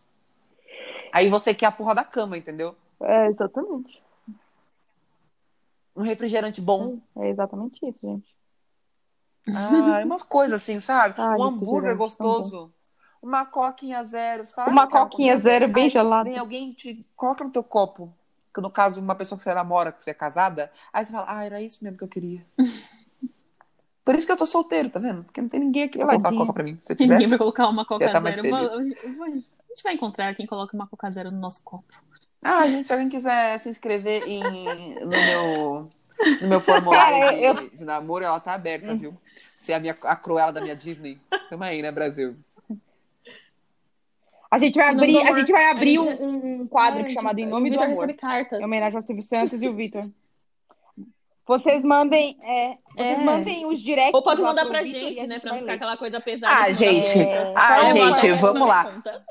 Aí você quer a porra da cama, entendeu? É, exatamente. Um refrigerante bom. É exatamente isso, gente. Ah, umas coisas assim, sabe? Uhum. Ai, um hambúrguer refrigerante tão bom. gostoso. Uma coquinha zero. Você fala, Uma tá, "Ai, quero coquinha comer". zero, bem Aí gelada. Vem alguém te coloca no teu copo. Que no caso, uma pessoa que você namora, que você é casada. Aí você fala, ah, era isso mesmo que eu [laughs] queria. Por isso que eu tô solteiro, tá vendo? Porque não tem ninguém aqui pra colocar Tadinha. coca pra mim. Se eu Ninguém vai tivesse, colocar uma Coca né? Já tá mais Zero. Vou- vou- a gente vai encontrar quem coloca uma Coca Zero no nosso copo. Ah, gente, se alguém quiser se inscrever em, no meu... No meu formulário de, de namoro, ela tá Uhum. aberta, viu? Você é a, minha, a cruela da minha Disney. Tamo aí, né, Brasil? A gente vai Em nome abrir, do a amor. gente vai abrir A gente um- rece- um, um quadro Ah, gente, chamado Em o Nome do Vitor Amor, recebe cartas. em homenagem ao Silvio Santos e o Vitor. Vocês mandem, é, vocês É. mandem os directs. Ou pode lá mandar pro pra Vitor e gente, a né? Pra não vai ficar ler. aquela coisa pesada. Ah, de mandar- gente. É, Ah, Olha, fala, gente, Maria, Maria, vamos não lá. me conta.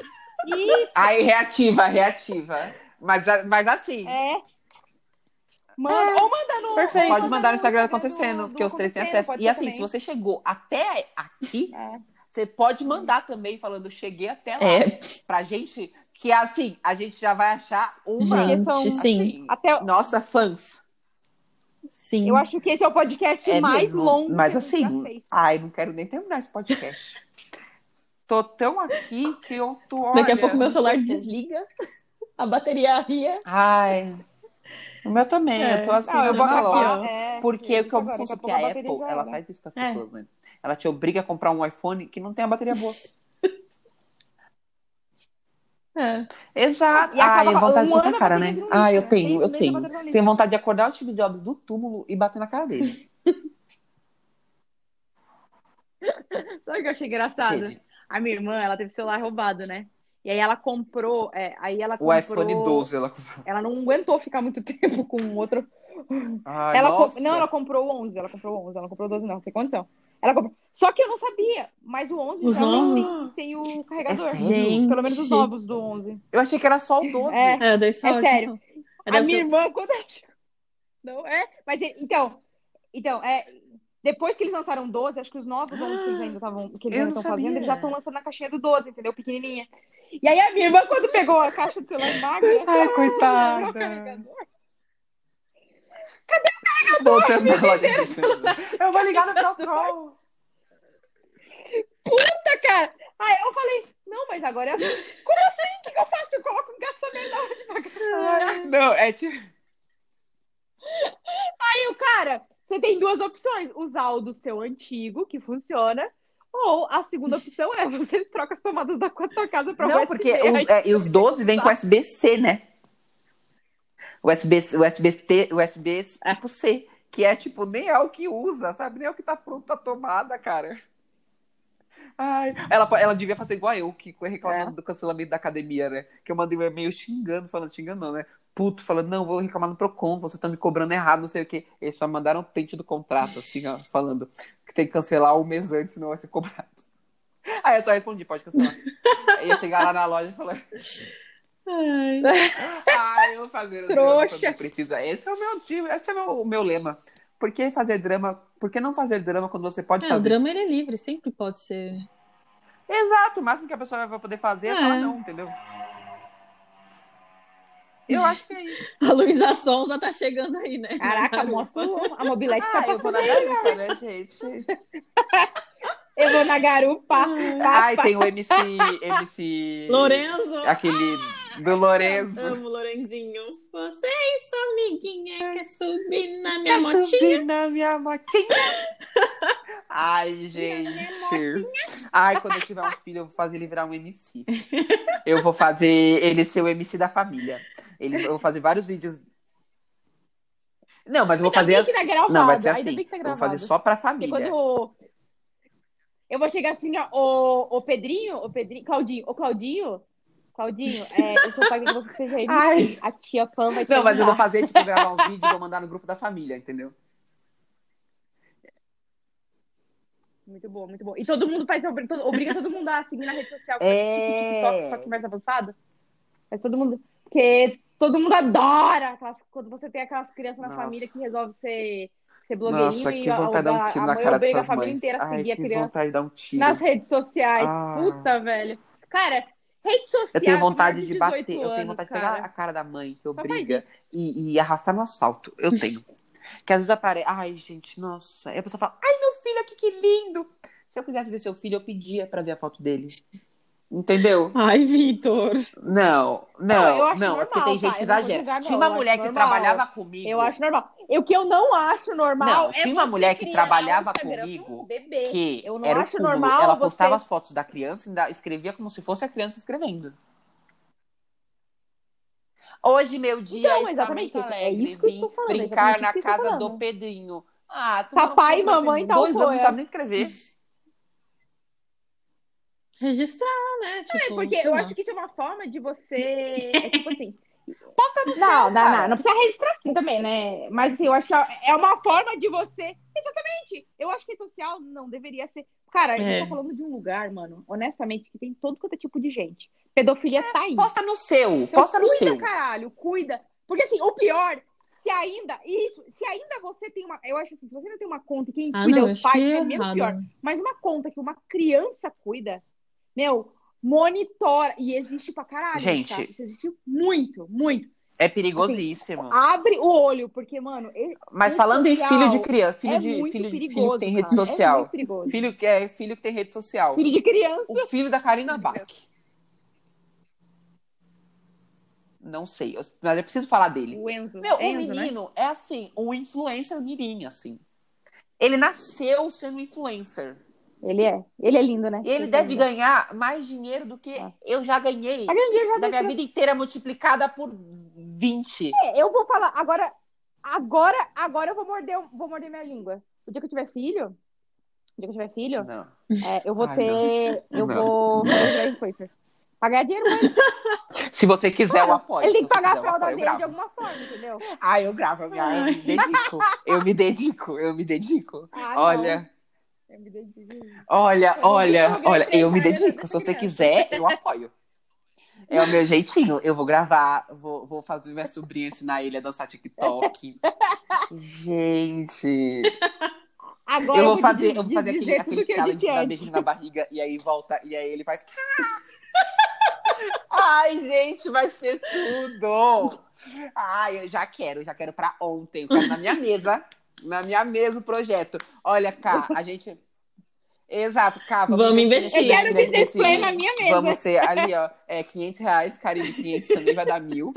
Isso. Aí, reativa, reativa. Mas, mas assim, É. então Manda, ou manda no. Perfeito. Pode ou É. manda mandar no Instagram do- acontecendo, do porque os três têm Acontecendo, acesso. pode E ser assim, também. se você chegou até aqui, É. você pode mandar também falando, cheguei até lá. É, Pra gente, que assim, a gente já vai achar uma. Gente, gente, sim. assim, Até, nossa, fãs. Sim. eu acho que esse é o podcast Hum. É mais mesmo. longo Mas que a gente assim, já fez. ai, não quero nem terminar esse podcast. tô tão aqui que eu tô. Olha... Daqui a pouco meu celular desliga, a bateria ria. Ai. O meu também, É. eu tô assim, Não, eu Ah, eu vou na vou acabar. acabar. loja. É, Porque o que eu agora, fuso daqui que pouco a bateria Apple, já ela era. faz isso com as É. pessoas, né? Ela te obriga a comprar um iPhone que não tem a bateria [laughs] boa. É. Exato. E Ai, acaba- vontade de um socar ano a cara, a né? bateria diminuindo, Ah, eu né? tenho, Seis eu meses a tenho. bateria um diminuindo. Tenho vontade de acordar o Steve Jobs do túmulo e bater na cara dele. um Sabe o que eu achei engraçado? Teve. A minha irmã, ela teve o celular roubado, né? E aí ela comprou, é, aí ela O comprou... iPhone 12, ela comprou. Ela não aguentou ficar muito [laughs] tempo com um outro. Ai, ela co- nossa. Não, ela comprou o 11, ela comprou o 11, ela não comprou o 12 não, não tem condição. Ela comprou. Só que eu não sabia, mas o 11 Os já não tem, novos? tem o carregador. É sério? Gente. Pelo menos os novos do 11. Eu achei que era só o 12. É. É, dois É sério. É, a deve minha ser- irmã, quando ela chegou- Não, é, mas e- então, então, é, depois que eles lançaram 12, acho que os novos 11 que eles ainda estavam, Ah, que eles Eu ainda não estão fazendo, sabia. eles já estão lançando na caixinha do 12, entendeu? Pequenininha. E aí a minha irmã, quando pegou a caixa do celular magra, Ai, ela "Ah, o coitada. carregador. Voltando na loja de Steve. [laughs] Eu vou ligar no Procron. Puta, cara! Aí eu falei, não, mas agora é assim. Como assim? O que, que eu faço? Eu coloco um gato também na hora de pagar. Não, é tipo... Aí o cara, você tem duas opções: usar o do seu antigo, que funciona, ou a segunda opção é você troca as tomadas da sua casa pra Não, USB. porque os, é, e os 12 vêm com USB-C, né? USB, USB-C, USB tipo C, que é tipo, nem é o que usa, sabe? Nem é o que tá pronto pra tomada, cara. Ai, ela, ela devia fazer igual eu, que reclamando do cancelamento da academia, né? Que eu mandei um e-mail xingando, falando, xingando não, né? Puto, falando, não, vou reclamar no Procon, vocês estão me cobrando errado, não sei o quê. Eles só mandaram o print do contrato, assim, ó, falando que tem que cancelar um mês antes, senão vai ser cobrado. [laughs] Aí eu só respondi, pode cancelar. Aí ia chegar lá na loja e falar, [laughs] Ai. ah, eu vou fazer o drama Trouxa. quando precisa. Esse é o meu time, esse é o meu, o meu lema. Por que fazer drama? Por que não fazer drama quando você pode É, o fazer? drama ele é livre, sempre pode ser. [laughs] Exato, o máximo que a pessoa vai poder fazer é, É. falar não, entendeu? [laughs] Eu acho que é isso. A Luísa Sonza tá chegando aí, né? Caraca, a Garoto. moto, a mobilete tá Ah, eu passando. vou na garupa, né, gente? Eu vou na garupa. Ai, tem o MC. MC. Lorenzo! Aquele do Lorenzo. Amo, Lorenzinho. Você e sua amiguinha quer subir na minha Quer motinha? subir na minha motinha. [laughs] Ai, gente. Ai, quando eu tiver um filho, eu vou fazer ele virar um MC. Eu vou fazer ele ser o MC da família. Ele, eu vou fazer vários vídeos. Não, mas eu vou Ainda bem fazer. que tá gravado. Não, vai ser Ainda assim. bem que tá Eu vou gravado. fazer só pra Porque família. quando eu vou chegar assim, ó, ô, ô Pedrinho, ô Pedrinho, Claudinho, ô Claudinho, Claudinho, é, eu sou pai que você seja ele. Ai. A tia fã vai Não, mas eu perguntar. vou fazer, tipo, gravar uns vídeos e vou mandar no grupo da família, entendeu? Muito bom, muito bom. E todo mundo faz, obri- todo- obriga todo mundo a seguir na rede social. que É. faz tipo TikTok, só que mais avançado. Mas todo mundo. Porque todo mundo adora aquelas- quando você tem aquelas crianças na Nossa. família que resolve ser, ser blogueirinho Nossa, que e a, vontade de dar um a, tiro a na mãe cara obriga a dessas família mães. inteira a Ai, seguir a que criança vontade de dar um tiro. nas redes sociais. Ah. Puta, velho. Cara, rede social. Eu tenho mais vontade de 18 bater, eu tenho anos, vontade de cara. pegar a cara da mãe que Só faz obriga. isso. e, e arrastar no asfalto. [laughs] Eu tenho. que às vezes aparece. Ai, gente, nossa. Aí a pessoa fala: Ai, meu filho aqui, que lindo. Se eu quisesse ver seu filho, eu pedia pra ver a foto dele. Entendeu? Ai, Vitor. Não, não, Não, eu não. acho é porque normal, tem gente tá? que Eu não vou exagera. julgar, não, tinha uma eu acho mulher que normal. trabalhava comigo. Eu acho normal. E o que eu não acho normal Não, é tinha uma você mulher que criar trabalhava um Instagram pra um comigo bebê. que eu não era acho o cúmulo. normal Ela você- postava as fotos da criança e ainda escrevia como se fosse a criança escrevendo. Hoje meu dia Então, está exatamente muito isso. É alegre. isso que eu Vim estou falando, brincar exatamente na isso que eu estou casa do falando. Pedrinho. Ah, tu não- Papai e mamãe tá um tem dois tal anos não coisa. sabe nem escrever. é. Registrar, né? Tipo, É, porque sei eu lá. acho que isso é uma forma de você. É tipo assim. Posta Tá no Não, céu, não, cara. não, não precisa registrar assim também, né? Mas assim, eu acho que é uma forma de você. Exatamente! Eu acho que rede social não deveria ser. Cara, eu É. tô falando de um lugar, mano, honestamente, que tem todo quanto é tipo de gente. Pedofilia tá aí. Posta no seu, Então, posta no cuida, seu. caralho, cuida. Porque assim, o pior, se ainda, isso, se ainda você tem uma, eu acho assim, se você não tem uma conta e quem Ah, cuida não, é os eu achei pais, é menos errado. pior. Mas uma conta que uma criança cuida, meu, monitora, e existe pra caralho, Gente. tá? Isso existe muito, muito. É perigosíssimo. Abre o olho, porque, mano, é, Mas Assim, rede falando em social filho de criança, filho, é de, muito filho, de, perigoso, filho que tem rede cara. É social. muito perigoso. filho, que é, filho que tem rede social. Filho de criança. O filho da Karina Bach. Não sei, eu- mas eu preciso falar dele. O Enzo. Meu, o Enzo, né? menino é assim, um influencer mirim, assim. Ele nasceu sendo influencer. Ele é. Ele é lindo, né? E ele deve ganhar mais dinheiro do que É. eu já ganhei A grande já da minha deu- vida inteira multiplicada por 20. É, eu vou falar agora, agora, agora eu vou morder, vou morder minha língua. O dia que eu tiver filho, o dia que eu tiver filho, Não. é, eu [laughs] vou Ai, ter, eu Não. vou fazer influencer. Pagar dinheiro com ele. Se você quiser, eu apoio. Ele tem Se você que pagar a quiser, eu fralda apoio, eu dele gravo. de alguma forma, entendeu? Ah, eu gravo, eu, gravo, eu me dedico. Eu me dedico, eu me dedico. Ah, não. Olha, Eu me dedico. olha, Eu vou olha, me olha, eu me programar nessa dedico. Se você criança. quiser, eu apoio. É o meu jeitinho. Eu vou gravar, vou, vou fazer minha sobrinha ensinar ele a dançar TikTok. Gente, Agora eu vou des- fazer, eu vou fazer aquele, desdizer tudo aquele que é. eu challenge disse da antes. beijinho na barriga e aí volta e aí ele faz. Ai, gente, vai ser tudo! Ai, eu já quero, já quero pra ontem, eu quero na minha mesa, na minha mesa o projeto. Olha, cá, a gente. Exato, cá, Vamos nesse- investir. Eu quero nesse- dizer isso na minha mesa. Né, Vamos ser ali, ó, é 500 reais, Karine, 500 também vai dar mil.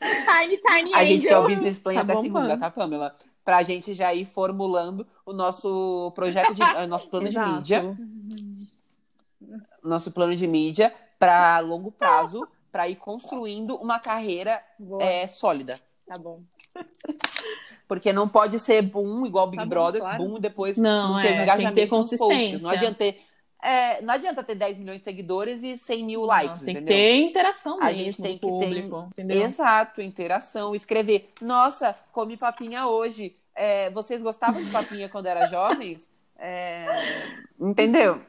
Tiny, tiny A gente quer o angel. business plan Tá até bombando. segunda, tá, Pamela? Pra gente já ir formulando o nosso projeto, de, eh, nosso plano de mídia. Exato. nosso plano de mídia para longo prazo, para ir construindo uma carreira Boa, é, sólida. Tá bom. Porque não pode ser boom igual Big Tá bom, Brother, claro. boom e depois Não, é, tem que ter nos posts. consistência. Não adianta ter, é, não adianta ter 10 milhões de seguidores e 100 mil Não, likes, tem que entendeu? ter interação A mesmo, gente tem que com o ter- público, entendeu? Exato, interação, escrever. Nossa, comi papinha hoje. É, vocês gostavam de papinha quando eram jovens? É, entendeu?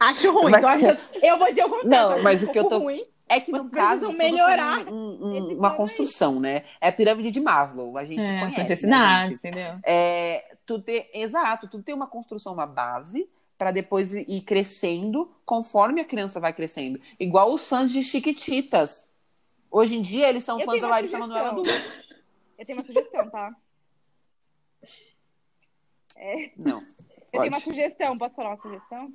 Acho ruim. Vai eu, acho- eu vou dizer o contrário. é. Não, [laughs] mas eu acho um o que eu pouco tô- Ruim. É que no Vocês caso precisam tudo tem melhorar um- um- esse uma plano construção, né? É a pirâmide de Maslow, a gente É, conhece. né, necessidades, gente? entendeu? É, tu tem, exato, tu tem uma construção, uma base para depois ir crescendo conforme a criança vai crescendo. Igual os fãs de Chiquititas. Hoje em dia eles são Eu fãs tenho da uma Larissa sugestão. Manoela do Eu tenho uma sugestão, tá? Não. Eu tenho uma Pode. sugestão, posso falar uma sugestão?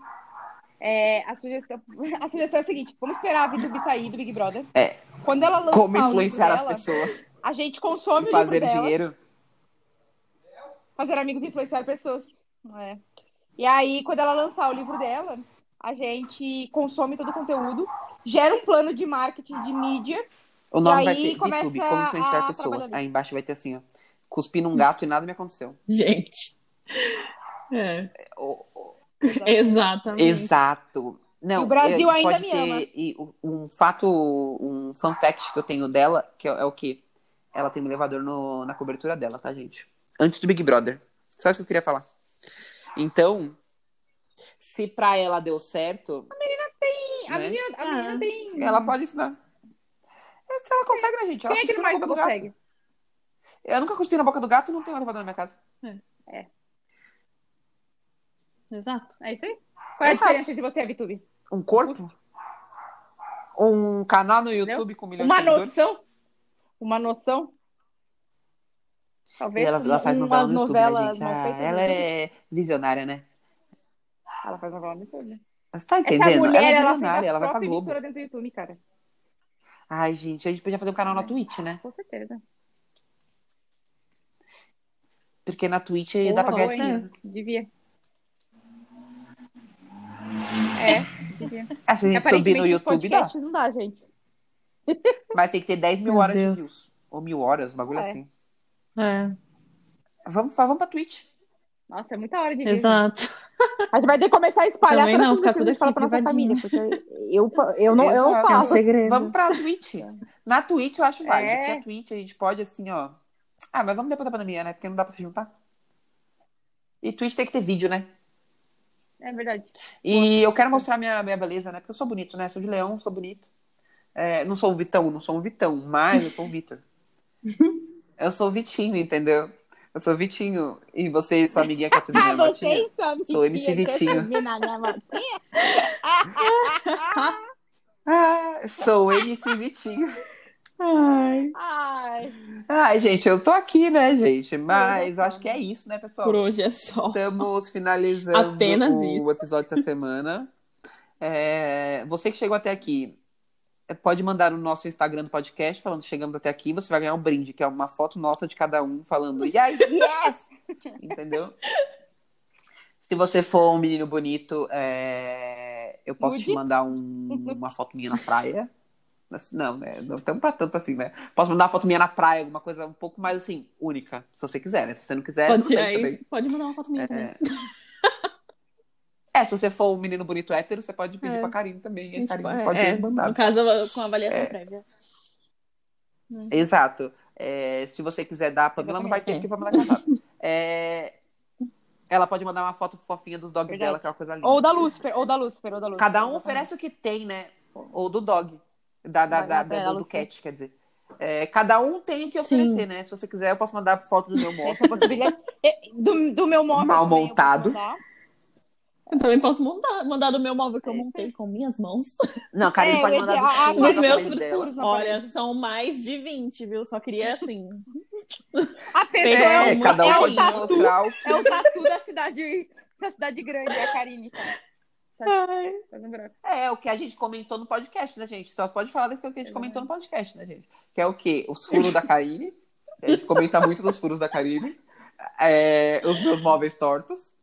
É, a sugestão? A sugestão é a seguinte: vamos esperar a Vitube sair do Big Brother. É. Quando ela lançar Como o livro influenciar as dela, pessoas A gente e consome o fazer livro dela, dinheiro? fazer amigos e influenciar pessoas. É. E aí, quando ela lançar o livro dela, a gente consome todo o conteúdo, gera um plano de marketing de mídia. O nome E vai aí ser começa YouTube, como influenciar a trabalhar pessoas. nisso. Aí embaixo vai ter assim, ó. Cuspi num gato e nada me aconteceu. Gente. É, O- exatamente. Exato. Não, E o Brasil é, ainda pode me ter, ama. E o- um fato, um fun fact que eu tenho dela, que é, é o quê? Ela tem um elevador no- na cobertura dela, tá, gente? Antes do Big Brother. Só isso que eu queria falar. Então, se pra ela deu certo, Sim, a Né? menina, a Ah. menina tem. ela pode ensinar. É, se ela consegue, né, gente? Ela Hum. Quem é que cuspiu na mais boca do gato. consegue? Eu nunca cuspi na boca do gato, não tenho elevador na minha casa. Exato. É isso aí? Qual é a Exato. diferença de você e a Vitube? Um corpo? Um canal no YouTube com milhões Uma de seguidores? noção? Uma noção? Talvez Ela, ela faz umas novela no YouTube, né, novelas gente? mal Ah, feitas ela no YouTube. é visionária, né? Ela faz novela no YouTube. Você tá Essa entendendo? mulher, ela é ela, visionária, fez a ela vai pra própria Globo. emissora dentro do YouTube, cara. Ai, gente, a gente podia fazer um canal na Twitch, né? Com certeza. Porque na Twitch dá pra ganhar Boa, boa, dinheiro. hein? Devia. É, devia. Ah, se a gente [laughs] subir no Aparentemente, YouTube, dá. podcast Não dá, gente. Mas tem que ter 10 mil Meu horas Deus. de views. Ou mil horas, um bagulho É. assim. É, Vamos, fa- vamos pra Twitch. Nossa, é muita hora de vir. exato. A gente vai ter que começar a espalhar Também todas não, as ficar coisas que a tudo gente fala pra nossa família, aqui, porque eu, eu, não, eu não Exato. É um falo. segredo. Vamos pra Twitch. Na Twitch eu acho válido. É. Porque a Twitch a gente pode, assim, ó. Ah, mas vamos depois da pandemia, né? Porque não dá pra se juntar. E Twitch tem que ter vídeo, né? É verdade. E eu quero mostrar minha, minha beleza, né? Porque eu sou bonito, né? Sou de leão, sou bonito. É, não sou o Vitão, não sou um Vitão, mas eu sou o [laughs] Vitor. eu sou o Vitinho, entendeu? Eu sou o Vitinho. E você e sua amiguinha quer ser Ah, minha Vocês Matinha? são Sou MC Vitinho. Na minha motinha? Ah, sou o MC Vitinho. Ai, Ai, Ai, gente, eu tô aqui, né, gente? Mas Olha só. acho que é isso, né, pessoal? por hoje é só. Estamos finalizando Apenas o isso. episódio dessa semana. É, você que chegou até aqui, é, pode mandar no nosso Instagram do podcast falando chegamos até aqui. Você vai ganhar um brinde, que é uma foto nossa de cada um falando yes, yes! [laughs] Entendeu? Se você for um menino bonito, é, eu posso te Bonito. mandar um- uma foto minha na praia. Mas Não, né? Não estamos pra tanto assim, né? Posso mandar uma foto minha na praia, alguma coisa um pouco mais assim, única, se você quiser, né? Se você não quiser, Pode, tudo bem tirar também. isso. Pode mandar uma foto minha também. né? É. É, se você for um menino bonito hétero, você pode pedir É. pra Karine também. E a Tipo, Karine é, tá pode é, mandar. no caso, com avaliação É. prévia. Exato. É, se você quiser dar, a Pamela não vai ter, É. porque a Pamela é casada. É, ela pode mandar uma foto fofinha dos dogs Verdade. dela, que é uma coisa linda. Ou da Lucifer, ou da Lucifer, ou da Lucifer. Cada um oferece o que tem, né? Ou do dog. Da, da, Vai, da- vai, da- vai, do, do Lucifer. cat, quer dizer. É, cada um tem o que Sim. oferecer, né? Se você quiser, eu posso mandar foto do meu moço. [laughs] Possibilidade- E- Do, do meu móvel. Mal também eu posso montado. mandar. Eu também posso montar, mandar do meu móvel que eu montei com minhas mãos. Não, Karine É, pode eu mandar ia- do ah, fundo mas da Dos meus parede dela. futuros. na Olha, são mais de 20, viu? Só queria, [laughs] assim, A pessoa Tem- é, É, muito cada um pode carinho. mostrar o o tatu da cidade, da cidade grande, é a Karine. cara. Tá lembrando? É, o que a gente comentou no podcast, né, gente? Só pode falar daquilo É que a gente comentou no podcast, né, gente? Que é o quê? Os furos da Karine. A gente comenta muito dos furos da Karine. É, os meus móveis tortos.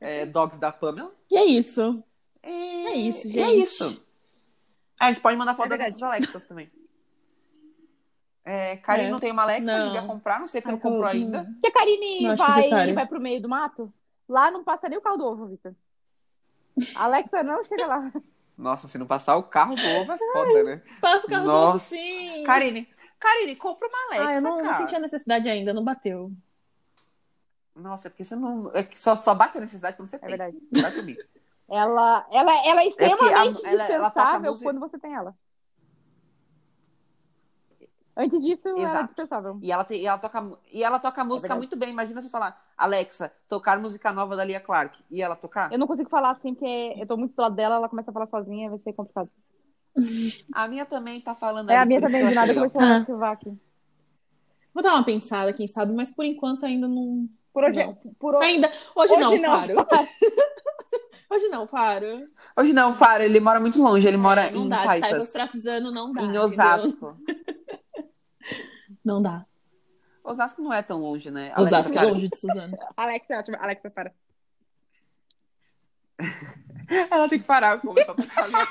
É, dogs da Pamela. E é isso. É, isso, E é gente. isso. Ah, A gente pode mandar foto das É verdade. nossas Alexas também. É, Karine É. não tem uma Alexa, Não. devia comprar, não sei porque Ai, não comprou eu- ainda. que a Karine Não, acho vai, necessário. vai pro meio do mato? Lá não passa nem o caldo do ovo, Vitor. Alexa não chega [laughs] lá. Nossa, se não passar o carro do ovo é foda, né? Passa o carro Nossa. é novo, sim. Karine, Karine, compra uma Alexa, ah, eu não, não cara. senti a necessidade ainda, não bateu. Nossa, é porque você não. É que só, só bate a necessidade quando você É tem. verdade. Vai comigo. Ela, ela, ela é porque a- extremamente ela- ela toca dispensável música- quando você tem ela. Antes disso, ela é Exato. dispensável. E ela, tem, e ela toca, e ela toca música É verdade. muito bem. Imagina você falar, Alexa, tocar música nova da Lia Clark. E ela tocar? Eu não consigo falar assim, porque eu tô muito do lado dela, ela começa a falar sozinha, vai ser complicado. A minha também tá falando É, ali, a minha por isso também, que de eu Ah. nada, achei, ó. começou a esquivar aqui. Vou dar uma pensada, quem sabe, mas por enquanto ainda não. Por hoje, Não. por hoje. Ainda. Hoje, Hoje não, não. Faro. [laughs] Hoje não, Faro. Hoje não, Faro, ele mora muito longe, É, ele mora não em tá, dá, de Taibas Taipas, pra Suzano não dá. em entendeu? Osasco. Não dá. Osasco não é tão longe, né? Osasco é Alexa, longe de Suzano. Alexa é ótima. Alexa, para. Ela tem que parar, começar [laughs] a falar.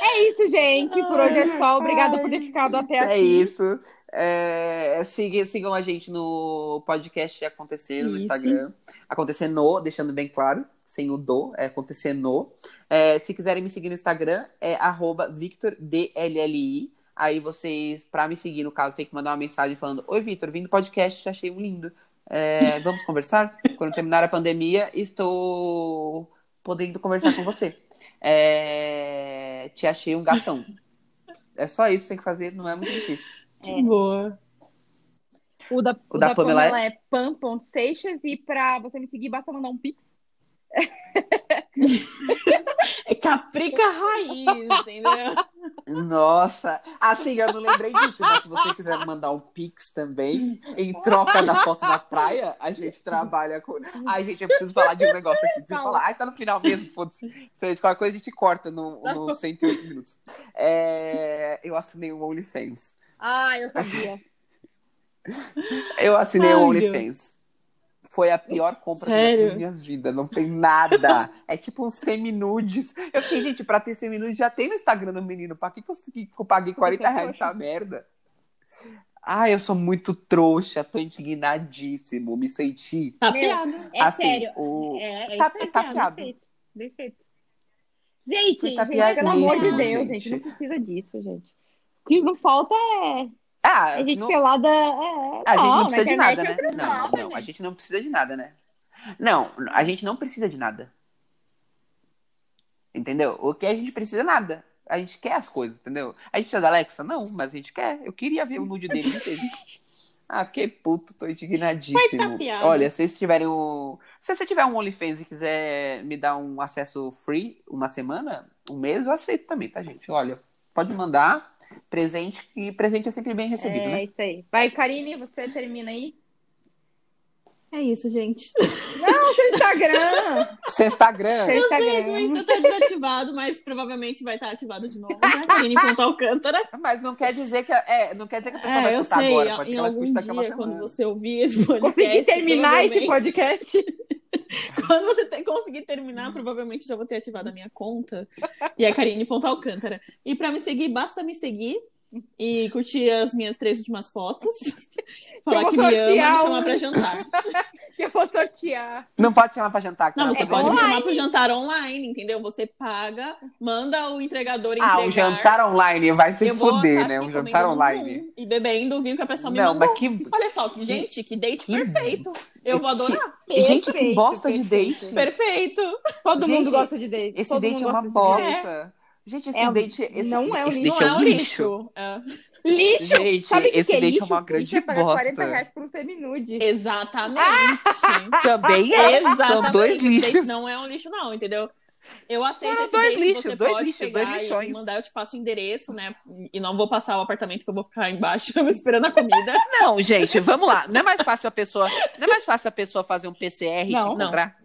É isso, gente. Por hoje é só. Obrigada por ter ficado até É aqui. isso. É, siga- sigam a gente no podcast Acontecer no Isso. Instagram. Acontecer no, deixando bem claro, sem o do, é acontecer no. É, se quiserem me seguir no Instagram, é arroba VictorDLLI. Aí vocês, pra me seguir, no caso, tem que mandar uma mensagem falando: Oi, Victor, vim do podcast, te achei um lindo. É, vamos conversar? Quando terminar a pandemia, estou podendo conversar com você. É, te achei um gatão. É só isso que tem que fazer, não é muito difícil. Boa. O da, O da Pamela é- é pan.seixas. E pra você me seguir, basta mandar um pix. É Caprica Raiz, entendeu? Nossa! Assim, eu não lembrei disso, mas se você quiser mandar um pix também, em troca da foto na praia, a gente trabalha com. Ai, gente, eu preciso falar de um negócio aqui. Preciso Fala. falar. Ai, tá no final mesmo, foda-se. Gente, Qualquer coisa a gente corta no, no 108 minutos. É, eu assinei o OnlyFans. Ah, eu [laughs] sabia. Eu assinei o Ai, OnlyFans. Foi a pior compra que eu Sério? fiz na minha vida. Não tem [laughs] nada. É tipo um seminudes. Eu fiquei, gente, pra ter seminudes já tem no Instagram do menino. Pra que, que, eu, que eu paguei 40 reais nessa merda? Ai, eu sou muito trouxa. Tô indignadíssimo. Me senti. Tá Meu, piada. É assim, sério. O... É, é Tá- isso aí, tá cara, piado. Defeito. defeito. Gente, Foi gente, tapeadíssimo, pelo amor de Deus, gente. gente. Não precisa disso, gente. O que não falta é, Ah, é gente não- pelada. É, A gente não, na precisa de internet nada, é né? outro Não, papo, não, a gente. gente não precisa de nada, né? Não, a gente não precisa de nada. Entendeu? O que a gente precisa é nada. A gente quer as coisas, entendeu? A gente precisa da Alexa? Não, mas a gente quer. Eu queria ver o nude dele, não teve. [laughs] Ah, fiquei puto, tô Vai tá indignadíssimo. piada. Olha, se vocês tiverem o. Se você tiver um OnlyFans e quiser me dar um acesso free uma semana, um mês, eu aceito também, tá, gente? Olha, pode mandar presente, e presente é sempre bem recebido, É né? isso aí. Vai, Karine, você termina aí. É isso, gente. Não, seu [laughs] Instagram! Seu Instagram. seu Sei que o Instagram. Insta tá desativado, mas provavelmente vai estar ativado de novo. Né? [laughs] Karine Ponta Alcântara. Mas não quer dizer que. a- É, não quer dizer que a pessoa vai É, eu escutar sei. agora. Pode ser em que ela algum escute daqui a uma dia, quando semana. você ouvir esse podcast. Consegui terminar esse provavelmente- podcast. Quando você te- conseguir terminar, provavelmente já vou ter ativado a minha conta. E é Karine Ponta Alcântara. E pra me seguir, basta me seguir e curtir as minhas três últimas [laughs] fotos. Falar vou que me ama e me sortear chamar um. pra jantar. Que [laughs] eu vou sortear. Não pode chamar pra jantar. que Não, ela você tá pode me doida. chamar pro jantar É online, entendeu? Você paga, manda o entregador entregar. Ah, um jantar online. Vai se Eu vou fuder, tá né? aqui Um jantar comendo um online. zoom E bebendo o vinho que a pessoa É me um Não, mandou. mas que. Olha só, gente, que date Que- perfeito. Eu vou adorar. Gente, que Perfeito, bosta de perfeito. date. Perfeito. Todo Gente, mundo gosta de date. Esse Todo date mundo é uma gosta de date. bosta. Gente, esse É, date. Esse, não é um esse lixo. date é Não um lixo. É. Lixo! Gente, Sabe o que esse que é date lixo? é uma Lixo grande pagar 40 bosta. reais por um seminude. [laughs] Exatamente. Também é. Exatamente. São dois Esse date lixos. [laughs] Não é um lixo, não, entendeu? Eu aceito Foram esse dois date, lixos, você dois pode lixos, pegar dois e lixões. mandar, eu te passo o endereço, né? E não vou passar o apartamento que eu vou ficar embaixo [laughs] esperando a comida. Não, gente, vamos lá. Não é mais fácil a pessoa. Não é mais fácil a pessoa fazer um PCR e te Não. encontrar?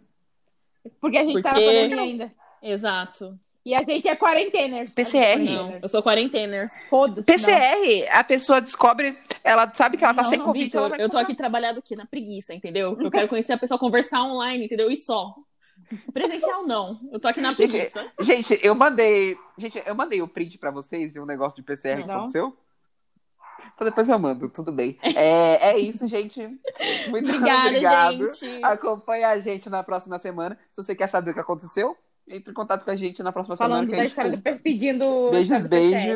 Porque a gente tá na Porque- pandemia ainda. Exato. E a gente é quarenteners. PCR. Não, eu sou quarentena. Foda-se. PCR, a pessoa descobre, ela sabe que ela tá Não, sem não, Covid. Vitor, ela vai eu tô comprar. aqui trabalhado aqui na preguiça, entendeu? [laughs] Eu quero conhecer a pessoa, conversar online, entendeu? E só. Presencial não. Eu tô aqui na Gente, preguiça. Gente, eu mandei. Gente, eu mandei o print pra vocês e um negócio de PCR que Não. aconteceu. Então depois eu mando, tudo bem. É, é isso, gente. Muito Obrigada, Então, obrigado. gente. Acompanha a gente na próxima semana. Se você quer saber o que aconteceu, entre em contato com a gente na próxima Falando semana. Que da a gente história do pedindo. Beijos, do PCR. beijos.